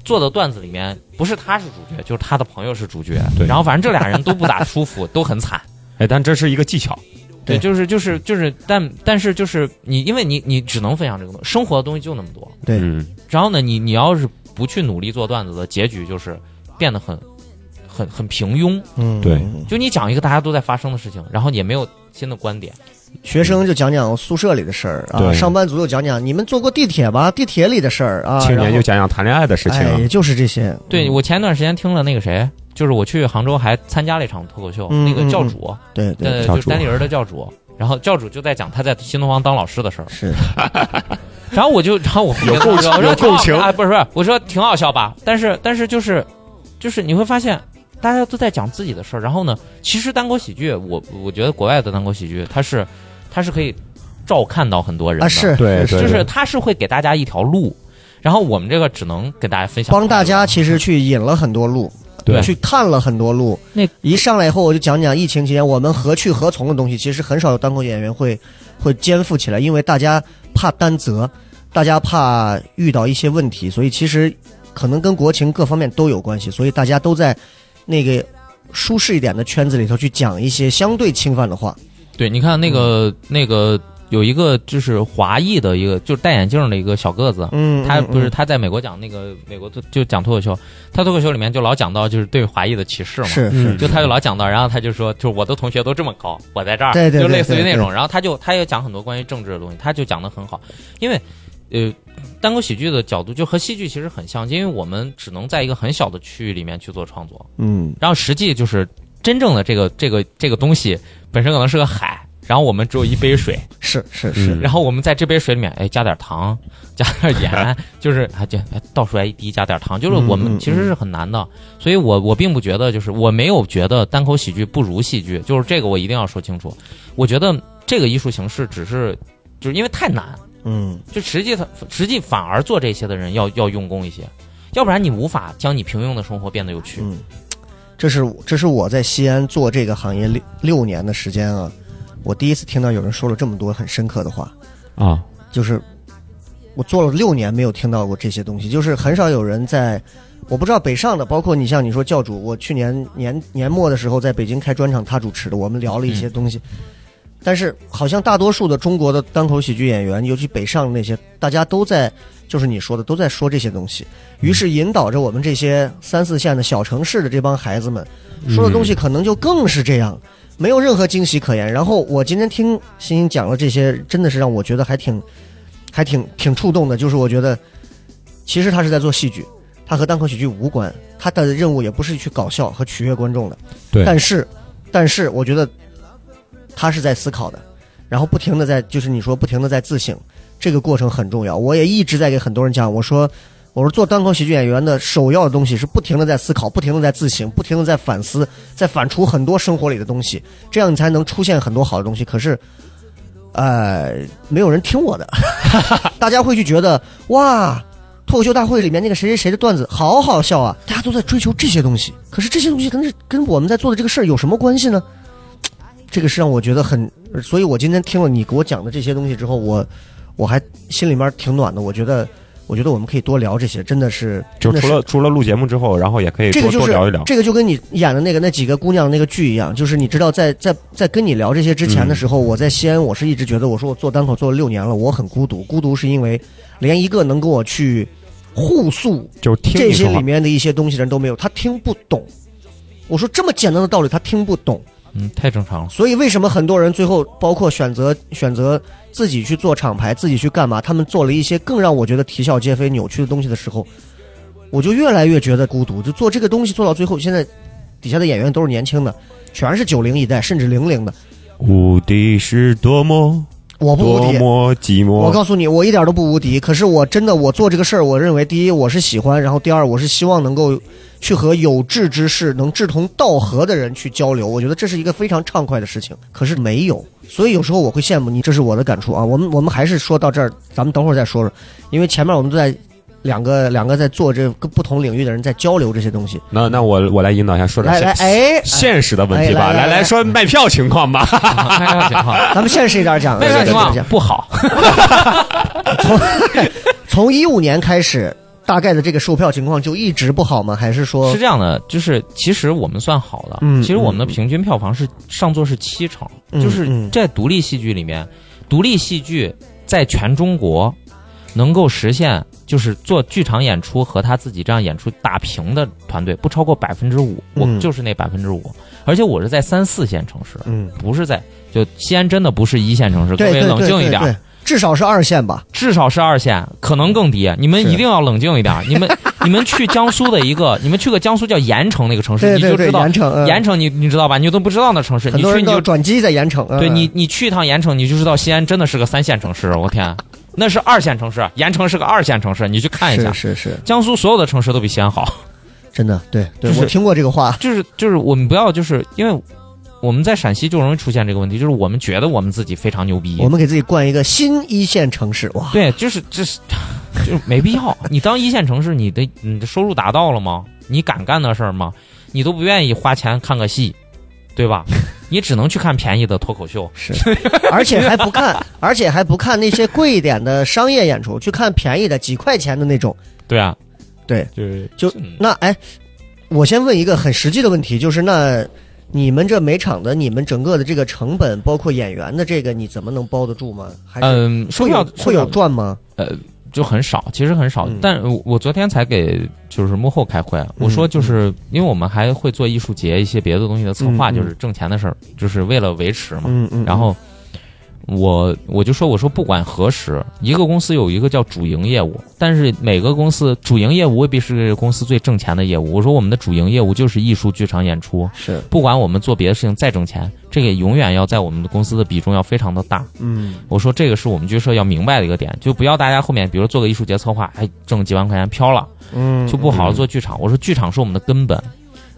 Speaker 5: 做的段子里面，不是他是主角，就是他的朋友是主角。
Speaker 4: 对
Speaker 5: 然后反正这俩人都不咋舒 服，都很惨。
Speaker 4: 哎，但这是一个技巧，
Speaker 3: 对
Speaker 5: 就是就是就是，但但是就是你，因为你你只能分享这个东西，生活的东西就那么多。
Speaker 3: 对
Speaker 4: 嗯
Speaker 5: 然后呢，你你要是不去努力做段子的结局，就是变得很很很平庸。
Speaker 3: 嗯，
Speaker 4: 对
Speaker 5: 就你讲一个大家都在发生的事情，然后也没有新的观点。
Speaker 3: 学生就讲讲宿舍里的事儿啊，
Speaker 4: 对
Speaker 3: 上班族就讲讲你们坐过地铁吧，地铁里的事儿啊，
Speaker 4: 青年就
Speaker 3: 然后
Speaker 4: 讲讲谈恋爱的事情
Speaker 3: 哎，
Speaker 4: 啊，
Speaker 3: 也就是这些，
Speaker 5: 对
Speaker 3: 嗯
Speaker 5: 我前一段时间听了那个谁，就是我去杭州还参加了一场脱口秀，
Speaker 3: 嗯
Speaker 5: 那个教
Speaker 3: 嗯嗯
Speaker 5: 主。
Speaker 3: 对对
Speaker 5: 对，
Speaker 4: 教
Speaker 5: 就
Speaker 4: 主
Speaker 5: 单立人的教主。然后教主就在讲他在新东方当老师的事儿，
Speaker 3: 是，啊
Speaker 5: 然后我就，然后我有共情，我说
Speaker 4: 有
Speaker 5: 挺好
Speaker 4: 共情
Speaker 5: 啊，不是不是，我说挺好笑吧，但是但是就是就是你会发现大家都在讲自己的事儿，然后呢，其实单口喜剧，我我觉得国外的单口喜剧，它是它是可以照看到很多人的，
Speaker 3: 啊是，
Speaker 4: 对
Speaker 3: 是
Speaker 4: 对
Speaker 5: 就是它是会给大家一条路，然后我们这个只能给大家分享，
Speaker 3: 帮大家其实去引了很多路，
Speaker 4: 对
Speaker 3: 去探了很多路。
Speaker 5: 那
Speaker 3: 一上来以后，我就讲讲疫情期间我们何去何从的东西，其实很少有单口演员会会肩负起来，因为大家怕担责，大家怕遇到一些问题，所以其实可能跟国情各方面都有关系，所以大家都在那个舒适一点的圈子里头去讲一些相对侵犯的话。
Speaker 5: 对，你看那个、那个有一个就是华裔的一个就是戴眼镜的一个小个子，
Speaker 3: 嗯，
Speaker 5: 他
Speaker 3: 嗯
Speaker 5: 不是他在美国讲那个美国脱就讲脱口秀，他脱口秀里面就老讲到就是对华裔的歧视嘛，
Speaker 3: 是
Speaker 4: 嗯
Speaker 3: 是
Speaker 5: 就他就老讲到，然后他就说，就是我的同学都这么高，我在这儿，
Speaker 3: 对对
Speaker 5: 就
Speaker 3: 对
Speaker 5: 类似于
Speaker 3: 对
Speaker 5: 那种，然后他就他也讲很多关于政治的东西，他就讲的很好，因为呃。单口喜剧的角度就和戏剧其实很像，因为我们只能在一个很小的区域里面去做创作，
Speaker 3: 嗯
Speaker 5: 然后实际就是真正的这个这个这个东西本身可能是个海，然后我们只有一杯水，
Speaker 3: 是是是
Speaker 4: 嗯
Speaker 5: 然后我们在这杯水里面，哎，加点糖，加点 盐，就是啊，这哎倒出来一滴，加点糖，就是
Speaker 3: 嗯
Speaker 5: 我
Speaker 3: 嗯
Speaker 5: 们
Speaker 3: 嗯
Speaker 5: 其实是很难的。所以我我并不觉得，就是我没有觉得单口喜剧不如戏剧，就是这个我一定要说清楚。我觉得这个艺术形式只是，就是因为太难，
Speaker 3: 嗯
Speaker 5: 就实际它实际反而做这些的人要要用功一些，要不然你无法将你平庸的生活变得有趣。
Speaker 3: 嗯，这是这是我在西安做这个行业六六年的时间啊，我第一次听到有人说了这么多很深刻的话，
Speaker 4: 啊，
Speaker 3: 就是我做了六年没有听到过这些东西，就是很少有人在。我不知道北上的，包括你像你说教主，我去年年年末的时候在北京开专场，他主持的，我们聊了一些东西，但是好像大多数的中国的单口喜剧演员，尤其北上那些，大家都在就是你说的都在说这些东西，于是引导着我们这些三四线的小城市的这帮孩子们说的东西，可能就更是这样，没有任何惊喜可言。然后我今天听欣欣讲了这些，真的是让我觉得还挺还挺挺触动的，就是我觉得其实他是在做戏剧。他和单口喜剧无关，他的任务也不是去搞笑和取悦观众的。
Speaker 4: 对
Speaker 3: 但是，但是我觉得他是在思考的，然后不停的在，就是你说不停的在自省，这个过程很重要。我也一直在给很多人讲，我说我说做单口喜剧演员的首要的东西是不停的在思考，不停的在自省，不停的在反思，在反刍很多生活里的东西，这样你才能出现很多好的东西。可是。呃，没有人听我的， 大家会去觉得哇，脱口秀大会里面那个谁谁谁的段子好好笑啊！大家都在追求这些东西，可是这些东西跟这跟我们在做的这个事儿有什么关系呢？这个是让我觉得很，所以我今天听了你给我讲的这些东西之后，我我还心里面挺暖的。我觉得，我觉得我们可以多聊这些，真的是，
Speaker 4: 就
Speaker 3: 真的
Speaker 4: 除
Speaker 3: 是
Speaker 4: 了除了录节目之后，然后也可以
Speaker 3: 这
Speaker 4: 多
Speaker 3: 个就
Speaker 4: 多
Speaker 3: 是
Speaker 4: 聊一聊。
Speaker 3: 这个就跟你演的那个那几个姑娘那个剧一样，就是你知道在，在在跟你聊这些之前的
Speaker 4: 嗯
Speaker 3: 时候，我在西安，我是一直觉得，我说我做单口做了六年了，我很孤独，孤独是因为连一个能跟我去互诉
Speaker 4: 就是听
Speaker 3: 这
Speaker 4: 你
Speaker 3: 些
Speaker 4: 说
Speaker 3: 里
Speaker 4: 话，
Speaker 3: 面的一些东西的人都没有，他听不懂。我说这么简单的道理他听不懂，
Speaker 5: 嗯，太正 常了。
Speaker 3: 所以为什么很多人最后包括选择选择自己去做厂牌，自己去干嘛？他们做了一些更让我觉得啼笑皆非、扭曲的东西的时候，我就越来越觉得孤独。就做这个东西做到最后，现在底下的演员都是年轻的，全是九零一代甚至零零的。
Speaker 4: 无敌是多么
Speaker 3: 我不无
Speaker 4: 多
Speaker 3: 敌，
Speaker 4: 么寂
Speaker 3: 我
Speaker 4: 寞。
Speaker 3: 告诉你，我一点都不无敌。可是我真的，我做这个事儿，我认为第一我是喜欢，然后第二我是希望能够去和有志之士、能志同道合的人去交流。我觉得这是一个非常畅快的事情。可是没有，所以有时候我会羡慕你，这是我的感触啊。我们我们还是说到这儿，咱们等会儿再说说，因为前面我们都在两个两个在做这个不同领域的人在交流这些东西。
Speaker 4: 那那我我来引导一下，说点
Speaker 3: 来
Speaker 4: 现
Speaker 3: 来，哎，
Speaker 4: 现实的问
Speaker 3: 哎
Speaker 4: 题吧。
Speaker 3: 来来
Speaker 4: 来
Speaker 3: 来哎
Speaker 4: 说卖票情况吧。
Speaker 5: 看一下情况，
Speaker 3: 啊咱们现实一点讲，
Speaker 5: 那
Speaker 3: 现
Speaker 5: 个
Speaker 3: 实一
Speaker 5: 情
Speaker 3: 点
Speaker 5: 况
Speaker 3: 讲
Speaker 5: 不好，
Speaker 3: 从 从一五年开始。大概的这个售票情况就一直不好吗？还是说
Speaker 5: 是这样的，就是其实我们算好了，
Speaker 3: 嗯
Speaker 5: 其实我们的平均票房是上座是七成，
Speaker 3: 嗯
Speaker 5: 就是
Speaker 3: 嗯
Speaker 5: 在独立戏剧里面，独立戏剧在全中国能够实现，就是做剧场演出和他自己这样演出打平的团队不超过百分之五，我
Speaker 3: 嗯
Speaker 5: 就是那百分之五，而且我是在三四线城市，
Speaker 3: 嗯，
Speaker 5: 不是在就西安真的不是一线城市，各
Speaker 3: 对
Speaker 5: 位
Speaker 3: 对对
Speaker 5: 冷静一
Speaker 3: 对
Speaker 5: 点，
Speaker 3: 对，至少是二线吧。
Speaker 5: 至少是二线，可能更低。你们
Speaker 3: 是
Speaker 5: 一定要冷静一 点。你们你们去江苏的一个，你们去个江苏叫盐城那个城市，
Speaker 3: 对对
Speaker 5: 你就
Speaker 3: 对，
Speaker 5: 知道
Speaker 3: 盐城，嗯
Speaker 5: 盐城你你知道吧？你都不知道那城市，
Speaker 3: 很
Speaker 5: 你
Speaker 3: 多
Speaker 5: 去
Speaker 3: 人
Speaker 5: 你
Speaker 3: 都
Speaker 5: 就
Speaker 3: 转机在盐城。嗯
Speaker 5: 对你你去一趟盐城，你就知道西安真的是个三线城市。我天，那是二线城市，盐城是个二线城市，你去看一下。
Speaker 3: 是是是，
Speaker 5: 江苏所有的城市都比西安好，
Speaker 3: 真的，对对，
Speaker 5: 就是
Speaker 3: 我听过这个话。
Speaker 5: 就是就是我们不要就是因为我们在陕西就容易出现这个问题，就是我们觉得我们自己非常牛逼，
Speaker 3: 我们给自己冠一个新一线城市， 哇，
Speaker 5: 对，就是这是，就是没必要。你当一线城市，你的你的收入达到了吗？你敢干那事儿吗？你都不愿意花钱看个戏，对吧？你只能去看便宜的脱口秀。
Speaker 3: 是，而且还不看， 而且还不看那些贵一点的商业演出，去看便宜的几块钱的那种。
Speaker 5: 对啊，
Speaker 4: 对，
Speaker 3: 就
Speaker 5: 嗯
Speaker 3: 那哎，我先问一个很实际的问题，就是那你们这每场的你们整个的这个成本，包括演员的这个，你怎么能包得住吗？还是
Speaker 5: 嗯，售
Speaker 3: 会有
Speaker 5: 票
Speaker 3: 会有
Speaker 5: 售票
Speaker 3: 赚吗？
Speaker 5: 就很少，其实很少。
Speaker 3: 嗯
Speaker 5: 但我我昨天才给就是幕后开会，啊我说就是因为我们还会做艺术节一些别的东西的策划，
Speaker 3: 嗯嗯嗯
Speaker 5: 就是挣钱的事儿，就是为了维持嘛。
Speaker 3: 嗯嗯
Speaker 5: 然后我我就说，我说不管何时，一个公司有一个叫主营业务，但是每个公司主营业务未必是这个公司最挣钱的业务。我说我们的主营业务就是艺术剧场演出，
Speaker 3: 是，
Speaker 5: 不管我们做别的事情再挣钱，这个永远要在我们的公司的比重要非常的大。
Speaker 3: 嗯。
Speaker 5: 我说这个是我们剧社要明白的一个点，就不要大家后面比如做个艺术节策划，哎，挣几万块钱飘了，
Speaker 3: 嗯
Speaker 5: 就不好好做剧场。我说剧场是我们的根本，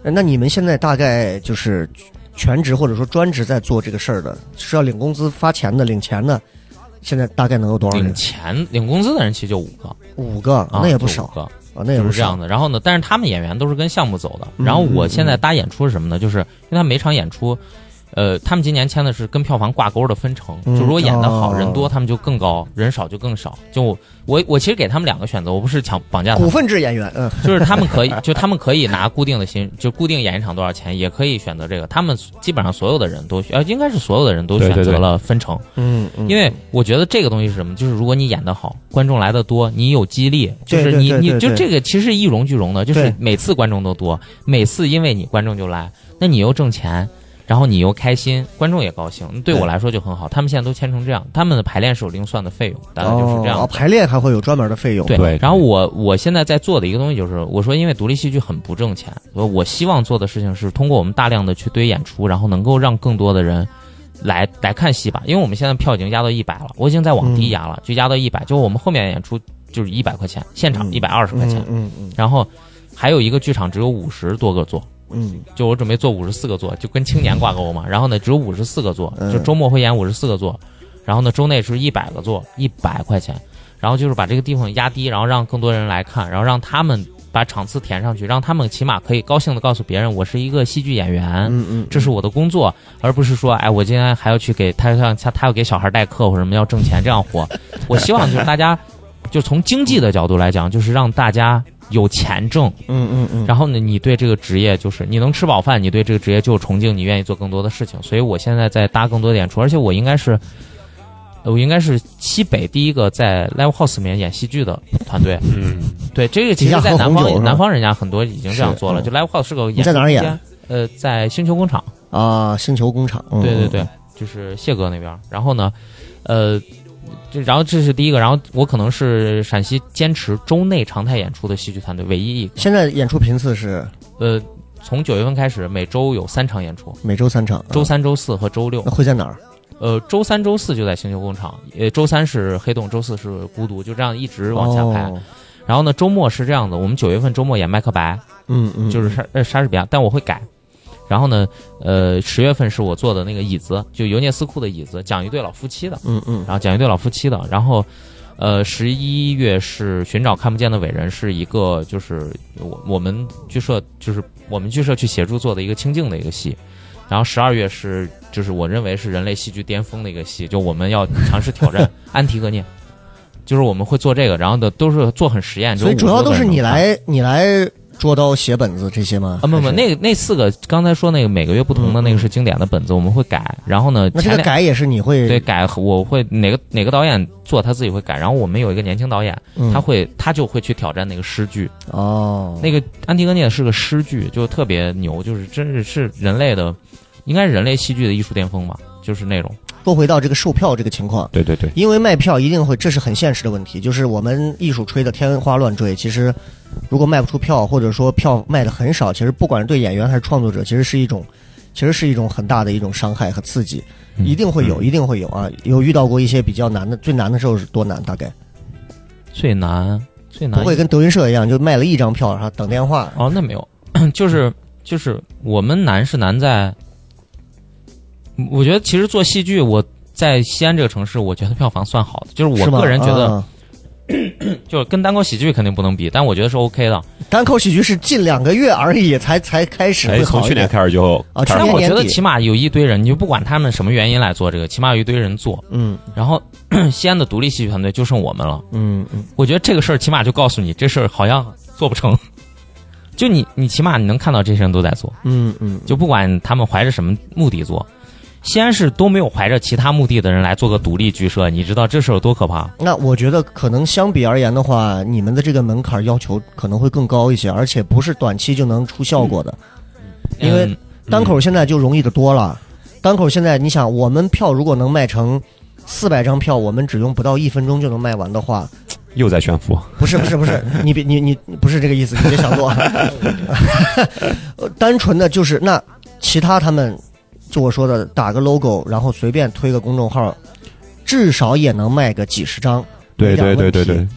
Speaker 3: 哎那你们现在大概就是全职或者说专职在做这个事儿的，是要领工资发钱的、领钱的，现在大概能有多少
Speaker 5: 领
Speaker 3: 人？
Speaker 5: 钱领工资的人其实就五个，
Speaker 3: 五个，
Speaker 5: 啊、
Speaker 3: 那也不
Speaker 5: 就
Speaker 3: 少
Speaker 5: 五个
Speaker 3: 啊，那也
Speaker 5: 就
Speaker 3: 不
Speaker 5: 是这样
Speaker 3: 少。
Speaker 5: 的。然后呢，但是他们演员都是跟项目走的。
Speaker 3: 嗯
Speaker 5: 然后我现在搭演出是什么呢？就是因为他每场演出，呃，他们今年签的是跟票房挂钩的分成，
Speaker 3: 嗯
Speaker 5: 就如果演得好，
Speaker 3: 哦
Speaker 5: 人多他们就更高，人少就更少。就我我我其实给他们两个选择，我不是强绑架他
Speaker 3: 股
Speaker 5: 们，
Speaker 3: 份制演员，嗯，
Speaker 5: 就是他们可以，就他们可以拿固定的薪，就固定演一场多少钱，也可以选择这个。他们基本上所有的人都呃，应该是所有的人都
Speaker 4: 对
Speaker 5: 选
Speaker 4: 对
Speaker 5: 择
Speaker 4: 对
Speaker 5: 了分成，
Speaker 3: 嗯，
Speaker 5: 因为我觉得这个东西是什么，就是如果你演得好，观众来的多，你有激励，就
Speaker 3: 对
Speaker 5: 是
Speaker 3: 对
Speaker 5: 你
Speaker 3: 对
Speaker 5: 你
Speaker 3: 对
Speaker 5: 就
Speaker 3: 对
Speaker 5: 这个其实一荣俱荣的，就是
Speaker 3: 对
Speaker 5: 每次观众都多，每次因为你观众就来，那你又挣钱。然后你又开心，观众也高兴，对我
Speaker 3: 对
Speaker 5: 来说就很好。他们现在都签成这样，他们的排练是有另算的费用，大概就是这样
Speaker 3: 哦。排练还会有专门的费用，
Speaker 5: 对，
Speaker 4: 对
Speaker 5: 然后我我现在在做的一个东西就是，我说因为独立戏剧很不挣钱，所以我希望做的事情是通过我们大量的去堆演出，然后能够让更多的人来来看戏吧。因为我们现在票已经压到一百了，我已经在往低压了，就压到一百，就我们后面演出就是一百块钱，现场
Speaker 3: 嗯
Speaker 5: 一百二十块钱，
Speaker 3: 嗯嗯
Speaker 5: 然后还有一个剧场只有五十多个座。
Speaker 3: 嗯
Speaker 5: 就我准备做五十四个座，就跟青年挂钩嘛。然后呢，只有五十四个座，
Speaker 3: 嗯
Speaker 5: 就周末会演五十四个座，然后呢，周内是一百个座，一百块钱。然后就是把这个地方压低，然后让更多人来看，然后让他们把场次填上去，让他们起码可以高兴的告诉别人，我是一个戏剧演员，
Speaker 3: 嗯嗯，
Speaker 5: 这是我的工作，而不是说，哎，我今天还要去给他像他他要给小孩代课或者什么要挣钱这样活。我希望就是大家，就从经济的角度来讲，就是让大家有钱挣，
Speaker 3: 嗯嗯嗯，
Speaker 5: 然后呢，你对这个职业就是你能吃饱饭，你对这个职业就有崇敬，你愿意做更多的事情。所以我现在在搭更多的演出，而且我应该是，呃我应该是西北第一个在 Live House 里面演戏剧的团队。
Speaker 4: 嗯，
Speaker 5: 对，这个
Speaker 3: 底
Speaker 5: 其实，
Speaker 3: 下
Speaker 5: 在
Speaker 3: 喝
Speaker 5: 南
Speaker 3: 红酒是
Speaker 5: 方
Speaker 3: 吧
Speaker 5: 南方人家很多已经这样做了，
Speaker 3: 是
Speaker 5: 就 Live House 是个演
Speaker 3: 你在哪啊儿演
Speaker 5: 空间？呃，在星球工厂。
Speaker 3: 啊，星球工厂，嗯
Speaker 5: 对对对，，就是谢哥那边儿。然后呢，呃，这然后这是第一个，然后我可能是陕西坚持周内常态演出的戏剧团队唯一一个。
Speaker 3: 现在演出频次是
Speaker 5: 呃，从九月份开始，每周有三场演出，
Speaker 3: 每周三场，嗯
Speaker 5: 周三、周四和周六
Speaker 3: 那。会在哪儿？
Speaker 5: 呃，周三、周四就在星球工厂，呃，周三是黑洞，周四是孤独，就这样一直往下排。
Speaker 3: 哦，
Speaker 5: 然后呢，周末是这样的，我们九月份周末演《麦克白
Speaker 3: 嗯嗯，》，
Speaker 5: 就是莎呃莎士比亚，但我会改。然后呢，呃，十月份是我做的那个椅子，就尤涅斯库的椅子，讲一对老夫妻的。
Speaker 3: 嗯嗯
Speaker 5: 然后讲一对老夫妻的，然后。呃，十一月是寻找看不见的伟人，是一个就是我我们剧社就是我们剧社去协助做的一个清静的一个戏，然后十二月是就是我认为是人类戏剧巅峰的一个戏，就我们要尝试挑 战安提戈涅，就是我们会做这个，然后的都是做很实验，
Speaker 3: 所以
Speaker 5: 只
Speaker 3: 主
Speaker 5: 有
Speaker 3: 要都
Speaker 5: 50个
Speaker 3: 是
Speaker 5: 人
Speaker 3: 你
Speaker 5: 能看
Speaker 3: 来你来捉刀写本子这些吗？
Speaker 5: 啊，不不，
Speaker 3: 还是嗯
Speaker 5: 那个那四个刚才说那个每个月不同的那个是经典的本子，我们会改，然后呢，
Speaker 3: 那这
Speaker 5: 前
Speaker 3: 个
Speaker 5: 两
Speaker 3: 改也是你会
Speaker 5: 对，改我会哪个哪个导演做他自己会改，然后我们有一个年轻导演，
Speaker 3: 嗯
Speaker 5: 他会他就会去挑战那个诗句。
Speaker 3: 哦，
Speaker 5: 那个安提戈涅是个诗句，就特别牛，就是真是是人类的，应该是人类戏剧的艺术巅峰吧，就是那种。
Speaker 3: 说回到这个售票这个情况，
Speaker 4: 对对对，
Speaker 3: 因为卖票一定会，这是很现实的问题。就是我们艺术吹得天花乱坠，其实如果卖不出票，或者说票卖的很少，其实不管是对演员还是创作者，其实是一种，其实是一种很大的一种伤害和刺激，
Speaker 5: 嗯
Speaker 3: 一定会有，一定会有啊！有遇到过一些比较难的，最难的时候是多难？大概
Speaker 5: 最难最难
Speaker 3: 不会跟德云社一样，就卖了一张票，然后等电话。
Speaker 5: 哦，那没有， 就是就是我们难是难在，我觉得其实做戏剧我。在西安这个城市，我觉得票房算好的，就是
Speaker 3: 是
Speaker 5: 我
Speaker 3: 吗
Speaker 5: 个人觉得，
Speaker 3: 啊
Speaker 5: 就是跟单口喜剧肯定不能比，但我觉得是 OK 的。
Speaker 3: 单口喜剧是近两个月而已才才开始
Speaker 4: 哎，
Speaker 3: 会好
Speaker 4: 从去
Speaker 3: 一
Speaker 4: 年
Speaker 3: 点。
Speaker 4: 开始就
Speaker 3: 啊
Speaker 4: 开
Speaker 3: 去
Speaker 4: 始
Speaker 5: 但
Speaker 3: 年
Speaker 5: 我觉
Speaker 3: 年
Speaker 5: 得
Speaker 3: 底
Speaker 5: 起码有一堆人，你就不管他们什么原因来做这个，起码有一堆人做。
Speaker 3: 嗯
Speaker 5: 然后 西安的独立戏剧团队就剩我们了。
Speaker 3: 嗯嗯，
Speaker 5: 我觉得这个事儿起码就告诉你，这事儿好像做不成。就你， 你起码你能看到这些人都在做，
Speaker 3: 嗯嗯，
Speaker 5: 就不管他们怀着什么目的做，西安市都没有怀着其他目的的人来做个独立剧社，你知道这事儿有多可怕？
Speaker 3: 那我觉得可能相比而言的话，你们的这个门槛要求可能会更高一些，而且不是短期就能出效果的。因为
Speaker 5: 嗯
Speaker 3: 单口现在就容易的多了，单口现在你想，我们票如果能卖成四百张票，我们只用不到一分钟就能卖完的话，
Speaker 4: 又在炫富，
Speaker 3: 不是不是不是，你别你你不是这个意思，你别想多。呃单纯的就是那其他他们，就我说的打个 logo，然后随便推个公众号，至少也能卖个几十张。
Speaker 4: 对
Speaker 3: 一点
Speaker 4: 对对
Speaker 3: 问
Speaker 4: 对
Speaker 3: 题
Speaker 4: 对，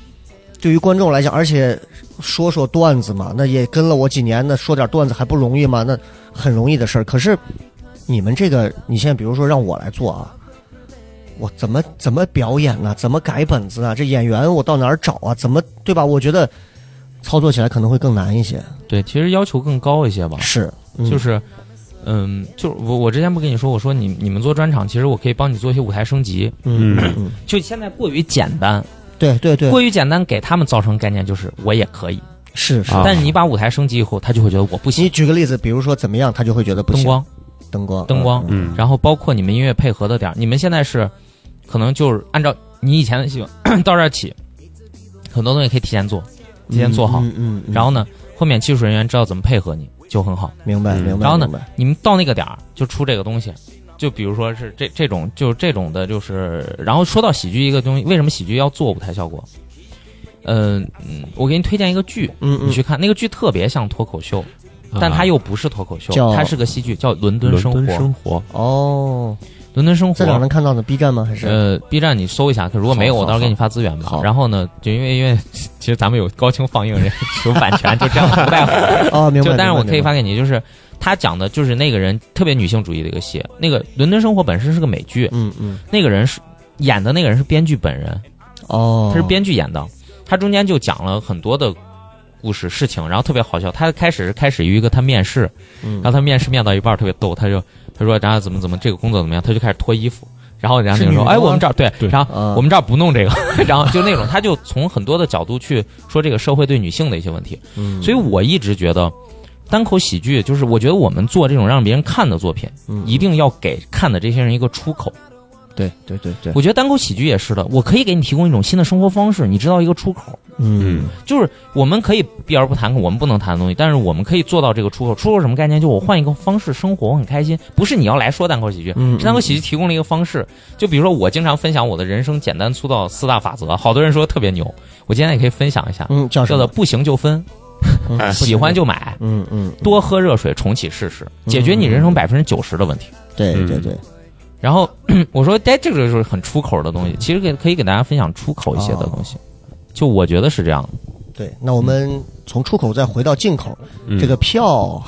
Speaker 3: 对于观众来讲，而且说说段子嘛，那也跟了我几年，那说点段子还不容易吗？那很容易的事儿。可是你们这个，你现在比如说让我来做啊，我怎么怎么表演呢、怎么改本子啊？这演员我到哪儿找啊？怎么对吧？我觉得操作起来可能会更难一些。
Speaker 5: 对，其实要求更高一些吧，
Speaker 3: 是，嗯、
Speaker 5: 就是嗯，就是我我之前不跟你说，我说你你们做专场，其实我可以帮你做一些舞台升级。
Speaker 3: 嗯
Speaker 4: 嗯
Speaker 3: 嗯，
Speaker 5: 就现在过于简单，
Speaker 3: 对对对，
Speaker 5: 过于简单，给他们造成概念就是我也可以。
Speaker 3: 是是。
Speaker 4: 啊
Speaker 5: 但是你把舞台升级以后，他就会觉得我不
Speaker 3: 你
Speaker 5: 行。
Speaker 3: 举个例子，比如说怎么样，他就会觉得不
Speaker 5: 灯
Speaker 3: 行。
Speaker 5: 光，
Speaker 3: 灯光，
Speaker 5: 灯光
Speaker 3: 嗯
Speaker 4: 嗯
Speaker 5: 然后包括你们音乐配合的点儿，你们现在是可能就是按照你以前的习惯 到这儿起，很多东西可以提前做，提前做好。
Speaker 3: 嗯嗯，嗯
Speaker 5: 然后呢，后面技术人员知道怎么配合你就很好。
Speaker 3: 明白
Speaker 4: 嗯
Speaker 3: 明白。
Speaker 5: 然后呢
Speaker 3: 明白
Speaker 5: 你们到那个点儿就出这个东西，就比如说是这这种就是这种的，就是然后说到喜剧一个东西，为什么喜剧要做舞台效果？嗯、嗯，我给你推荐一个剧，
Speaker 3: 嗯嗯啊
Speaker 5: 你去看那个剧特别像脱口秀，但它又不是脱口秀
Speaker 3: 叫，
Speaker 5: 它是个戏剧，叫《伦敦
Speaker 4: 嗯啊伦
Speaker 5: 生活》。
Speaker 4: 敦生活，
Speaker 3: 哦，
Speaker 5: 伦敦生
Speaker 3: 在哪能
Speaker 5: 活，
Speaker 3: 看到呢？B 站吗？还是
Speaker 5: 呃，B 站你搜一下，可如果没有，
Speaker 3: 好好
Speaker 5: 我到时候给你发资源吧
Speaker 3: 好。
Speaker 5: 然后呢，就因为因为其实咱们有高清放映人 有版权，就这样不在乎。
Speaker 3: 哦，明白。
Speaker 5: 就但是我可以
Speaker 3: 明白
Speaker 5: 发给你，就是他讲的就是那个人特别女性主义的一个戏。那个《伦敦生活》本身是个美剧，
Speaker 3: 嗯嗯，
Speaker 5: 那个人是演的那个人是编剧本人，
Speaker 3: 哦，
Speaker 5: 他是编剧演的，他中间就讲了很多的。故事事情，然后特别好笑。他开始是开始于一个他面试，
Speaker 3: 嗯，
Speaker 5: 然后他面试面到一半儿特别逗，他就他说然后怎么怎么这个工作怎么样，他就开始脱衣服，然后人家那
Speaker 3: 是
Speaker 5: 个
Speaker 3: 女
Speaker 5: 说
Speaker 3: 的
Speaker 5: 哎
Speaker 3: 吗
Speaker 5: 我们这儿对，
Speaker 4: 对
Speaker 5: 然后
Speaker 3: 啊
Speaker 5: 我们这儿不弄这个， 然后就那种他就从很多的角度去说这个社会对女性的一些问题，
Speaker 3: 嗯，
Speaker 5: 所以我一直觉得，单口喜剧就是我觉得我们做这种让别人看的作品，
Speaker 3: 嗯
Speaker 5: 一定要给看的这些人一个出口。
Speaker 3: 对对对对，
Speaker 5: 我觉得单口喜剧也是的，我可以给你提供一种新的生活方式，你知道一个出口，
Speaker 3: 嗯
Speaker 4: 嗯，
Speaker 5: 就是我们可以避而不谈我们不能谈的东西，但是我们可以做到这个出口。出口什么概念？就我换一个方式生活，我很开心。不是你要来说单口喜剧，
Speaker 3: 嗯
Speaker 5: 是单口喜剧提供了一个方式。就比如说我经常分享我的人生简单粗暴四大法则，好多人说特别牛，我今天也可以分享一下，
Speaker 3: 嗯叫什
Speaker 5: 叫做
Speaker 3: 么？
Speaker 5: 不行就分，
Speaker 4: 哎
Speaker 3: 嗯
Speaker 5: 喜欢啊就买。
Speaker 3: 嗯嗯，
Speaker 5: 多喝热水，重启试试，解决你人生百分之九十的问题。
Speaker 3: 对
Speaker 4: 嗯
Speaker 3: 对对，
Speaker 5: 然后 我说，哎，这个就是很出口的东西，其实给可以给大家分享出口一些的东西。就我觉得是这样，
Speaker 3: 对，那我
Speaker 5: 嗯
Speaker 3: 们从出口再回到进口，
Speaker 4: 嗯
Speaker 3: 这个票，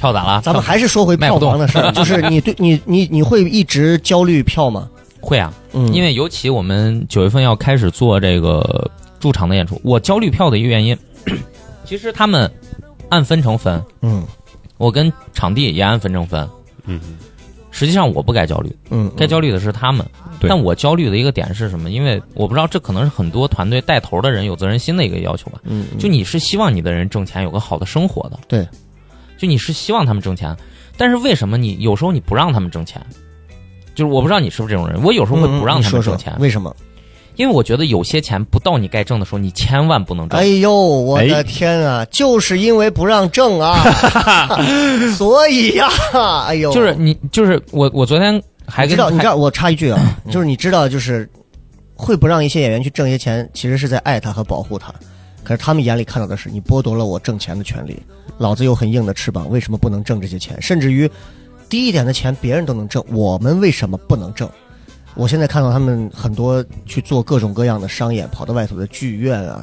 Speaker 5: 跳咋了？
Speaker 3: 咱们还是说回
Speaker 5: 卖不
Speaker 3: 票
Speaker 5: 动
Speaker 3: 房的 事儿，就是你对你你你会一直焦虑票吗？
Speaker 5: 会啊，
Speaker 3: 嗯，
Speaker 5: 因为尤其我们九月份要开始做这个驻场的演出，我焦虑票的一个原因， 其实他们按分成分，
Speaker 3: 嗯
Speaker 5: 我跟场地也按分成分。
Speaker 4: 嗯
Speaker 5: 实际上我不该焦虑，
Speaker 3: 嗯，
Speaker 5: 该焦虑的是他们。
Speaker 4: 对
Speaker 5: 但我焦虑的一个点是什么？因为我不知道，这可能是很多团队带头的人有责任心的一个要求吧。
Speaker 3: 嗯，嗯
Speaker 5: 就你是希望你的人挣钱，有个好的生活的。
Speaker 3: 对，
Speaker 5: 就你是希望他们挣钱，但是为什么你有时候你不让他们挣钱？就是我不知道你是不是这种人，我有时候会不让
Speaker 3: 嗯嗯
Speaker 5: 他
Speaker 3: 说
Speaker 5: 们
Speaker 3: 说
Speaker 5: 挣钱，
Speaker 3: 为什么？
Speaker 5: 因为我觉得有些钱不到你该挣的时候，你千万不能挣。
Speaker 3: 哎呦，我的
Speaker 4: 哎
Speaker 3: 天啊！就是因为不让挣 啊，所以呀、哎呦，
Speaker 5: 就是你，就是我，我昨天还
Speaker 3: 你知
Speaker 5: 跟嗯
Speaker 3: 道，你知
Speaker 5: 还
Speaker 3: 道，我插一句啊，就是你知道，就是会不让一些演员去挣一些钱，其实是在爱他和保护他。可是他们眼里看到的是，你剥夺了我挣钱的权利，老子有很硬的翅膀，为什么不能挣这些钱？甚至于低一点的钱别人都能挣，我们为什么不能挣？我现在看到他们很多去做各种各样的商演，跑到外头的剧院啊，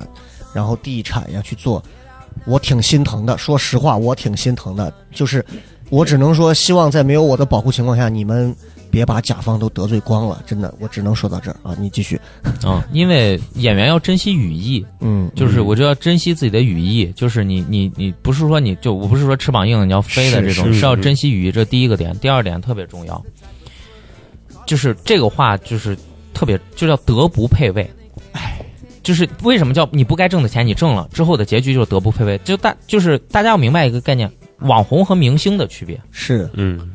Speaker 3: 然后地产呀、去做，我挺心疼的。说实话，我挺心疼的。就是我只能说，希望在没有我的保护情况下，你们别把甲方都得罪光了。真的，我只能说到这儿啊。你继续，
Speaker 5: 嗯，因为演员要珍惜语义，
Speaker 3: 嗯，
Speaker 5: 就是我就要珍惜自己的羽翼，就是你你你不是说你就我不是说翅膀硬了你要飞的
Speaker 3: 是
Speaker 5: 这种，
Speaker 4: 是
Speaker 5: 是要
Speaker 4: 是
Speaker 5: 珍惜羽翼，这第一个点。第二点特别重要，就是这个话就是特别就叫德不配位，就是为什么叫你不该挣的钱你挣了之后的结局就是德不配位，就大就是大家要明白一个概念，网红和明星的区别。
Speaker 3: 是，
Speaker 4: 嗯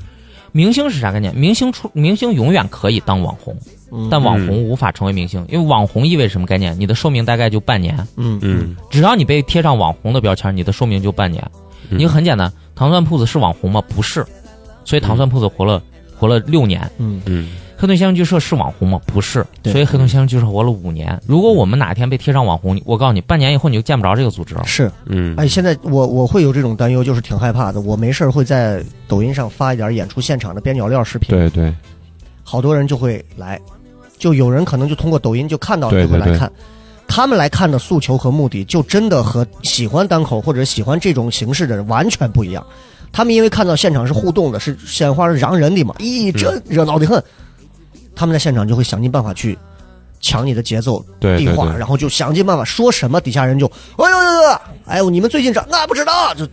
Speaker 5: 明星是啥概念？明星出明星永远可以当网红，
Speaker 3: 嗯
Speaker 5: 但网
Speaker 4: 嗯
Speaker 5: 红无法成为明星，因为网红意味着什么概念？你的寿命大概就半年。
Speaker 3: 嗯
Speaker 4: 嗯
Speaker 5: 只要你被贴上网红的标签，你的寿命就半年。
Speaker 4: 嗯
Speaker 5: 你很简单，糖蒜铺子是网红吗？不是，所以糖蒜铺子活了、活了六年。
Speaker 3: 嗯
Speaker 4: 嗯
Speaker 5: 黑洞先生剧社是网红吗？不是，
Speaker 3: 对
Speaker 5: 所以黑洞先生剧社活了五年。如果我们哪天被贴上网红，你我告诉你，半年以后你就见不着这个组织了。
Speaker 3: 是。
Speaker 4: 嗯，
Speaker 3: 哎，现在我我会有这种担忧，就是挺害怕的。我没事儿会在抖音上发一点演出现场的边角料视频，
Speaker 4: 对对，
Speaker 3: 好多人就会来，就有人可能就通过抖音就看到了，
Speaker 4: 对
Speaker 3: 就会来
Speaker 4: 对对
Speaker 3: 看。他们来看的诉求和目的，就真的和喜欢单口或者喜欢这种形式的人完全不一样。他们因为看到现场是互动的，是鲜花是嚷人的嘛，咦，这热闹的很。他们在现场就会想尽办法去抢你的节奏、
Speaker 4: 对
Speaker 3: 递
Speaker 4: 对
Speaker 3: 话，
Speaker 4: 对
Speaker 3: 然后就想尽办法说什么，底下人就哎呦呦呦，哎呦，你们最近涨，那不知道，就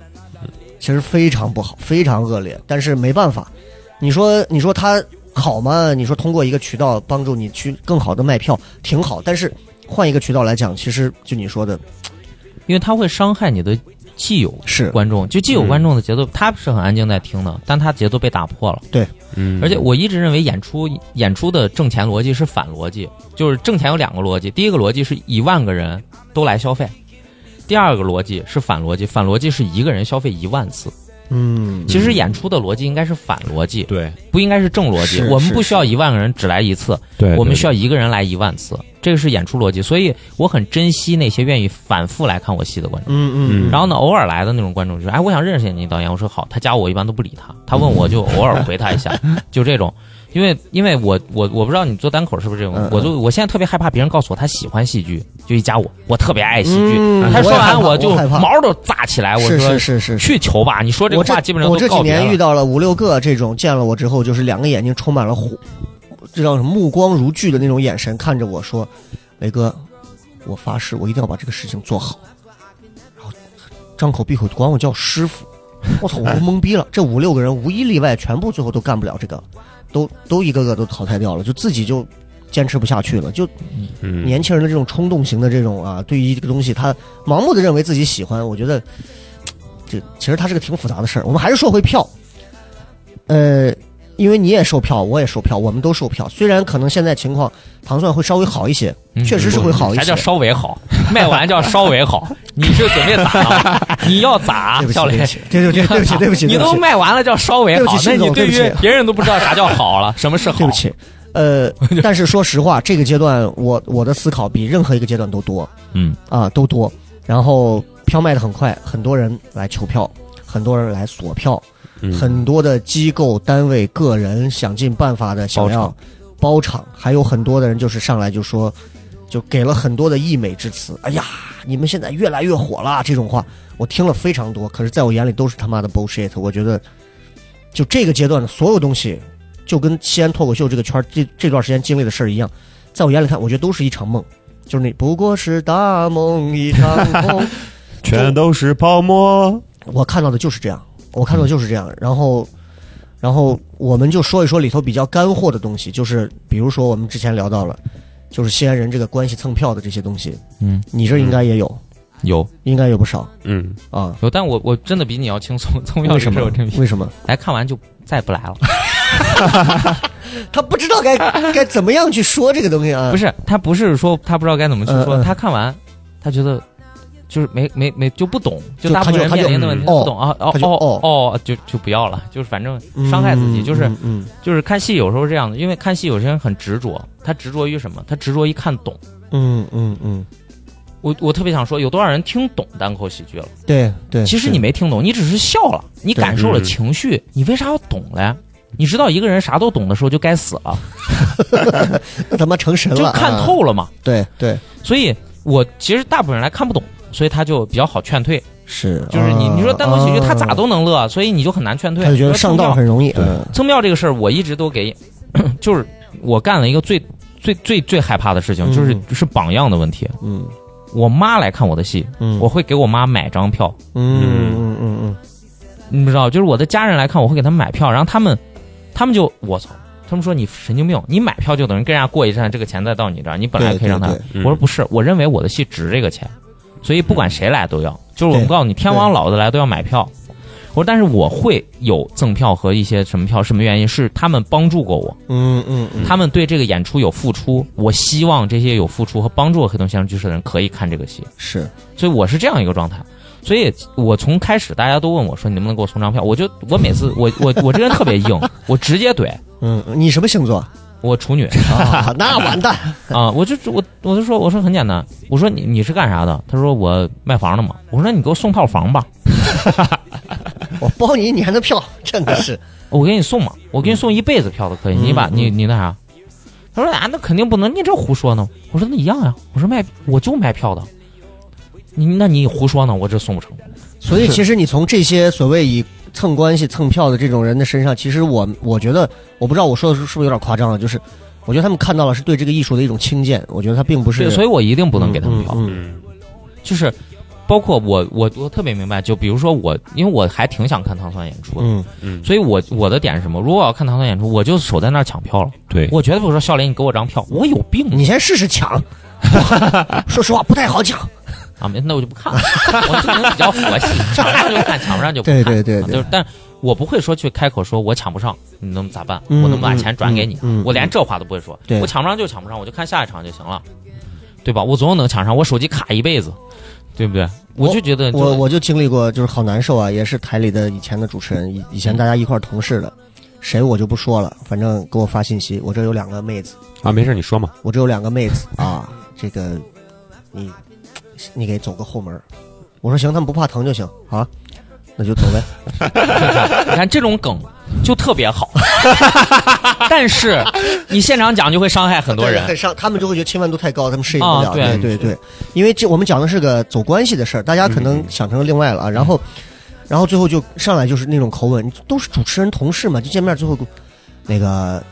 Speaker 3: 其实非常不好，非常恶劣。但是没办法，你说你说它好吗？你说通过一个渠道帮助你去更好的卖票，挺好。但是换一个渠道来讲，其实就你说的
Speaker 5: 因为它会伤害你的既有
Speaker 3: 是
Speaker 5: 观众，就既有
Speaker 4: 嗯
Speaker 5: 观众的节奏，他是很安静在听的，但他节奏被打破了。
Speaker 4: 嗯，
Speaker 5: 而且我一直认为演出演出的挣钱逻辑是反逻辑，就是挣钱有两个逻辑，第一个逻辑是一万个人都来消费，第二个逻辑是反逻辑，反逻辑是一个人消费一万次。
Speaker 3: 嗯
Speaker 5: 其实演出的逻辑应该是反逻辑，
Speaker 4: 对
Speaker 5: 不应该是正逻辑
Speaker 3: 是。
Speaker 5: 我们
Speaker 3: 是
Speaker 5: 不需要一万个人只来一次，
Speaker 4: 对，
Speaker 5: 我们需
Speaker 4: 要
Speaker 5: 要一个人来一万次，这个是演出逻辑。所以我很珍惜那些愿意反复来看我戏的观众。
Speaker 3: 嗯嗯，
Speaker 4: 嗯
Speaker 5: 然后呢，偶尔来的那种观众就是，哎，我想认识一下你导演。我说好，他加我一般都不理他，他问我就偶尔回他一 下，就这种。因为因为我我我不知道你做单口是不是这种，
Speaker 3: 嗯嗯
Speaker 5: 我就我现在特别害怕别人告诉我他喜欢戏剧，就一加我，我特别爱戏剧。
Speaker 3: 嗯
Speaker 5: 他说
Speaker 3: 我也害怕
Speaker 5: 完
Speaker 3: 我
Speaker 5: 就
Speaker 3: 害怕
Speaker 5: 毛都炸起哎来，我
Speaker 3: 是
Speaker 5: 说
Speaker 3: 是是是是。
Speaker 5: 去球吧，你说这
Speaker 3: 我
Speaker 5: 个
Speaker 3: 这
Speaker 5: 话基本上
Speaker 3: 我
Speaker 5: 都
Speaker 3: 这几
Speaker 5: 告别
Speaker 3: 年
Speaker 5: 了
Speaker 3: 遇。到了五六个这种见了我之后，就是两个眼睛充满了火，这叫什么目光如炬的那种眼神看着我说：“雷哥，我发誓，我一定要把这个事情做好。”然后张口闭口管我叫师傅，我操，我都懵逼了。这五六个人无一例外，全部最后都干不了这个，都都一个个都淘汰掉了，就自己就坚持不下去了，就
Speaker 4: 嗯
Speaker 5: 嗯
Speaker 3: 年轻人的这种冲动型的这种啊，对于一个东西，他盲目的认为自己喜欢，我觉得嘖这其实它是个挺复杂的事儿。我们还是说回票，呃，因为你也售票，我也售票，我们都售票。虽然可能现在情况糖蒜会稍微好一些，
Speaker 5: 嗯
Speaker 3: 确实是会好一
Speaker 5: 还
Speaker 3: 些
Speaker 5: 叫。稍微好，卖完叫稍微 好，你是准备咋了？你要咋
Speaker 3: 对不，起，
Speaker 5: 小
Speaker 3: 对
Speaker 5: 雷
Speaker 3: 不？起，对对对不起，对不起，
Speaker 5: 啊你
Speaker 3: 对不
Speaker 5: 都
Speaker 3: 起，
Speaker 5: 卖完了叫稍微
Speaker 3: 对不
Speaker 5: 好
Speaker 3: 起，
Speaker 5: 那
Speaker 3: 辛总
Speaker 5: 你对
Speaker 3: 对
Speaker 5: 于
Speaker 3: 不起
Speaker 5: 别人都不知道啥叫好了，什么是好？
Speaker 3: 对不起。呃， 但是说实话，这个阶段我我的思考比任何一个阶段都多。
Speaker 5: 嗯，
Speaker 3: 啊都多，然后票卖的很快，很多人来求票，很多人来索票，很多的机构、单位、个人想尽办法的想要包场，还有很多的人就是上来就说，就给了很多的溢美之词。哎呀，你们现在越来越火了，这种话我听了非常多，可是在我眼里都是他妈的 bullshit。我觉得，就这个阶段的所有东西，就跟西安脱口秀这个圈儿这这段时间经历的事儿一样，在我眼里看，我觉得都是一场梦。就是你不过是大梦一场 空，
Speaker 4: 全都是泡沫。
Speaker 3: 我看到的就是这样，我看到的就是这样。然后，然后我们就说一说里头比较干货的东西，就是比如说我们之前聊到了，就是西安人这个关系蹭票的这些东西，
Speaker 5: 嗯，
Speaker 3: 你这应该也有，
Speaker 5: 有
Speaker 3: 应该有不少
Speaker 4: 嗯，
Speaker 3: 啊。
Speaker 5: 有，但我我真的比你要轻松，从票
Speaker 3: 为
Speaker 5: 这
Speaker 3: 什
Speaker 5: 个事
Speaker 3: 么
Speaker 5: 儿我真比？
Speaker 3: 为什么？
Speaker 5: 来看完就再也不来 了。
Speaker 3: 他不知道 该该怎么样去说这个东西啊？
Speaker 5: 不
Speaker 3: 是，
Speaker 5: 是他不是说他不知道该怎么去
Speaker 3: 嗯
Speaker 5: 说，
Speaker 3: 嗯
Speaker 5: 他看完他觉得。就是没没没就不懂，
Speaker 3: 就
Speaker 5: 就大部分人
Speaker 3: 他就
Speaker 5: 面临的问题
Speaker 3: 他就
Speaker 5: 不懂啊哦
Speaker 3: 他就
Speaker 5: 哦哦，就就不要了，就是反正伤害自己，就是
Speaker 3: 嗯嗯
Speaker 5: 就是看戏有时候是这样的，因为看戏有些人很执着，他执着于什么？他执着于看懂。
Speaker 3: 嗯嗯嗯，
Speaker 5: 我我特别想说，有多少人听懂单口喜剧了？
Speaker 3: 对对。
Speaker 5: 其
Speaker 3: 嗯
Speaker 5: 实
Speaker 3: 是
Speaker 5: 你没听懂，你只是笑了，你
Speaker 3: 对
Speaker 5: 感受了
Speaker 4: 嗯
Speaker 5: 情绪，你为啥要懂嘞？你知道一个人啥都懂的时候就该死了，
Speaker 3: 那他妈成神
Speaker 5: 就
Speaker 3: 了啊，
Speaker 5: 看透了嘛。
Speaker 3: 对对
Speaker 5: 所以我其实大部分人来看不懂，所以他就比较好劝退。
Speaker 3: 是，
Speaker 5: 就是你
Speaker 3: 啊
Speaker 5: 你说单口喜剧他咋
Speaker 3: 啊
Speaker 5: 都能乐，所以你就很难劝退。
Speaker 3: 他就觉得
Speaker 5: 说
Speaker 3: 上道
Speaker 5: 蹭票
Speaker 3: 很容易，
Speaker 4: 对
Speaker 3: 嗯
Speaker 5: 蹭票这个事儿，我一直都给， 就是我干了一个最最最最害怕的事情，就是
Speaker 3: 嗯
Speaker 5: 是榜样的问题。
Speaker 3: 嗯
Speaker 5: 我妈来看我的戏，
Speaker 3: 嗯，
Speaker 5: 我会给我妈买张票，
Speaker 3: 嗯嗯嗯嗯。
Speaker 5: 你不知道，就是我的家人来看，我会给他们买票，然后他们，他们就我操，他们说你神经病，你买票就等于跟人家过一站，这个钱再到你这儿，你本来可以让他。
Speaker 3: 对对
Speaker 4: 嗯
Speaker 5: 我说不是，我认为我的戏值这个钱，所以不管谁来都要，就是我们
Speaker 3: 对
Speaker 5: 告诉你，天王老子来都要买票。我说，但是我会有赠票和一些什么票，什么原因是他们帮助过我，
Speaker 3: 嗯嗯嗯，
Speaker 5: 他们对这个演出有付出，我希望这些有付出和帮助黑洞先生剧社的人可以看这个戏。
Speaker 3: 是，
Speaker 5: 所以我是这样一个状态。所以我从开始大家都问我说你能不能给我送张票，我就我每次我我我这人特别硬，我直接怼。
Speaker 3: 嗯，你什么星座？
Speaker 5: 我处女
Speaker 3: 啊，那完蛋，
Speaker 5: 啊，我就我我就说我说很简单，我说你你是干啥的？他说我卖房的嘛。我说那你给我送套房吧，
Speaker 3: 我包你一年的票，真的是，
Speaker 5: 我给你送嘛，我给你送一辈子票都可以。你把
Speaker 3: 嗯
Speaker 5: 你你那啥？他说啊，那肯定不能，你这胡说呢。我说那一样呀、我说卖我就卖票的，你那你胡说呢，我这送不成。
Speaker 3: 所以其实你从这些所谓以蹭关系、蹭票的这种人的身上，其实我我觉得，我不知道我说的是是不是有点夸张啊，就是我觉得他们看到了是对这个艺术的一种轻贱，我觉得他并不
Speaker 5: 对，
Speaker 3: 是，
Speaker 5: 所以我一定不能给他们票。
Speaker 3: 嗯，
Speaker 4: 嗯
Speaker 5: 就是包括我，我我特别明白，就比如说我，因为我还挺想看糖蒜演出的，
Speaker 3: 嗯，
Speaker 4: 嗯，
Speaker 5: 所以我我的点是什么？如果我要看糖蒜演出，我就守在那儿抢票了。
Speaker 4: 对，
Speaker 5: 我觉得我说笑林，你给我张票，我有病啊
Speaker 3: 你先试试抢。 说实话不太好抢，
Speaker 5: 啊！没那我就不看了， 我这个人比较佛系，抢上就看，抢不上就不看。
Speaker 3: 对对对
Speaker 5: 啊
Speaker 3: 对
Speaker 5: 就是，但我不会说去开口说我抢不上，你能咋办？
Speaker 3: 嗯
Speaker 5: 我能把钱转给你？
Speaker 3: 嗯嗯嗯
Speaker 5: 我连这话都不会说
Speaker 3: 对，
Speaker 5: 我抢不上就抢不上，我就看下一场就行了，对吧？我总能抢上，我手机卡一辈子，对不对？我就觉得就
Speaker 3: 我我就经历过，就是好难受啊，也是台里的以前的主持人，以以前大家一块儿同事的，谁我就不说了，反正给我发信息，我这有两个妹子，
Speaker 4: 啊，没事，你说嘛。
Speaker 3: 我这有两个妹子啊，这个你你给走个后门儿，我说行，他们不怕疼就行啊，那就走呗，
Speaker 5: 你看这种梗就特别好， 但是你现场讲就会伤害很多
Speaker 3: 对
Speaker 5: 人
Speaker 3: 很。上，他们就会觉得侵犯度太 高，他们适应不了。
Speaker 5: 啊
Speaker 3: 对对
Speaker 5: 对
Speaker 3: 对，因为这我们讲的是个走关系的事儿，大家可
Speaker 5: 嗯
Speaker 3: 能想成另外了啊。然后，然后最后就上来就是那种口吻，都是主持人同事嘛，就见面最后那个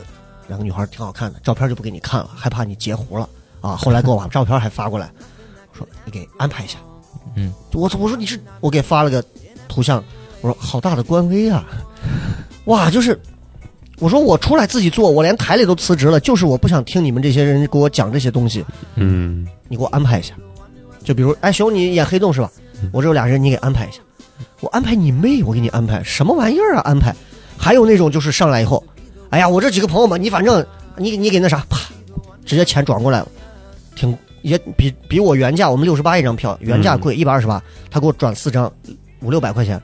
Speaker 3: 两个女孩挺好看的，照片就不给你看了，害怕你截胡了啊。后来给我把照片还发过来，我说你给安排一下。
Speaker 5: 嗯，
Speaker 3: 我我说你是我给发了个图像，我说好大的官威啊，哇，就是我说我出来自己做，我连台里都辞职了，就是我不想听你们这些人给我讲这些东西，
Speaker 4: 嗯，
Speaker 3: 你给我安排一下。就比如，哎，熊，你演黑洞是吧？我这有俩人，你给安排一下。我安排你妹，我给你安排什么玩意儿啊？安排。还有那种就是上来以后，哎呀，我这几个朋友嘛，你反正你你给那啥，啪，直接钱转过来了，挺也比比我原价我们六十八一张票，原价贵一百二十八，他给我转四张，五六百块钱，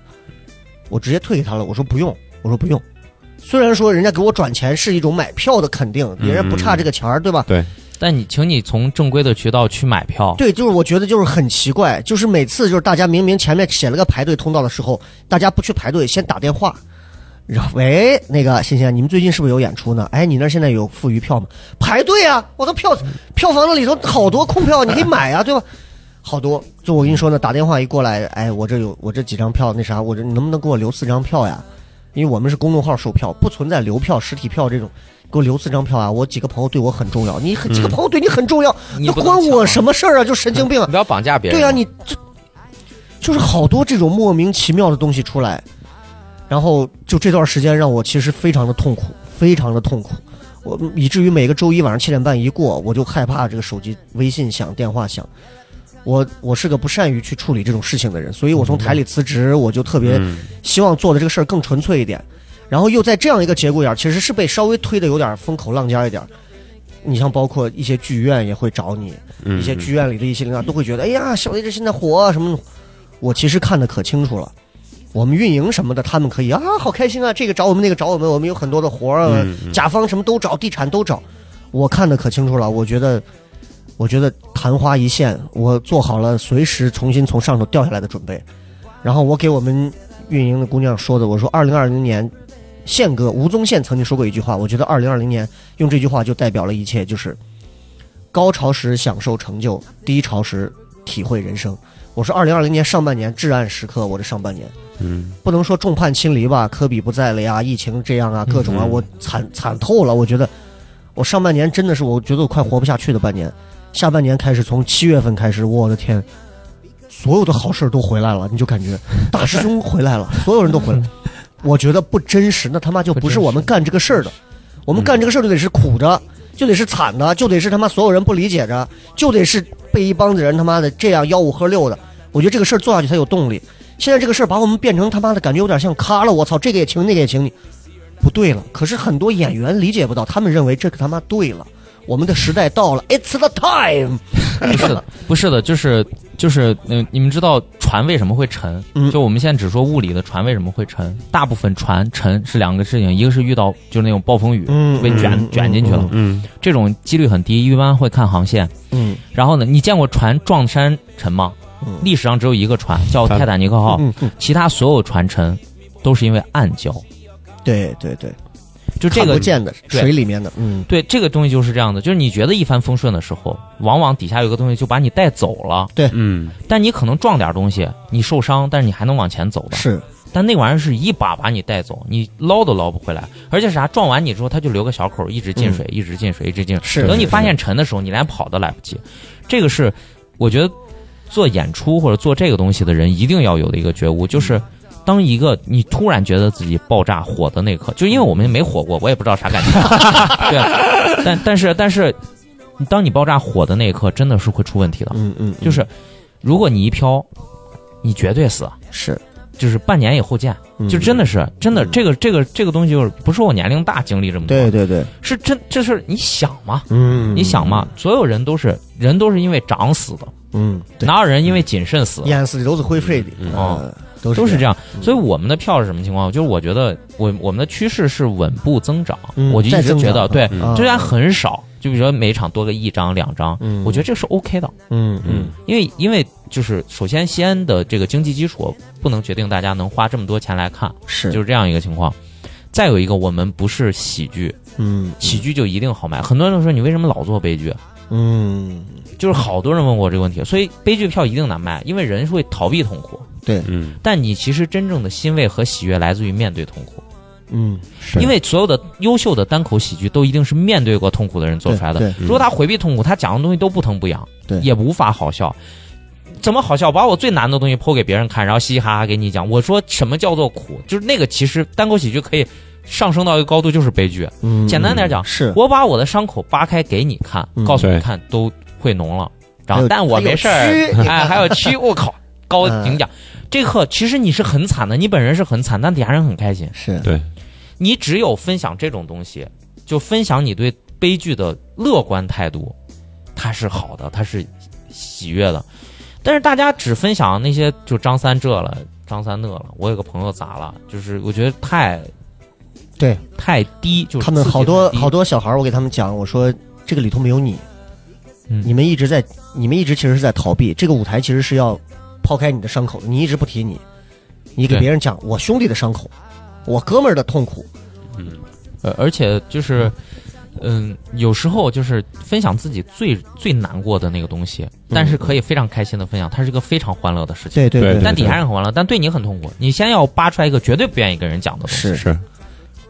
Speaker 3: 我直接退给他了。我说不用，我说不用。虽然说人家给我转钱是一种买票的肯定，别人不差这个钱儿，对吧？
Speaker 5: 但你请你从正规的渠道去买票，
Speaker 3: 对，就是我觉得就是很奇怪，就是每次就是大家明明前面写了个排队通道的时候，大家不去排队，先打电话。然后喂，那个欣欣，你们最近是不是有演出呢？哎，你那儿现在有富余票吗？排队啊！我的票票房那里头好多空票，你可以买啊，对吧？好多，就我跟你说呢，打电话一过来，哎，我这有我这几张票，那啥，我这你能不能给我留四张票呀？因为我们是公众号售票，不存在留票、实体票这种，给我留四张票啊！我几个朋友对我很重要，你很几个朋友对你很重要，
Speaker 5: 你
Speaker 3: 那
Speaker 5: 不能
Speaker 3: 关
Speaker 5: 抢嗯
Speaker 3: 我
Speaker 5: 啊
Speaker 3: 什么事儿啊？就神经病啊！
Speaker 2: 你不要绑架别人。
Speaker 3: 对啊，你这就是好多这种莫名其妙的东西出来，然后就这段时间让我其实非常的痛苦，非常的痛苦。我以至于每个周一晚上七点半一过，我就害怕这个手机微信响、电话响。我我是个不善于去处理这种事情的人，所以我从
Speaker 5: 嗯
Speaker 3: 台里辞职，我就特别
Speaker 4: 嗯
Speaker 3: 希望做的这个事儿更纯粹一点。然后又在这样一个节骨眼儿，其实是被稍微推的有点风口浪尖儿一点儿。你像包括一些剧院也会找你，
Speaker 4: 嗯
Speaker 3: 一些剧院里的一些领导都会觉得，哎呀，小雷这现在火啊什么的。我其实看的可清楚了，我们运营什么的，他们可以啊，好开心啊，这个找我们，那个找我们，我们有很多的活儿啊，
Speaker 4: 嗯嗯
Speaker 3: 甲方什么都找，地产都找，我看的可清楚了。我觉得，我觉得昙花一现，我做好了随时重新从上头掉下来的准备。然后我给我们运营的姑娘说的，我说二零二零年，宪哥吴宗宪曾经说过一句话，我觉得二零二零年用这句话就代表了一切，就是高潮时享受成就，低潮时体会人生。我是二零二零年上半年至暗时刻，我的上半年
Speaker 4: 嗯
Speaker 3: 不能说众叛亲离吧，科比不在了呀，疫情这样啊，各种啊，
Speaker 4: 嗯
Speaker 3: 我惨惨透了。我觉得我上半年真的是，我觉得我快活不下去的半年。下半年开始，从七月份开始，我的天，所有的好事儿都回来了，你就感觉大师兄回来了，所有人都回来了。我觉得不真实，那他妈就不是我们干这个事儿的。我们干这个事儿就得是苦的，就得是惨的，就得是他妈所有人不理解的，就得是被一帮子人他妈的这样吆五喝六的。我觉得这个事儿做下去才有动力。现在这个事儿把我们变成他妈的感觉有点像咖了，我操，这个也请，那个也请你，不对了。可是很多演员理解不到，他们认为这个他妈对了，我们的时代到了，It's the time。
Speaker 5: 不是的，不是的，就是就是，嗯、你们知道船为什么会沉？
Speaker 3: 嗯
Speaker 5: 就我们现在只说物理的船为什么会沉，大部分船沉是两个事情，一个是遇到就是那种暴风雨、
Speaker 3: 嗯
Speaker 5: 被卷、
Speaker 3: 嗯
Speaker 5: 卷进去了，
Speaker 4: 嗯
Speaker 5: 这种几率很低，一般会看航线。
Speaker 3: 嗯，
Speaker 5: 然后呢，你见过船撞山沉吗？
Speaker 3: 嗯
Speaker 5: 历史上只有一个船叫泰坦尼克号，
Speaker 3: 嗯嗯，
Speaker 5: 其他所有船沉都是因为暗礁。
Speaker 3: 对对对，
Speaker 5: 就这
Speaker 3: 看
Speaker 5: 个
Speaker 3: 不见的
Speaker 5: 对
Speaker 3: 水里面的，嗯
Speaker 5: 对这个东西就是这样的，就是你觉得一帆风顺的时候，往往底下有个东西就把你带走了，
Speaker 4: 嗯
Speaker 5: 但你可能撞点东西，你受伤，但是你还能往前走的。
Speaker 3: 是，
Speaker 5: 但那玩意儿是一把把你带走，你捞都捞不回来。而且啥，撞完你之后，它就留个小口，一直进水，一直进水，一直进水。
Speaker 3: 嗯是
Speaker 5: 等你
Speaker 3: 是
Speaker 5: 发现沉的时候，你连跑都来不及。这个是，我觉得做演出或者做这个东西的人一定要有的一个觉悟，
Speaker 3: 嗯
Speaker 5: 就是当一个你突然觉得自己爆炸火的那一刻，就因为我们没火过，我也不知道啥 感觉。对，啊但但是但是，当你爆炸火的那一刻，真的是会出问题的。
Speaker 3: 嗯嗯，嗯
Speaker 5: 就是如果你一飘，你绝对死，
Speaker 3: 是，
Speaker 5: 就是半年以后见。
Speaker 3: 嗯
Speaker 5: 就真的是真的，
Speaker 3: 嗯
Speaker 5: 这个这个这个东西就是不是我年龄大经历这么多，
Speaker 3: 对对对，
Speaker 5: 是真这事儿你想嘛，
Speaker 3: 嗯，
Speaker 5: 你想嘛，所有人都是人都是因为长死的，
Speaker 3: 嗯，对，
Speaker 5: 哪有人因为谨慎死的？
Speaker 3: 淹死的都是会飞的，
Speaker 4: 嗯
Speaker 3: 啊，都
Speaker 5: 都是
Speaker 3: 这
Speaker 5: 这
Speaker 3: 样，嗯
Speaker 5: 样，所以我们的票是什么情况？就是我觉得我我们的趋势是稳步增长，
Speaker 3: 嗯
Speaker 5: 我就一
Speaker 3: 再
Speaker 5: 直
Speaker 3: 增
Speaker 5: 觉
Speaker 3: 长
Speaker 5: 得对，
Speaker 4: 嗯
Speaker 3: 啊
Speaker 5: 虽然很少，就比如说每场多个一张两张，
Speaker 3: 嗯
Speaker 5: 我觉得这是 OK 的，
Speaker 3: 嗯嗯
Speaker 5: 因为因为就是首先西安的这个经济基础不能决定大家能花这么多钱来看，
Speaker 3: 嗯是，
Speaker 5: 就是这样一个情况。再有一个，我们不是喜剧，
Speaker 3: 嗯
Speaker 5: 喜剧就一定好卖。很多人都说你为什么老做悲剧？
Speaker 3: 嗯，
Speaker 5: 就是好多人问我这个问题，所以悲剧票一定难卖，因为人是会逃避痛苦。
Speaker 4: 嗯
Speaker 5: 但你其实真正的欣慰和喜悦来自于面对痛苦，
Speaker 3: 嗯，是
Speaker 5: 因为所有的优秀的单口喜剧都一定是面对过痛苦的人做出来的。
Speaker 3: 对，
Speaker 4: 嗯
Speaker 5: 如果他回避痛苦，他讲的东西都不疼不痒，
Speaker 3: 对
Speaker 5: 也无法好笑。怎么好笑？把我最难的东西剖给别人看，然后嘻嘻哈哈给你讲。我说什么叫做苦？就是那个，其实单口喜剧可以上升到一个高度，就是悲剧。
Speaker 3: 嗯
Speaker 5: 简单点讲，
Speaker 3: 是，
Speaker 5: 我把我的伤口扒开给你看
Speaker 3: 嗯，
Speaker 5: 告诉你
Speaker 4: 对
Speaker 5: 看都会脓了，
Speaker 3: 还
Speaker 5: 然后
Speaker 3: 有
Speaker 5: 但我没事
Speaker 3: 还有
Speaker 5: 儿
Speaker 3: 蛆，
Speaker 5: 哎，还有 蛆，我靠，高
Speaker 3: 嗯
Speaker 5: 景讲，这刻其实你是很惨的，你本人是很惨，但底下人很开心。
Speaker 3: 是，
Speaker 4: 对，
Speaker 5: 你只有分享这种东西，就分享你对悲剧的乐观态度，它是好的，它是喜悦的。但是大家只分享那些就张三这了，张三那了，我有个朋友咋了，就是我觉得太
Speaker 3: 对
Speaker 5: 太低，就是
Speaker 3: 他们好多好
Speaker 5: 多，
Speaker 3: 多小孩儿，我给他们讲，我说这个里头没有你，
Speaker 5: 嗯
Speaker 3: 你们一直在，你们一直其实是在逃避这个舞台，其实是要抛开你的伤口，你一直不提你，你给
Speaker 5: 对
Speaker 3: 别人讲我兄弟的伤口，我哥们儿的痛苦，
Speaker 4: 嗯
Speaker 5: 呃，而且就是，嗯，有时候就是分享自己最最难过的那个东西，
Speaker 3: 嗯
Speaker 5: 但是可以非常开心的分享，它是一个非常欢乐的事情。
Speaker 3: 对对
Speaker 4: 对对
Speaker 5: 但底下人很欢乐，但对你很痛苦。你先要扒出来一个绝对不愿意跟人讲的东西。
Speaker 3: 是
Speaker 4: 嗯是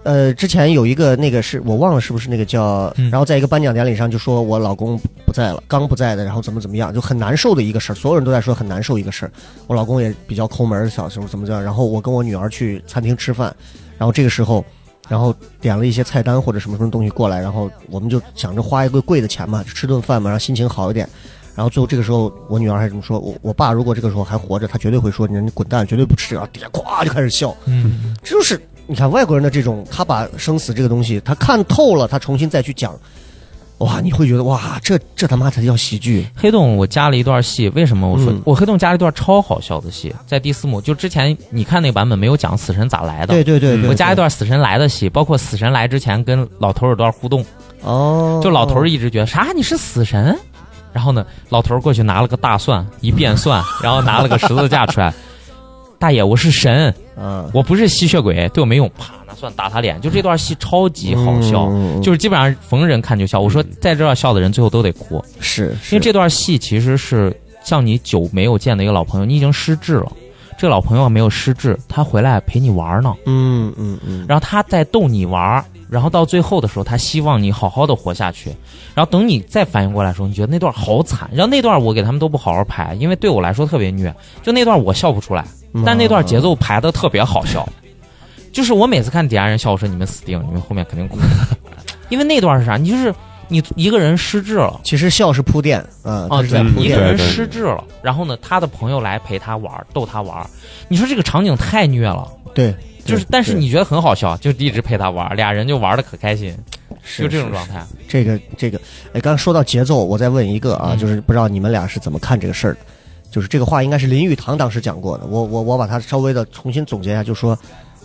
Speaker 3: 呃，之前有一个那个是我忘了是不是那个叫，
Speaker 5: 嗯
Speaker 3: 然后在一个颁奖典礼上就说我老公不在了，刚不在的，然后怎么怎么样，就很难受的一个事儿，所有人都在说很难受一个事儿。我老公也比较抠门儿，小时候怎么怎么样，然后我跟我女儿去餐厅吃饭，然后这个时候，然后点了一些菜单或者什么什么东西过来，然后我们就想着花一个贵的钱嘛，就吃顿饭嘛，让心情好一点。然后最后这个时候，我女儿还这么说，我我爸如果这个时候还活着，他绝对会说你你滚蛋，绝对不吃。然后底下咵就开始笑，
Speaker 5: 嗯，
Speaker 3: 这就是你看外国人的这种，他把生死这个东西他看透了，他重新再去讲，哇，你会觉得哇，这这他妈才叫喜剧。
Speaker 5: 黑洞我加了一段戏，为什么我说、
Speaker 3: 嗯
Speaker 5: 我黑洞加了一段超好笑的戏，在第四幕，就之前你看那个版本没有讲死神咋来的。
Speaker 3: 对对对对，
Speaker 5: 嗯我加一段死神来的戏，包括死神来之前跟老头儿有段互动，
Speaker 3: 哦，
Speaker 5: 就老头儿一直觉得啥你是死神，然后呢，老头儿过去拿了个大蒜一 变蒜，然后拿了个十字架出来，大爷我是神，
Speaker 3: 啊，
Speaker 5: 我不是吸血鬼，对我没用，啪拿蒜打他脸，就这段戏超级好笑，
Speaker 3: 嗯
Speaker 5: 就是基本上逢人看就笑。我说在这段笑的人最后都得哭，
Speaker 3: 是
Speaker 5: 因
Speaker 3: 是
Speaker 5: 为这段戏其实是像你久没有见的一个老朋友，你已经失智了。这个老朋友没有失智，他回来陪你玩呢，
Speaker 3: 嗯嗯嗯，
Speaker 5: 然后他在逗你玩，然后到最后的时候，他希望你好好的活下去。然后等你再反应过来的时候，你觉得那段好惨。然后那段我给他们都不好好排，因为对我来说特别虐，就那段我笑不出来，
Speaker 3: 嗯
Speaker 5: 但那段节奏排的特别好笑。就是我每次看底下人笑，我说你们死定了，你们后面肯定哭， 因为那段是啥？你就是你一个人失智了。
Speaker 3: 嗯其实笑是铺垫啊，
Speaker 5: 啊，
Speaker 3: 它是在
Speaker 5: 对，
Speaker 3: 铺
Speaker 5: 一个
Speaker 3: 垫。
Speaker 5: 人
Speaker 4: 对对
Speaker 5: 失智了，然后呢，他的朋友来陪他玩儿，逗他玩儿。你说这个场景太虐了，
Speaker 3: 对，
Speaker 5: 就是，但是
Speaker 3: 对
Speaker 5: 你觉得很好笑，就一直陪他玩儿，俩人就玩的可开心，
Speaker 3: 是
Speaker 5: 就这种
Speaker 3: 是
Speaker 5: 状态。
Speaker 3: 这个这个，哎，刚说到节奏，我再问一个啊，
Speaker 5: 嗯
Speaker 3: 就是不知道你们俩是怎么看这个事儿的？就是这个话应该是林语堂当时讲过的，我我我把它稍微的重新总结一下，就说，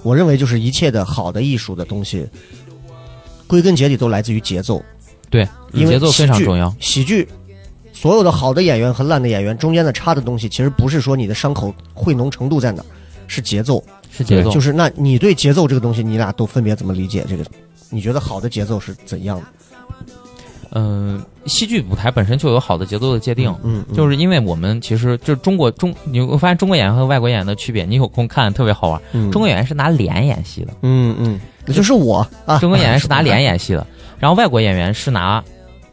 Speaker 3: 我认为就是一切的好的艺术的东西，归根结底都来自于节奏，
Speaker 5: 对，
Speaker 3: 因为
Speaker 5: 节奏非常
Speaker 3: 喜剧
Speaker 5: 重要。
Speaker 3: 喜剧。所有的好的演员和烂的演员中间的差的东西，其实不是说你的伤口汇脓程度在哪儿，是节奏。
Speaker 5: 是节奏，
Speaker 3: 就是那你对节奏这个东西，你俩都分别怎么理解？这个你觉得好的节奏是怎样的？
Speaker 5: 嗯、戏剧舞台本身就有好的节奏的界定。
Speaker 3: 嗯，嗯
Speaker 5: 就是因为我们其实就是中国中，你会发现中国演员和外国演员的区别，你有空看特别好玩。
Speaker 3: 嗯
Speaker 5: 中国演员是拿脸演戏的，
Speaker 3: 嗯嗯，那就是我啊，
Speaker 5: 中国演员是拿脸演戏的，然后外国演员是拿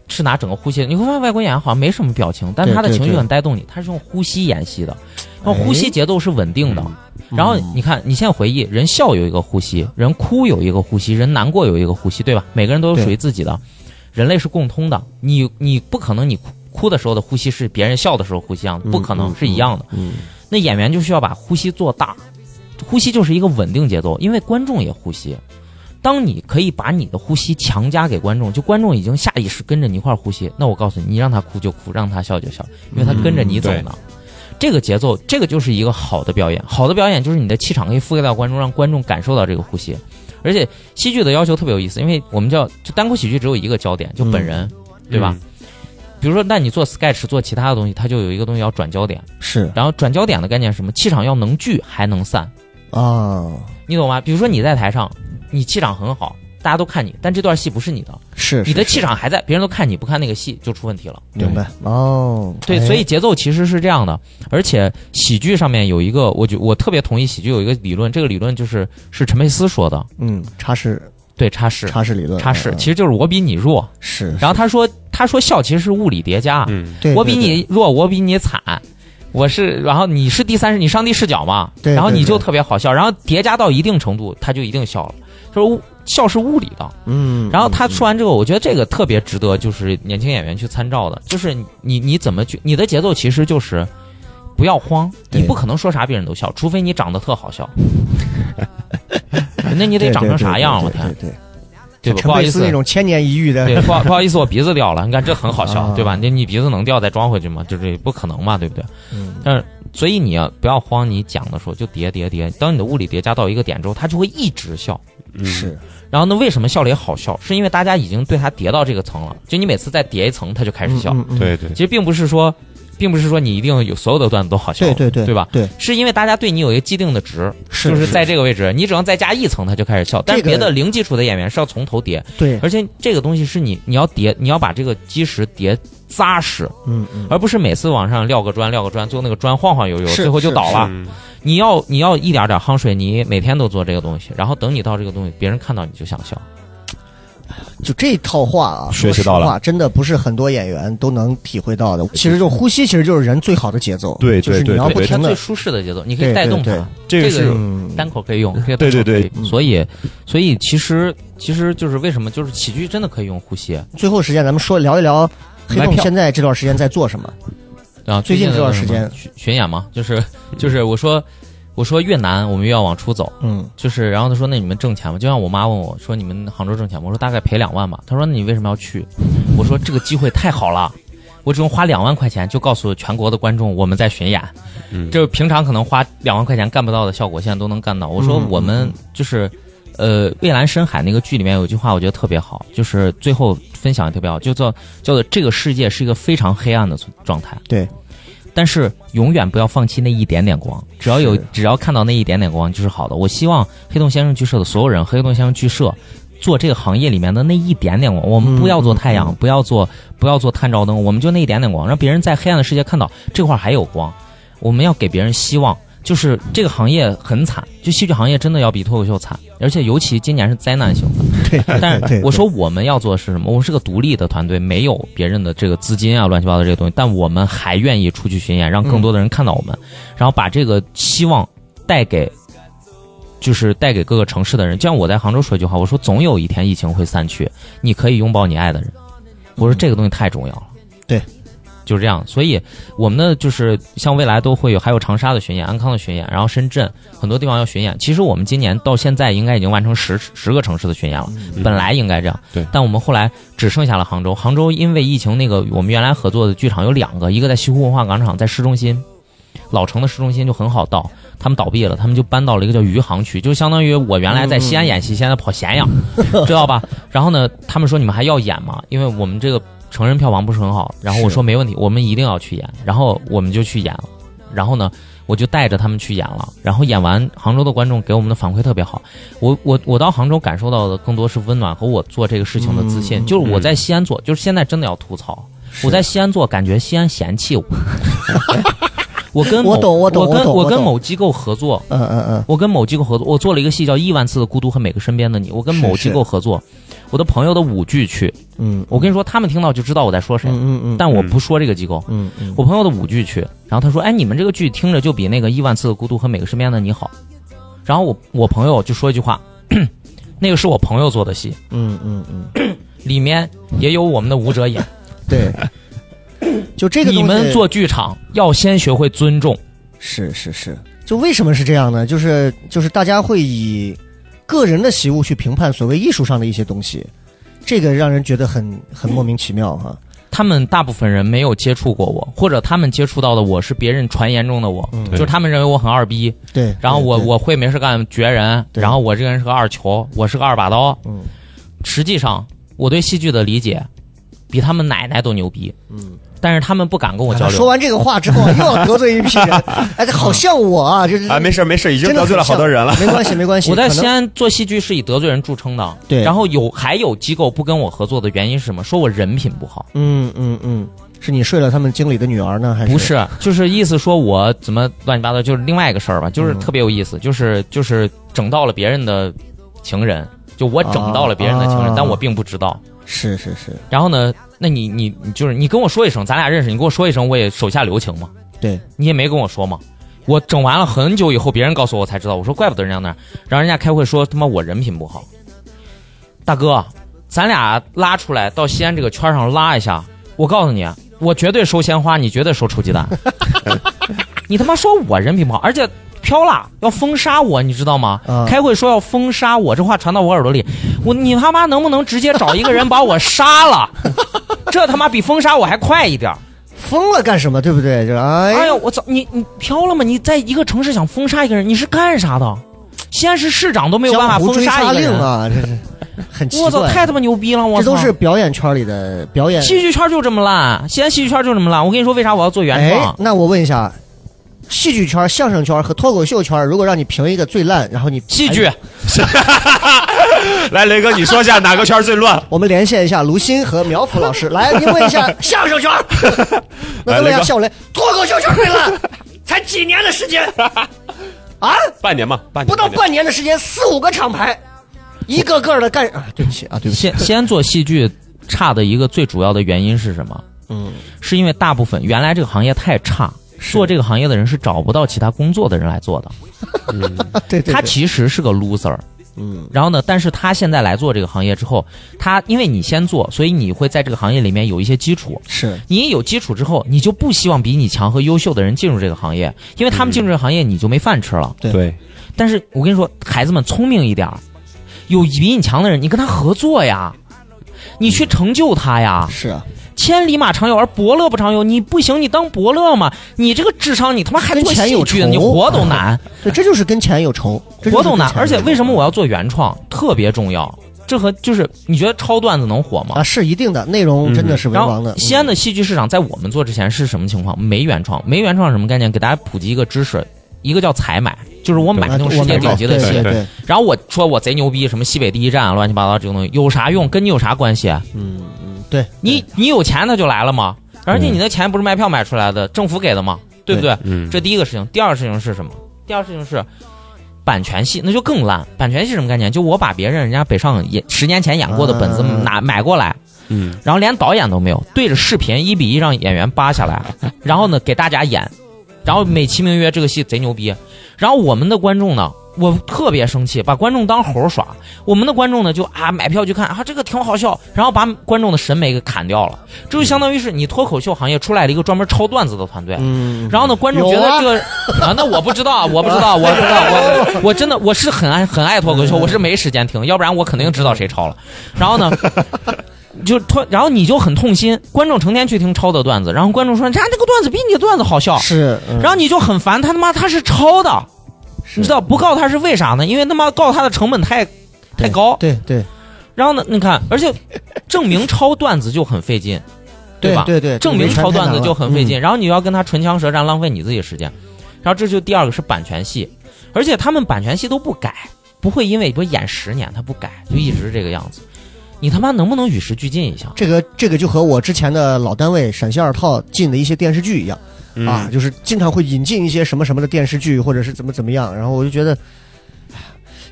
Speaker 5: 是拿整个呼吸，你会发现外国演员好像没什么表情，但
Speaker 3: 对
Speaker 5: 他的
Speaker 3: 对
Speaker 5: 情绪
Speaker 3: 对
Speaker 5: 很带动你，他是用呼吸演戏的，然后
Speaker 3: 哎嗯
Speaker 5: 呼吸节奏是稳定的。然后你看，你现在回忆，人笑有一个呼吸，人哭有一个呼吸，人难过有一个呼吸，对吧？每个人都有
Speaker 3: 对
Speaker 5: 属于自己的，人类是共通的。你你不可能你哭哭的时候的呼吸是别人笑的时候呼吸一样的，不可能是一样的。
Speaker 3: 嗯
Speaker 5: 那演员就需要把呼吸做大，呼吸就是一个稳定节奏，因为观众也呼吸。当你可以把你的呼吸强加给观众，就观众已经下意识跟着你一块儿呼吸，那我告诉你，你让他哭就哭，让他笑就笑，因为他跟着你走呢。这个节奏，这个就是一个好的表演。好的表演就是你的气场可以覆盖到观众，让观众感受到这个呼吸。而且戏剧的要求特别有意思，因为我们叫就单口喜剧只有一个焦点，就本人，对吧？比如说，那你做 sketch 做其他的东西，它就有一个东西要转焦点。
Speaker 3: 是
Speaker 5: 然后转焦点的概念是什么？气场要能聚还能散，
Speaker 3: 啊
Speaker 5: 你懂吗？比如说你在台上，你气场很好，大家都看你，但这段戏不是你的，
Speaker 3: 是
Speaker 5: 你的
Speaker 3: 是
Speaker 5: 气场还在，别人都看你不看那个戏就出问题了。嗯
Speaker 3: 明白哦，
Speaker 5: 对，
Speaker 3: 哎
Speaker 5: 所以节奏其实是这样的，而且喜剧上面有一个，我觉我特别同意喜剧有一个理论，这个理论就是是陈佩斯说的，
Speaker 3: 嗯，差事
Speaker 5: 对，差事，
Speaker 3: 差事理论，
Speaker 5: 差事
Speaker 3: 嗯，
Speaker 5: 其实就是我比你弱。
Speaker 3: 是，
Speaker 5: 然后他说他说笑其实是物理叠加，
Speaker 4: 嗯，
Speaker 3: 对
Speaker 5: 我比
Speaker 3: 对
Speaker 5: 你弱，我比你惨，我是，然后你是第三是你上帝视角嘛，
Speaker 3: 对
Speaker 5: 然后
Speaker 3: 对
Speaker 5: 你
Speaker 3: 对
Speaker 5: 就特别好笑，然后叠加到一定程度，他就一定笑了，就是物笑是物理的。
Speaker 3: 嗯，
Speaker 5: 然后他说完这个，我觉得这个特别值得，就是年轻演员去参照的，就是你你怎么去，你的节奏其实就是。不要慌，
Speaker 3: 对
Speaker 5: 你不可能说啥别人都笑，除非你长得特好笑。 那你
Speaker 3: 你
Speaker 5: 得长成啥样？我
Speaker 3: 对
Speaker 5: 天，
Speaker 3: 对对，
Speaker 5: 对吧？
Speaker 3: 陈
Speaker 5: 不好
Speaker 3: 佩
Speaker 5: 意
Speaker 3: 斯
Speaker 5: 思，
Speaker 3: 那种千年一遇的，
Speaker 5: 对，不好不好意思，我鼻子掉了。你看这很好笑，
Speaker 3: 啊
Speaker 5: 对吧？你你鼻子能掉再装回去吗？就是不可能嘛，对不对？
Speaker 3: 嗯
Speaker 5: 但是所以你要不要慌，你讲的时候就叠叠叠，当你的物理叠加到一个点之后，它就会一直笑。
Speaker 4: 嗯
Speaker 3: 是
Speaker 5: 然后呢，为什么笑了也好笑？是因为大家已经对它叠到这个层了，就你每次再叠一层，它就开始笑。
Speaker 3: 嗯嗯嗯
Speaker 4: 对对
Speaker 5: 其实并不是说，并不是说你一定有所有的段子都好笑，
Speaker 3: 对对对
Speaker 5: 对吧？
Speaker 3: 对，
Speaker 5: 是因为大家对你有一个既定的值，
Speaker 3: 是
Speaker 5: 就是在这个位置，你只要再加一层，它就开始笑。但是
Speaker 3: 这个
Speaker 5: 别的零基础的演员是要从头叠，
Speaker 3: 对，
Speaker 5: 而且这个东西是你你要叠，你要把这个基石叠扎实，
Speaker 3: 嗯嗯，
Speaker 5: 而不是每次往上撂个砖撂个砖，最后那个砖晃晃悠悠，
Speaker 3: 是
Speaker 5: 最后就是倒了。
Speaker 4: 嗯
Speaker 5: 你要你要一点点夯水泥，每天都做这个东西，然后等你到这个东西，别人看到你就想笑。
Speaker 3: 就这套话啊，
Speaker 4: 学习到了
Speaker 3: 说实话，真的不是很多演员都能体会到的。其实就呼吸，其实就是人最好的节奏，
Speaker 4: 对对
Speaker 3: 就是
Speaker 4: 对
Speaker 3: 你要
Speaker 4: 对
Speaker 3: 不
Speaker 5: 它
Speaker 3: 停
Speaker 5: 啊最
Speaker 3: 的，
Speaker 5: 舒适的节奏，你可
Speaker 3: 对
Speaker 5: 以带动
Speaker 3: 对
Speaker 5: 它。
Speaker 4: 这个
Speaker 5: 这
Speaker 4: 是
Speaker 5: 个
Speaker 3: 嗯，
Speaker 5: 单口可以用，这个
Speaker 4: 对对
Speaker 5: 单口可以
Speaker 4: 对
Speaker 5: 用所以所以其实其实就是为什么就是喜剧真的可以用呼吸啊
Speaker 3: 最后时间咱们说聊一聊黑
Speaker 5: 买
Speaker 3: 洞
Speaker 5: 票
Speaker 3: 现在这段时间在做什么？
Speaker 5: 啊。
Speaker 3: 最近
Speaker 5: 的
Speaker 3: 这段
Speaker 5: 那个
Speaker 3: 时
Speaker 5: 什么
Speaker 3: 间
Speaker 5: 巡巡演嘛，就是就是我说我说越南我们越要往出走，
Speaker 3: 嗯，
Speaker 5: 就是，然后他说：“那你们挣钱吗？”就像我妈问我说：“你们杭州挣钱吗？”我说：“大概赔两万吧。”她说：“那你为什么要去？”我说：“这个机会太好了，我只用花两万块钱就告诉全国的观众我们在巡演，
Speaker 4: 嗯
Speaker 5: 就是平常可能花两万块钱干不到的效果，现在都能干到。”我说：“
Speaker 3: 嗯
Speaker 5: 我们就是，呃，蔚蓝深海那个剧里面有一句话，我觉得特别好，就是最后分享也特别好，就叫叫做这个世界是一个非常黑暗的状态。”
Speaker 3: 对。
Speaker 5: 但是永远不要放弃那一点点光，只要有
Speaker 3: 是
Speaker 5: 只要看到那一点点光就是好的。我希望黑洞先生剧社的所有人，黑洞先生剧社做这个行业里面的那一点点光，我们不要做
Speaker 3: 嗯
Speaker 5: 太阳，不要做不要做探照灯，我们就那一点点光，让别人在黑暗的世界看到这块儿还有光。我们要给别人希望，就是这个行业很惨，就戏剧行业真的要比脱口秀惨，而且尤其今年是灾难性的。
Speaker 3: 对，
Speaker 5: 但
Speaker 3: 对
Speaker 5: 是我说我们要做的是什么？我们是个独立的团队，没有别人的这个资金啊，乱七八糟这些东西，但我们还愿意出去巡演，让
Speaker 3: 嗯
Speaker 5: 更多的人看到我们，然后把这个希望带给。就是带给各个城市的人，就像我在杭州说一句话，我说总有一天疫情会散去，你可以拥抱你爱的人。我说这个东西太重要了。
Speaker 3: 嗯对，
Speaker 5: 就是这样。所以我们呢，就是像未来都会有，还有长沙的巡演、安康的巡演，然后深圳很多地方要巡演。其实我们今年到现在应该已经完成十十个城市的巡演了，本来应该这样。
Speaker 4: 对
Speaker 5: 但我们后来只剩下了杭州。杭州因为疫情，那个我们原来合作的剧场有两个，一个在西湖文化广场，在市中心。老城的市中心就很好到，他们倒闭了，他们就搬到了一个叫余杭区，就相当于我原来在西安演戏，现在跑咸阳，知道吧？然后呢，他们说你们还要演吗？因为我们这个成人票房不是很好。然后我
Speaker 3: 是
Speaker 5: 说没问题，我们一定要去演。然后我们就去演了。然后呢，我就带着他们去演了。然后演完，杭州的观众给我们的反馈特别好。我我我到杭州感受到的更多是温暖和我做这个事情的自信。
Speaker 3: 嗯
Speaker 5: 就是我在西安做， 就是现在真的要吐槽，我在西安做，感觉西安嫌弃我。我跟某
Speaker 3: 我懂我懂
Speaker 5: 我跟
Speaker 3: 我懂我
Speaker 5: 跟
Speaker 3: 懂
Speaker 5: 某机构合作，
Speaker 3: 嗯嗯嗯，
Speaker 5: 我跟某机构合作，我做了一个戏叫《亿万次的孤独和每个身边的你》，我跟
Speaker 3: 是
Speaker 5: 某
Speaker 3: 是
Speaker 5: 机构合作，我的朋友的舞剧去，
Speaker 3: 嗯，
Speaker 5: 我跟你说，他们听到就知道我在说
Speaker 3: 嗯
Speaker 5: 谁，
Speaker 3: 嗯嗯，
Speaker 5: 但我不说这个机构。
Speaker 3: 嗯嗯
Speaker 5: 我朋友的舞剧去，然后他说：“哎，你们这个剧听着就比那个《亿万次的孤独和每个身边的你》好。”然后我我朋友就说一句话：“ 那个是我朋友做的戏，
Speaker 3: 嗯嗯嗯，
Speaker 5: 里面也有我们的舞者演。
Speaker 3: 对，就这个
Speaker 5: 你
Speaker 3: 东西
Speaker 5: 们做剧场要先学会尊重，
Speaker 3: 是是是，就为什么是这样呢？就是就是大家会以个人的习物去评判所谓艺术上的一些东西，这个让人觉得很很莫名其妙哈。
Speaker 5: 他们大部分人没有接触过我，或者他们接触到的我是别人传言中的我，
Speaker 3: 嗯
Speaker 5: 就是他们认为我很二逼，
Speaker 3: 对，
Speaker 5: 然后我
Speaker 3: 对
Speaker 5: 我会没事干绝人，
Speaker 3: 对
Speaker 5: 然后我这个人是个二球，我是个二把刀。
Speaker 3: 嗯
Speaker 5: 实际上，我对戏剧的理解比他们奶奶都牛逼，
Speaker 3: 嗯，
Speaker 5: 但是他们不敢跟我交
Speaker 3: 啊
Speaker 5: 流。
Speaker 3: 说完这个话之后，又要得罪一批人，哎，这好像我啊，就是
Speaker 4: 啊，没事儿没事儿，已
Speaker 3: 已
Speaker 4: 经得罪了好多人 了。
Speaker 3: 没关系没关系。
Speaker 5: 我在
Speaker 3: 可能
Speaker 5: 西安做戏剧是以得罪人著称的，
Speaker 3: 对
Speaker 5: 然后有还有机构不跟我合作的原因是什么？说我人品不好，
Speaker 3: 嗯嗯嗯，是你睡了他们经理的女儿呢，还是
Speaker 5: 不是，就是意思说我怎么乱七八糟，就是另外一个事儿吧，就是
Speaker 3: 嗯
Speaker 5: 特别有意思，就是就是整到了别人的情人，就我整到了别人的情人，
Speaker 3: 啊
Speaker 5: 但我并不知道。
Speaker 3: 是是是，
Speaker 5: 然后呢，那你你你就是你跟我说一声，咱俩认识，你跟我说一声，我也手下留情嘛。
Speaker 3: 对，
Speaker 5: 你也没跟我说嘛。我整完了很久以后，别人告诉我才知道。我说怪不得人家那儿，然后人家开会说他妈我人品不好。大哥，咱俩拉出来到西安这个圈上拉一下，我告诉你，我绝对收鲜花，你绝对收臭鸡蛋。你他妈说我人品不好，而且飘了要封杀我，你知道吗？
Speaker 3: 啊
Speaker 5: 开会说要封杀我，这话传到我耳朵里，我你他妈能不能直接找一个人把我杀了？这他妈比封杀我还快一点儿。
Speaker 3: 疯了干什么？对不对？就是哎
Speaker 5: 哎呀，我操！你你飘了吗？你在一个城市想封杀一个人，你是干啥的？西安市市长都没有办法
Speaker 3: 江湖
Speaker 5: 封
Speaker 3: 追
Speaker 5: 杀
Speaker 3: 杀
Speaker 5: 一个
Speaker 3: 令
Speaker 5: 人，
Speaker 3: 啊，这是很奇
Speaker 5: 我操，
Speaker 3: 怪。
Speaker 5: 太他妈牛逼了！我
Speaker 3: 这
Speaker 5: 操，
Speaker 3: 都是表演圈里的表演。
Speaker 5: 戏剧圈就这么烂，西安戏剧圈就这么烂。我跟你说，为啥我要做原
Speaker 3: 哎
Speaker 5: 创，？
Speaker 3: 那我问一下，戏剧圈、相声圈和脱口秀圈，如果让你评一个最烂，然后你哎
Speaker 5: 戏剧，
Speaker 4: 来，雷哥，你说一下哪个圈儿最乱？
Speaker 3: 我们连线一下卢鑫和苗圃老师， 来，您问一下相声圈，那再问一
Speaker 4: 来雷
Speaker 3: 下
Speaker 4: 哥
Speaker 3: 笑雷，脱口秀圈最烂，才几年的时间啊，
Speaker 4: 半年嘛，半年
Speaker 3: 不到
Speaker 4: 半年
Speaker 3: 半年的时间，四五个厂牌，一个个的干啊，对不起啊，对不起，
Speaker 5: 西西安做戏剧差的一个最主要的原因是什么？
Speaker 3: 嗯，
Speaker 5: 是因为大部分原来这个行业太差，做这个行业的人是找不到其他工作的人来做的。
Speaker 3: 对对，
Speaker 5: 他
Speaker 3: 对
Speaker 5: 其实是个 loser，
Speaker 3: 嗯，
Speaker 5: 然后呢，但是他现在来做这个行业之后，他因为你先做，所以你会在这个行业里面有一些基础。
Speaker 3: 是
Speaker 5: 你一有基础之后，你就不希望比你强和优秀的人进入这个行业，因为他们进入这个行业你就没饭吃了。
Speaker 4: 对，
Speaker 5: 但是我跟你说，孩子们聪明一点儿，有比你强的人，你跟他合作呀，你去成就他呀。
Speaker 3: 是啊，
Speaker 5: 千里马常有，而伯乐不常有。你不行，你当伯乐嘛？你这个智商，你他妈还
Speaker 3: 跟
Speaker 5: 做
Speaker 3: 钱
Speaker 5: 戏
Speaker 3: 有
Speaker 5: 剧，
Speaker 3: 仇
Speaker 5: 你活都难。
Speaker 3: 对，这就是跟钱有仇， 这就是
Speaker 5: 活动
Speaker 3: 跟
Speaker 5: 难，
Speaker 3: 钱有
Speaker 5: 而且
Speaker 3: 仇
Speaker 5: 为什么我要做原创特别重要？这和就是你觉得抄段子能火吗？
Speaker 3: 啊？是一定的，内容真的是为
Speaker 5: 然
Speaker 3: 王
Speaker 5: 后
Speaker 3: 的。嗯
Speaker 5: 西安的戏剧市场在我们做之前是什么情况？没原创，没原创是什么概念？给大家普及一个知识，一个叫采买，就是我买
Speaker 3: 嗯
Speaker 5: 那种
Speaker 3: 啊
Speaker 5: 世
Speaker 3: 我
Speaker 5: 界
Speaker 3: 明白
Speaker 5: 顶级的
Speaker 3: 对
Speaker 5: 戏，
Speaker 3: 对对，
Speaker 5: 然后我说我贼牛逼，什么西北第一站乱七八糟这种东西有啥用？跟你有啥关系？啊
Speaker 3: 嗯嗯，对，
Speaker 5: 你你有钱他就来了吗？而且你的钱不是卖票买出来的，政府给的吗？对不对？
Speaker 4: 嗯，
Speaker 5: 这第一个事情，第二个事情是什么？第二个事情是版权戏，那就更烂。版权戏什么概念？就我把别人人家北上演十年前演过的本子
Speaker 3: 嗯
Speaker 5: 拿买过来，
Speaker 4: 嗯，
Speaker 5: 然后连导演都没有，对着视频一比一让演员扒下来，然后呢给大家演，然后美其名曰这个戏贼牛逼。然后我们的观众呢，我特别生气，把观众当猴耍。我们的观众呢就啊买票去看啊这个挺好笑，然后把观众的审美给砍掉了。这就相当于是你脱口秀行业出来了一个专门抄段子的团队，
Speaker 3: 嗯，
Speaker 5: 然后呢，观众觉得这个啊那我不知道，我不知道，我不知道，我我真的我是很爱很爱脱口秀，我是没时间听，要不然我肯定知道谁抄了。然后呢，就脱，然后你就很痛心，观众成天去听抄的段子，然后观众说，人家那个段子比你的段子好笑，
Speaker 3: 是，嗯
Speaker 5: 然后你就很烦，他他妈他是抄的，你知道不告他是为啥呢？因为他妈告他的成本太太高，
Speaker 3: 对对
Speaker 5: 然后呢，你看，而且证明抄段子就很 费劲，对吧？
Speaker 3: 对对，
Speaker 5: 证明抄段子就很费劲，
Speaker 3: 嗯。
Speaker 5: 然后你要跟他唇枪舌战，浪费你自己时间。然后这就第二个是版权戏，
Speaker 3: 嗯
Speaker 5: 而且他们版权戏都不改，不会因为比如演十年他不改，就一直是这个样子。你他妈能不能与时俱进一下？
Speaker 3: 这个这个就和我之前的老单位陕西二套进的一些电视剧一样，
Speaker 4: 嗯
Speaker 3: 啊，就是经常会引进一些什么什么的电视剧，或者是怎么怎么样，然后我就觉得，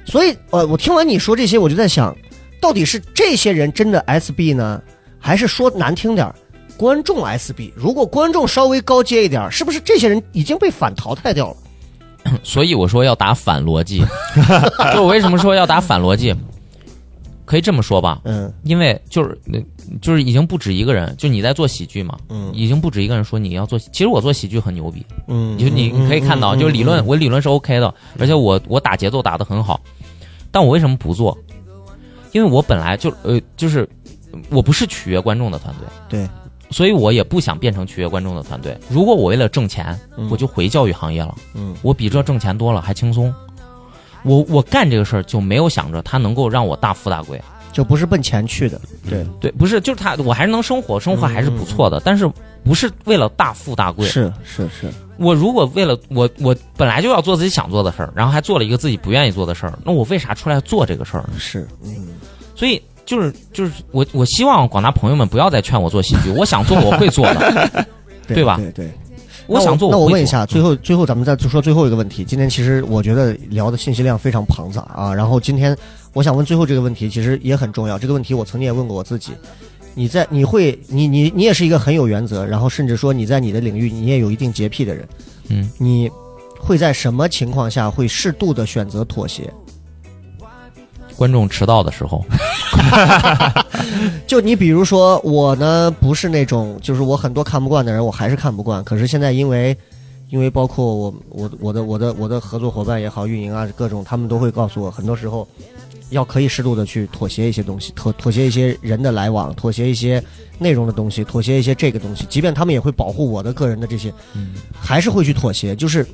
Speaker 3: 所以呃，我听完你说这些，我就在想，到底是这些人真的 SB 呢，还是说难听点儿，观众 SB？如果观众稍微高阶一点儿，是不是这些人已经被反淘汰掉了？
Speaker 5: 所以我说要打反逻 辑，就我为什么说要打反逻辑，可以这么说吧，
Speaker 3: 嗯
Speaker 5: 因为就是那就是已经不止一个人，就你在做喜剧嘛，
Speaker 3: 嗯
Speaker 5: 已经不止一个人说你要做，其实我做喜剧很牛逼，
Speaker 3: 嗯，
Speaker 5: 就你你可以看到，
Speaker 3: 嗯
Speaker 5: 就是理论
Speaker 3: 嗯
Speaker 5: 我理论是 OK 的，而且我我打节奏打得很好，但我为什么不做？因为我本来就呃就是我不是取悦观众的团队，
Speaker 3: 嗯对，
Speaker 5: 所以我也不想变成取悦观众的团队。如果我为了挣钱，
Speaker 3: 嗯
Speaker 5: 我就回教育行业了，
Speaker 3: 嗯
Speaker 5: 我比这挣钱多了还轻松。我我干这个事儿就没有想着它能够让我大富大贵，啊
Speaker 3: 就不是奔钱去的，对，
Speaker 5: 对，不是，就是他，我还是能生活，生活还是
Speaker 3: 嗯
Speaker 5: 不错的，但是不是为了大富大贵，
Speaker 3: 是是是，
Speaker 5: 我如果为了我我本来就要做自己想做的事儿，然后还做了一个自己不愿意做的事儿，那我为啥出来做这个事儿呢？
Speaker 3: 是，嗯，
Speaker 5: 所以就是就是我我希望广大朋友们不要再劝我做喜剧，我想做我会做 的，对吧
Speaker 3: 对对。
Speaker 5: 我想做
Speaker 3: 那我
Speaker 5: 会
Speaker 3: 问一
Speaker 5: 做。
Speaker 3: 下，最后最后咱们再说最后一个问题。今天其实我觉得聊的信息量非常庞杂啊，然后今天我想问最后这个问题，其实也很重要。这个问题我曾经也问过我自己。你在你会你你你也是一个很有原则，然后甚至说你在你的领域你也有一定洁癖的人，
Speaker 5: 嗯，
Speaker 3: 你会在什么情况下会适度的选择妥协？
Speaker 5: 观众迟到的时候，
Speaker 3: 就你比如说我呢，不是那种就是我很多看不惯的人，我还是看不惯。可是现在因为因为包括我我我的我的我的合作伙伴也好，运营啊各种，他们都会告诉我，很多时候要可以适度的去妥协一些东西，妥妥协一些人的来往，妥协一些内容的东西，妥协一些这个东西。即便他们也会保护我的个人的这些，还是会去妥协，就是。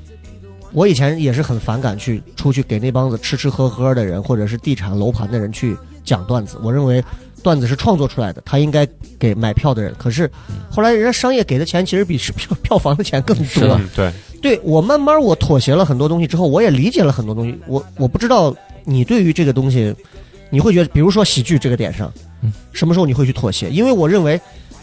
Speaker 3: 我以前也是很反感去出去给那帮子吃吃喝喝的人，或者是地产楼盘的人去讲段子。我认为段子是创作出来的，他应该给买票的人。可是后来人家商业给的钱其实比是票票房的钱更多。
Speaker 5: 是的
Speaker 4: 嗯对，
Speaker 3: 对我慢慢我妥协了很多东西之后，我也理解了很多东西。我我不知道你对于这个东西，你会觉得，比如说喜剧这个点上
Speaker 5: 嗯，
Speaker 3: 什么时候你会去妥协？因为我认为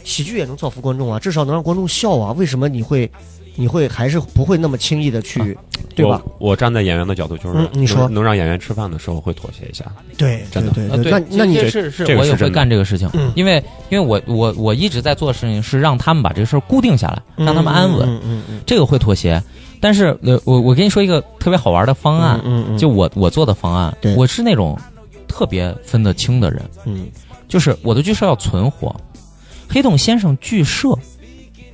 Speaker 3: 喜剧也能造福观众啊，至少能让观众笑啊。为什么你会你会还是不会那么轻易的去，对吧？
Speaker 4: 我？我站在演员的角度，就是
Speaker 3: 嗯你说
Speaker 4: 能能让演员吃饭的时候会妥协一下，
Speaker 3: 对
Speaker 4: 真的
Speaker 3: 对
Speaker 5: 啊
Speaker 3: 对，那那你
Speaker 5: 这是是
Speaker 4: 这个
Speaker 5: 我
Speaker 4: 是
Speaker 5: 也会
Speaker 4: 真的
Speaker 5: 干这个事情
Speaker 3: 嗯，
Speaker 5: 因为因为我我我一直在做的事情是让他们把这个事儿固定下来，让他们安稳，
Speaker 3: 嗯嗯嗯
Speaker 5: 这个会妥协。但是呃，我我跟你说一个特别好玩的方案，
Speaker 3: 嗯嗯，
Speaker 5: 就我我做的方案
Speaker 3: 对，
Speaker 5: 我是那种特别分得清的人，
Speaker 3: 嗯
Speaker 5: 就是我的剧社要存活。黑洞先生剧社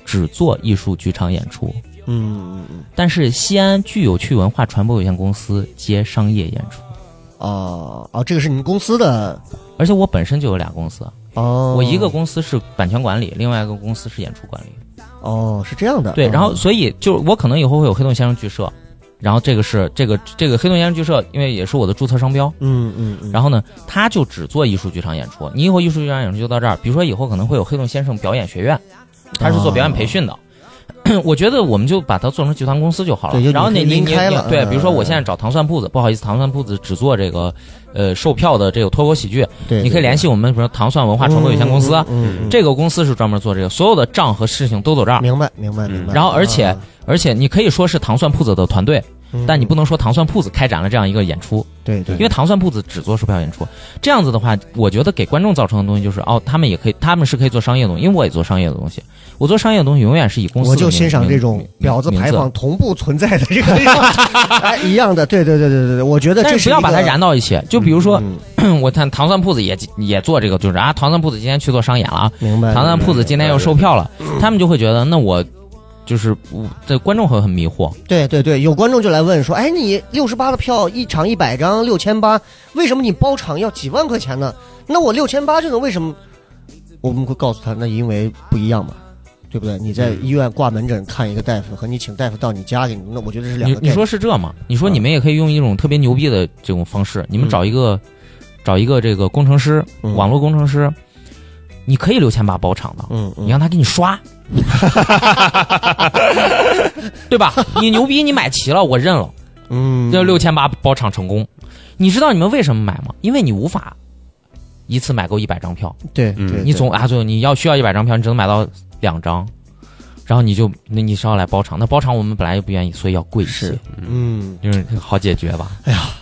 Speaker 5: 只做艺术剧场演出，
Speaker 3: 嗯嗯嗯
Speaker 5: 但是西安具有趣文化传播有限公司接商业演出，
Speaker 3: 哦哦，这个是你们公司的
Speaker 5: 而且我本身就有俩公司，
Speaker 3: 哦，
Speaker 5: 我一个公司是版权管理，另外一个公司是演出管理。
Speaker 3: 哦是这样的，
Speaker 5: 对，然后
Speaker 3: 哦
Speaker 5: 所以就是我可能以后会有黑洞先生剧社，然后这个是这个这个黑洞先生剧社，因为也是我的注册商标，
Speaker 3: 嗯嗯嗯，
Speaker 5: 然后呢，他就只做艺术剧场演出。你以后艺术剧场演出就到这儿，比如说以后可能会有黑洞先生表演学院，他是做表演培训的。我觉得我们就把它做成集团公司就好了
Speaker 3: 对就。
Speaker 5: 然后你
Speaker 3: 你可以
Speaker 5: 你你
Speaker 3: 拎开
Speaker 5: 你
Speaker 3: 了
Speaker 5: 对，
Speaker 3: 嗯
Speaker 5: 比如说我现在找糖蒜铺子，不好意思，糖蒜铺子只做这个呃售票的这个脱口喜剧，
Speaker 3: 对，
Speaker 5: 你可以联
Speaker 3: 系
Speaker 5: 系我们，比如说糖蒜文化传播有限公司，
Speaker 3: 嗯嗯
Speaker 5: 这个公司是专门做这个，所有的账和事情都走这儿。
Speaker 3: 明白明白明白。
Speaker 5: 嗯然后而且
Speaker 3: 啊
Speaker 5: 而且你可以说是糖蒜铺子的团队，
Speaker 3: 嗯
Speaker 5: 但你不能说糖蒜铺子开展了这样一个演出。
Speaker 3: 对对，
Speaker 5: 因为糖蒜铺子只做售票演出，这样子的话，我觉得给观众造成的东西就是，哦，他们也可以，他们是可以做商业的东西，因为我也做商业的东西，我做商业的东西永远是以公司
Speaker 3: 我
Speaker 5: 的
Speaker 3: 就
Speaker 5: 名
Speaker 3: 欣赏
Speaker 5: 名
Speaker 3: 这种
Speaker 5: 名
Speaker 3: 婊子
Speaker 5: 名
Speaker 3: 牌
Speaker 5: 字
Speaker 3: 坊同步存在的这个 哎一样的，对对对对对对，我觉得
Speaker 5: 但
Speaker 3: 这
Speaker 5: 是不要
Speaker 3: 一个
Speaker 5: 把它燃到一起。就比如说，
Speaker 3: 嗯
Speaker 5: 我看糖蒜铺子也也做这个，就是啊，糖蒜铺子今天去做商演了啊，
Speaker 3: 明白
Speaker 5: 糖蒜铺子今天又售票
Speaker 3: 哎
Speaker 5: 了，他们就会觉得，那我就是我这观众会很迷惑，
Speaker 3: 对对对，有观众就来问说，哎，你六十八的票一场一百张六千八，为什么你包场要几万块钱呢？那我六千八这种为什么？我们会告诉他，那因为不一样嘛，对不对？你
Speaker 5: 嗯
Speaker 3: 在医院挂门诊看一个大夫，和你请大夫到你家里，那我觉得是两
Speaker 5: 你
Speaker 3: 个概
Speaker 5: 你
Speaker 3: 念。
Speaker 5: 说是这吗？你
Speaker 3: 嗯
Speaker 5: 说你们也可以用一种特别牛逼的这种方式，你们找一个、找一个这个工程师，
Speaker 3: 嗯
Speaker 5: 网络工程师，你可以六千八包场的，
Speaker 3: 嗯，嗯
Speaker 5: 你让他给你刷， 对吧？你牛逼，你买齐了，我认了，
Speaker 3: 嗯，
Speaker 5: 这六千八包场成功。你知道你们为什么买吗？因为你无法一次买够一百张票，
Speaker 3: 对，
Speaker 4: 嗯
Speaker 3: 对
Speaker 5: 你总啊，最后你要需要一百张票，你只能买到两张。然后你就那你上来包场，那包场我们本来就不愿意，所以要贵一些
Speaker 3: 是，嗯，
Speaker 5: 就是好解决吧。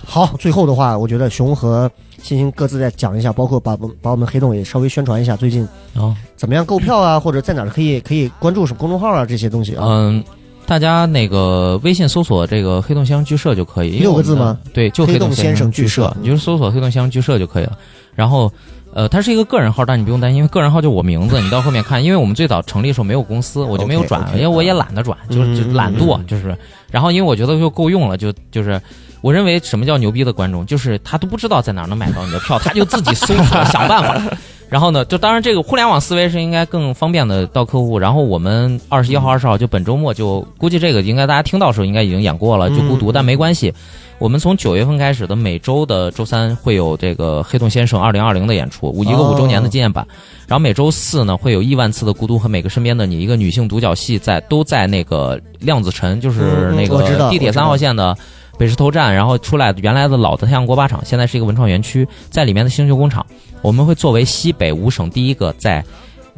Speaker 3: 好，最后的话，我觉得熊和欣欣各自再讲一下，包括把把我们黑洞也稍微宣传一下，最近
Speaker 5: 啊，
Speaker 3: 怎么样购票 啊，或者在哪儿可以可以关注什么公众号啊这些东西啊。
Speaker 5: 嗯，大家那个微信搜索这个“黑洞乡剧社”就可以，因为
Speaker 3: 六个
Speaker 5: 我们
Speaker 3: 字
Speaker 5: 的
Speaker 3: 吗？
Speaker 5: 对，就
Speaker 3: 黑
Speaker 5: 黑
Speaker 3: 洞
Speaker 5: 洞
Speaker 3: 先生
Speaker 5: 生
Speaker 3: 剧
Speaker 5: 剧
Speaker 3: 社嗯
Speaker 5: 你就是搜索“黑洞乡剧社”就可以了。然后，呃，它是一个个人号，但你不用担心，因为个人号就我名字，你到后面看，因为我们最早成立的时候没有公司，我就没有转
Speaker 3: OK，OK，
Speaker 5: 因为我也懒得转，就
Speaker 3: 嗯
Speaker 5: 是就懒惰，就是。然后，因为我觉得就够用了，就就是。我认为什么叫牛逼的观众，就是他都不知道在哪儿能买到你的票，他就自己搜索想办法。然后呢，就当然这个互联网思维是应该更方便的到客户。然后我们二十一号、二十号就本周末就估计这个应该大家听到的时候应该已经演过了，就孤独，但没关系。我们从九月份开始的每周的周三会有这个《黑洞先生二零二零》的演出，五一个
Speaker 3: 哦
Speaker 5: 五周年的纪念版。然后每周四呢会有亿万次的孤独和每个身边的你一个女性独角戏在都在那个量子城，就是
Speaker 3: 嗯嗯
Speaker 5: 那
Speaker 3: 我知道
Speaker 5: 个地铁
Speaker 3: 我知道
Speaker 5: 三号线的。北石头站，然后出来原来的老的太阳锅巴厂，现在是一个文创园区，在里面的星球工厂，我们会作为西北五省第一个在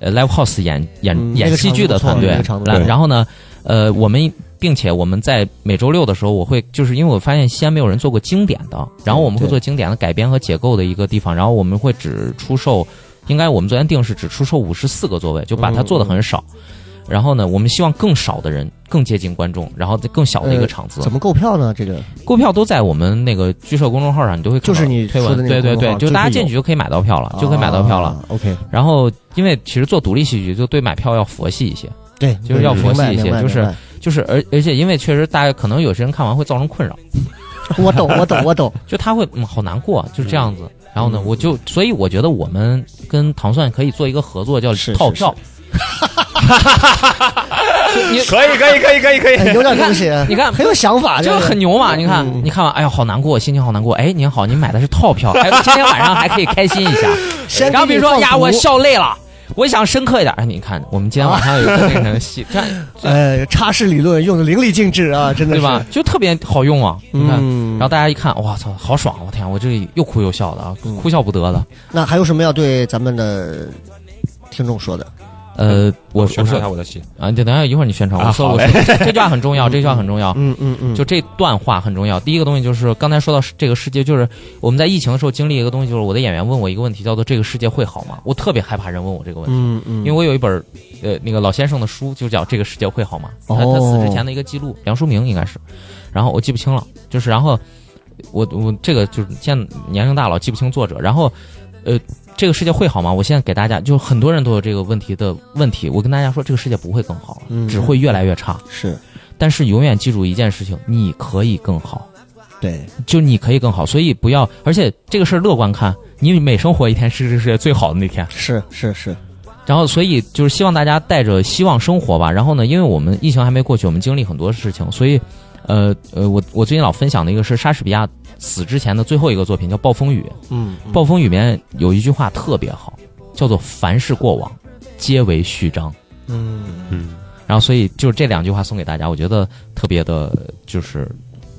Speaker 5: 呃 live house 演演、
Speaker 3: 嗯那
Speaker 5: 演
Speaker 3: 个
Speaker 5: 戏剧的
Speaker 3: 场
Speaker 5: 团
Speaker 3: 地不错那个
Speaker 5: 队
Speaker 3: 场地不
Speaker 5: 然
Speaker 3: 错
Speaker 5: 然后呢，呃，我们并且我们在每周六的时候，我会就是因为我发现西安没有人做过经典的，然后我们会
Speaker 3: 对
Speaker 5: 做经典的改编和解构的一个地方，然后我们会只出售，应该我们昨天定是只出售五十四个座位，就把它做的很少。然后呢，我们希望更少的人更接近观众，然后在更小的一
Speaker 3: 呃
Speaker 5: 个场子。
Speaker 3: 怎么购票呢？这个
Speaker 5: 购票都在我们那个剧社公众号上，你都会看
Speaker 3: 就是
Speaker 5: 到
Speaker 3: 你
Speaker 5: 推
Speaker 3: 说
Speaker 5: 文
Speaker 3: 的，那个
Speaker 5: 对对
Speaker 3: 公众
Speaker 5: 对
Speaker 3: 号，
Speaker 5: 就
Speaker 3: 就是
Speaker 5: 大家
Speaker 3: 有
Speaker 5: 进去就可以买到票了，就可以买到票了。
Speaker 3: 啊。OK，
Speaker 5: 然后，因为其实做独立戏剧就对买票要佛系一些，
Speaker 3: 对，
Speaker 5: 就是要佛系一些
Speaker 3: 明白
Speaker 5: 就是
Speaker 3: 明白
Speaker 5: 就是而而且因为确实大家可能有些人看完会造成困扰，
Speaker 3: 我懂，我懂，我懂。
Speaker 5: 就他会嗯好难过，就是这样子。然后呢，
Speaker 3: 嗯
Speaker 5: 我就所以我觉得我们跟糖蒜可以做一个合作，叫
Speaker 3: 是
Speaker 5: 套票。你
Speaker 4: 可以，可以，可以，可以，可以。
Speaker 3: 哎有点东西，
Speaker 5: 你看
Speaker 3: 很有想法，
Speaker 5: 这
Speaker 3: 个
Speaker 5: 个啊很牛嘛！你看
Speaker 3: 嗯，
Speaker 5: 你看完，哎呀，好难过，心情好难过。哎，您好，您买的是套票，哎，今天晚上还可以开心一下。
Speaker 3: 先
Speaker 5: 然后比如
Speaker 3: 给
Speaker 5: 说
Speaker 3: 你放
Speaker 5: 呀，
Speaker 3: 图
Speaker 5: 我笑累了，我想深刻一点。哎，你看，我们今天晚上有一个那 个 戏，这样
Speaker 3: 呃，叉式理论用的淋漓尽致啊，真的
Speaker 5: 对
Speaker 3: 是
Speaker 5: 吧？？就特别好用啊！你看，
Speaker 3: 嗯
Speaker 5: 然后大家一看，哇操，好爽！啊我天，我这又哭又笑的啊
Speaker 3: 嗯，
Speaker 5: 哭笑不得的。
Speaker 3: 那还有什么要对咱们的听众说的？嗯
Speaker 5: 呃，我
Speaker 4: 宣传
Speaker 5: 我
Speaker 4: 一
Speaker 5: 说
Speaker 4: 下我的戏，
Speaker 5: 啊，对，等一下一会儿你宣传，
Speaker 4: 啊
Speaker 5: 我说
Speaker 4: 好
Speaker 5: 我
Speaker 4: 嘞
Speaker 5: 说这句话很重 要，这句话很重
Speaker 4: 啊
Speaker 5: 要。
Speaker 3: 嗯嗯嗯
Speaker 5: 就这段话很重要。第一个东西就是刚才说到这个世界，就是我们在疫情的时候经历一个东西，就是我的演员问我一个问题，叫做“这个世界会好吗？”我特别害怕人问我这个问题，
Speaker 3: 嗯嗯，
Speaker 5: 因为我有一本呃那个老先生的书，就叫《这个世界会好吗》，他
Speaker 3: 哦
Speaker 5: 他死之前的一个记录，梁漱溟应该是，然后我记不清了，就是然后我我这个就是现在年龄大了记不清作者，然后呃。这个世界会好吗？我现在给大家，就很多人都有这个问题的问题。我跟大家说，这个世界不会更好了，
Speaker 3: 嗯
Speaker 5: 只会越来越差。
Speaker 3: 是
Speaker 5: 但是永远记住一件事情，你可以更好，
Speaker 3: 对，
Speaker 5: 就你可以更好，所以不要，而且这个事儿乐观看，你每生活一天是这个世界最好的那天。
Speaker 3: 是是是，
Speaker 5: 然后，所以就是希望大家带着希望生活吧。然后呢，因为我们疫情还没过去，我们经历很多事情，所以，呃呃，我我最近老分享的一个是莎士比亚死之前的最后一个作品，叫《暴风雨》。
Speaker 3: 嗯，
Speaker 5: 《暴风雨》里面有一句话特别好，叫做“凡是过往，皆为序章”。
Speaker 3: 嗯，
Speaker 4: 嗯，
Speaker 5: 然后所以就是这两句话送给大家，我觉得特别的，就是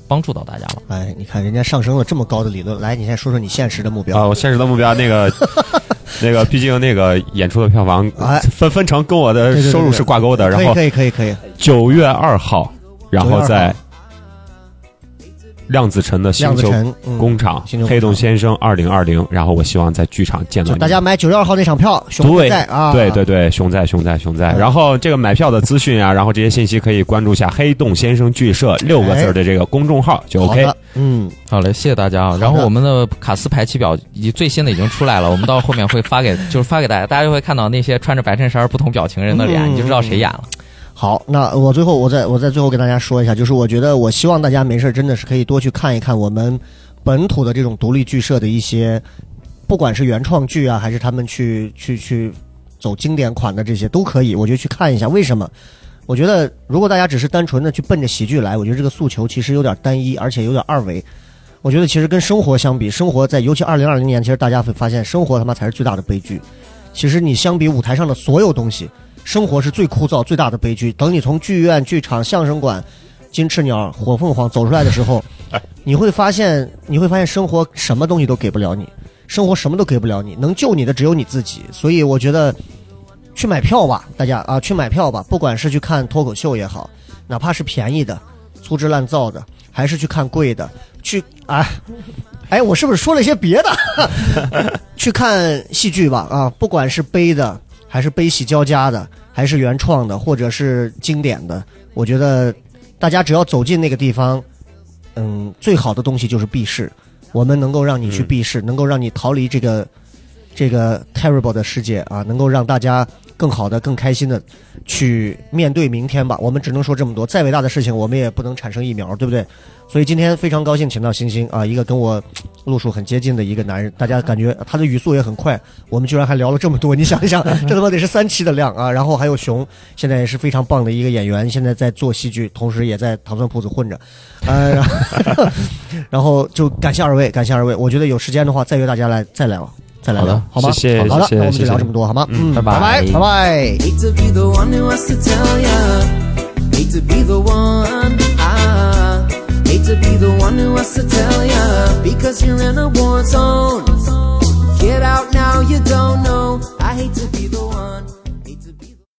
Speaker 5: 帮助到大家了。
Speaker 3: 哎，你看人家上升了这么高的理论，来，你先说说你现实的目
Speaker 4: 啊，
Speaker 3: 标。
Speaker 4: 我现实的目标那个那个，毕竟那个演出的票房
Speaker 3: 哎
Speaker 4: 分分成跟我
Speaker 3: 对
Speaker 4: 的
Speaker 3: 对对
Speaker 4: 收入是挂钩的。
Speaker 3: 可
Speaker 4: 然
Speaker 3: 以
Speaker 4: 后
Speaker 3: 可以可以可以，
Speaker 4: 九月二号，然后在量子城的
Speaker 3: 量
Speaker 4: 星
Speaker 3: 子
Speaker 4: 球
Speaker 3: 城嗯
Speaker 4: 工厂
Speaker 3: 星球工厂
Speaker 4: 《黑洞先生二零二零》，然后我希望在剧场见到
Speaker 3: 就
Speaker 4: 你
Speaker 3: 大
Speaker 4: 们。
Speaker 3: 家买九月二号那场票，熊
Speaker 4: 对
Speaker 3: 在啊，
Speaker 4: 对对对，熊在熊在熊在。
Speaker 3: 嗯
Speaker 4: 然后这个买票的资讯啊，然后这些信息可以关注一下“黑洞先生剧社”六个字儿的这个公众号就
Speaker 3: 好
Speaker 4: OK
Speaker 3: 的。，嗯，
Speaker 5: 好嘞，谢谢大家啊。然后我们的卡斯排期表以及最新的已经出来了，我们到后面会发给，就是发给大家，大家就会看到那些穿着白衬衫不同表情人的脸，
Speaker 3: 嗯
Speaker 5: 你就知道谁演了。
Speaker 3: 好，那我最后我再我再最后跟大家说一下，就是我觉得我希望大家没事儿真的是可以多去看一看我们本土的这种独立剧社的一些，不管是原创剧啊，还是他们去去去走经典款的这些都可以，我觉得去看一下。为什么？我觉得如果大家只是单纯的去奔着喜剧来，我觉得这个诉求其实有点单一，而且有点二维。我觉得其实跟生活相比，生活在尤其二零二零年，其实大家会发现生活他妈才是最大的悲剧。其实你相比舞台上的所有东西，生活是最枯燥、最大的悲剧。等你从剧院、剧场、相声馆、金翅鸟、火凤凰走出来的时候，你会发现，你会发现生活什么东西都给不了你，生活什么都给不了你，能救你的只有你自己。所以我觉得，去买票吧，大家啊，去买票吧，不管是去看脱口秀也好，哪怕是便宜的、粗制滥造的，还是去看贵的，去啊，哎，我是不是说了一些别的？去看戏剧吧，啊，不管是悲的，还是悲喜交加的，还是原创的，或者是经典的，我觉得大家只要走进那个地方，嗯，最好的东西就是避世。我们能够让你去
Speaker 4: 嗯
Speaker 3: 避世，能够让你逃离这个这个 terrible 的世界啊，能够让大家更好的、更开心的去面对明天吧。我们只能说这么多，再伟大的事情，我们也不能产生疫苗，对不对？所以今天非常高兴请到星星啊，一个跟我路数很接近的一个男人，大家感觉他的语速也很快，我们居然还聊了这么多，你想一 想，这他妈得是三期的量啊！然后还有熊，现在也是非常棒的一个演员，现在在做戏剧，同时也在糖蒜铺子混着，呃，然后 然后就感谢二位，感谢二位，我觉得有时间的话再约大家来再来吧，再来
Speaker 5: 好的
Speaker 3: 聊，好吗？
Speaker 4: 谢谢
Speaker 3: 好的，
Speaker 4: 谢谢
Speaker 3: 那我们就
Speaker 4: 谢谢
Speaker 3: 聊这么多，好吗？
Speaker 4: 嗯
Speaker 3: 拜
Speaker 5: 拜拜
Speaker 3: 拜拜。
Speaker 2: Hate to be the one who has to tell ya. Hate to be the one. Ah, hate to be the one who has to tell ya. Because you're in a war zone. Get out now, you don't know. I hate to be the one.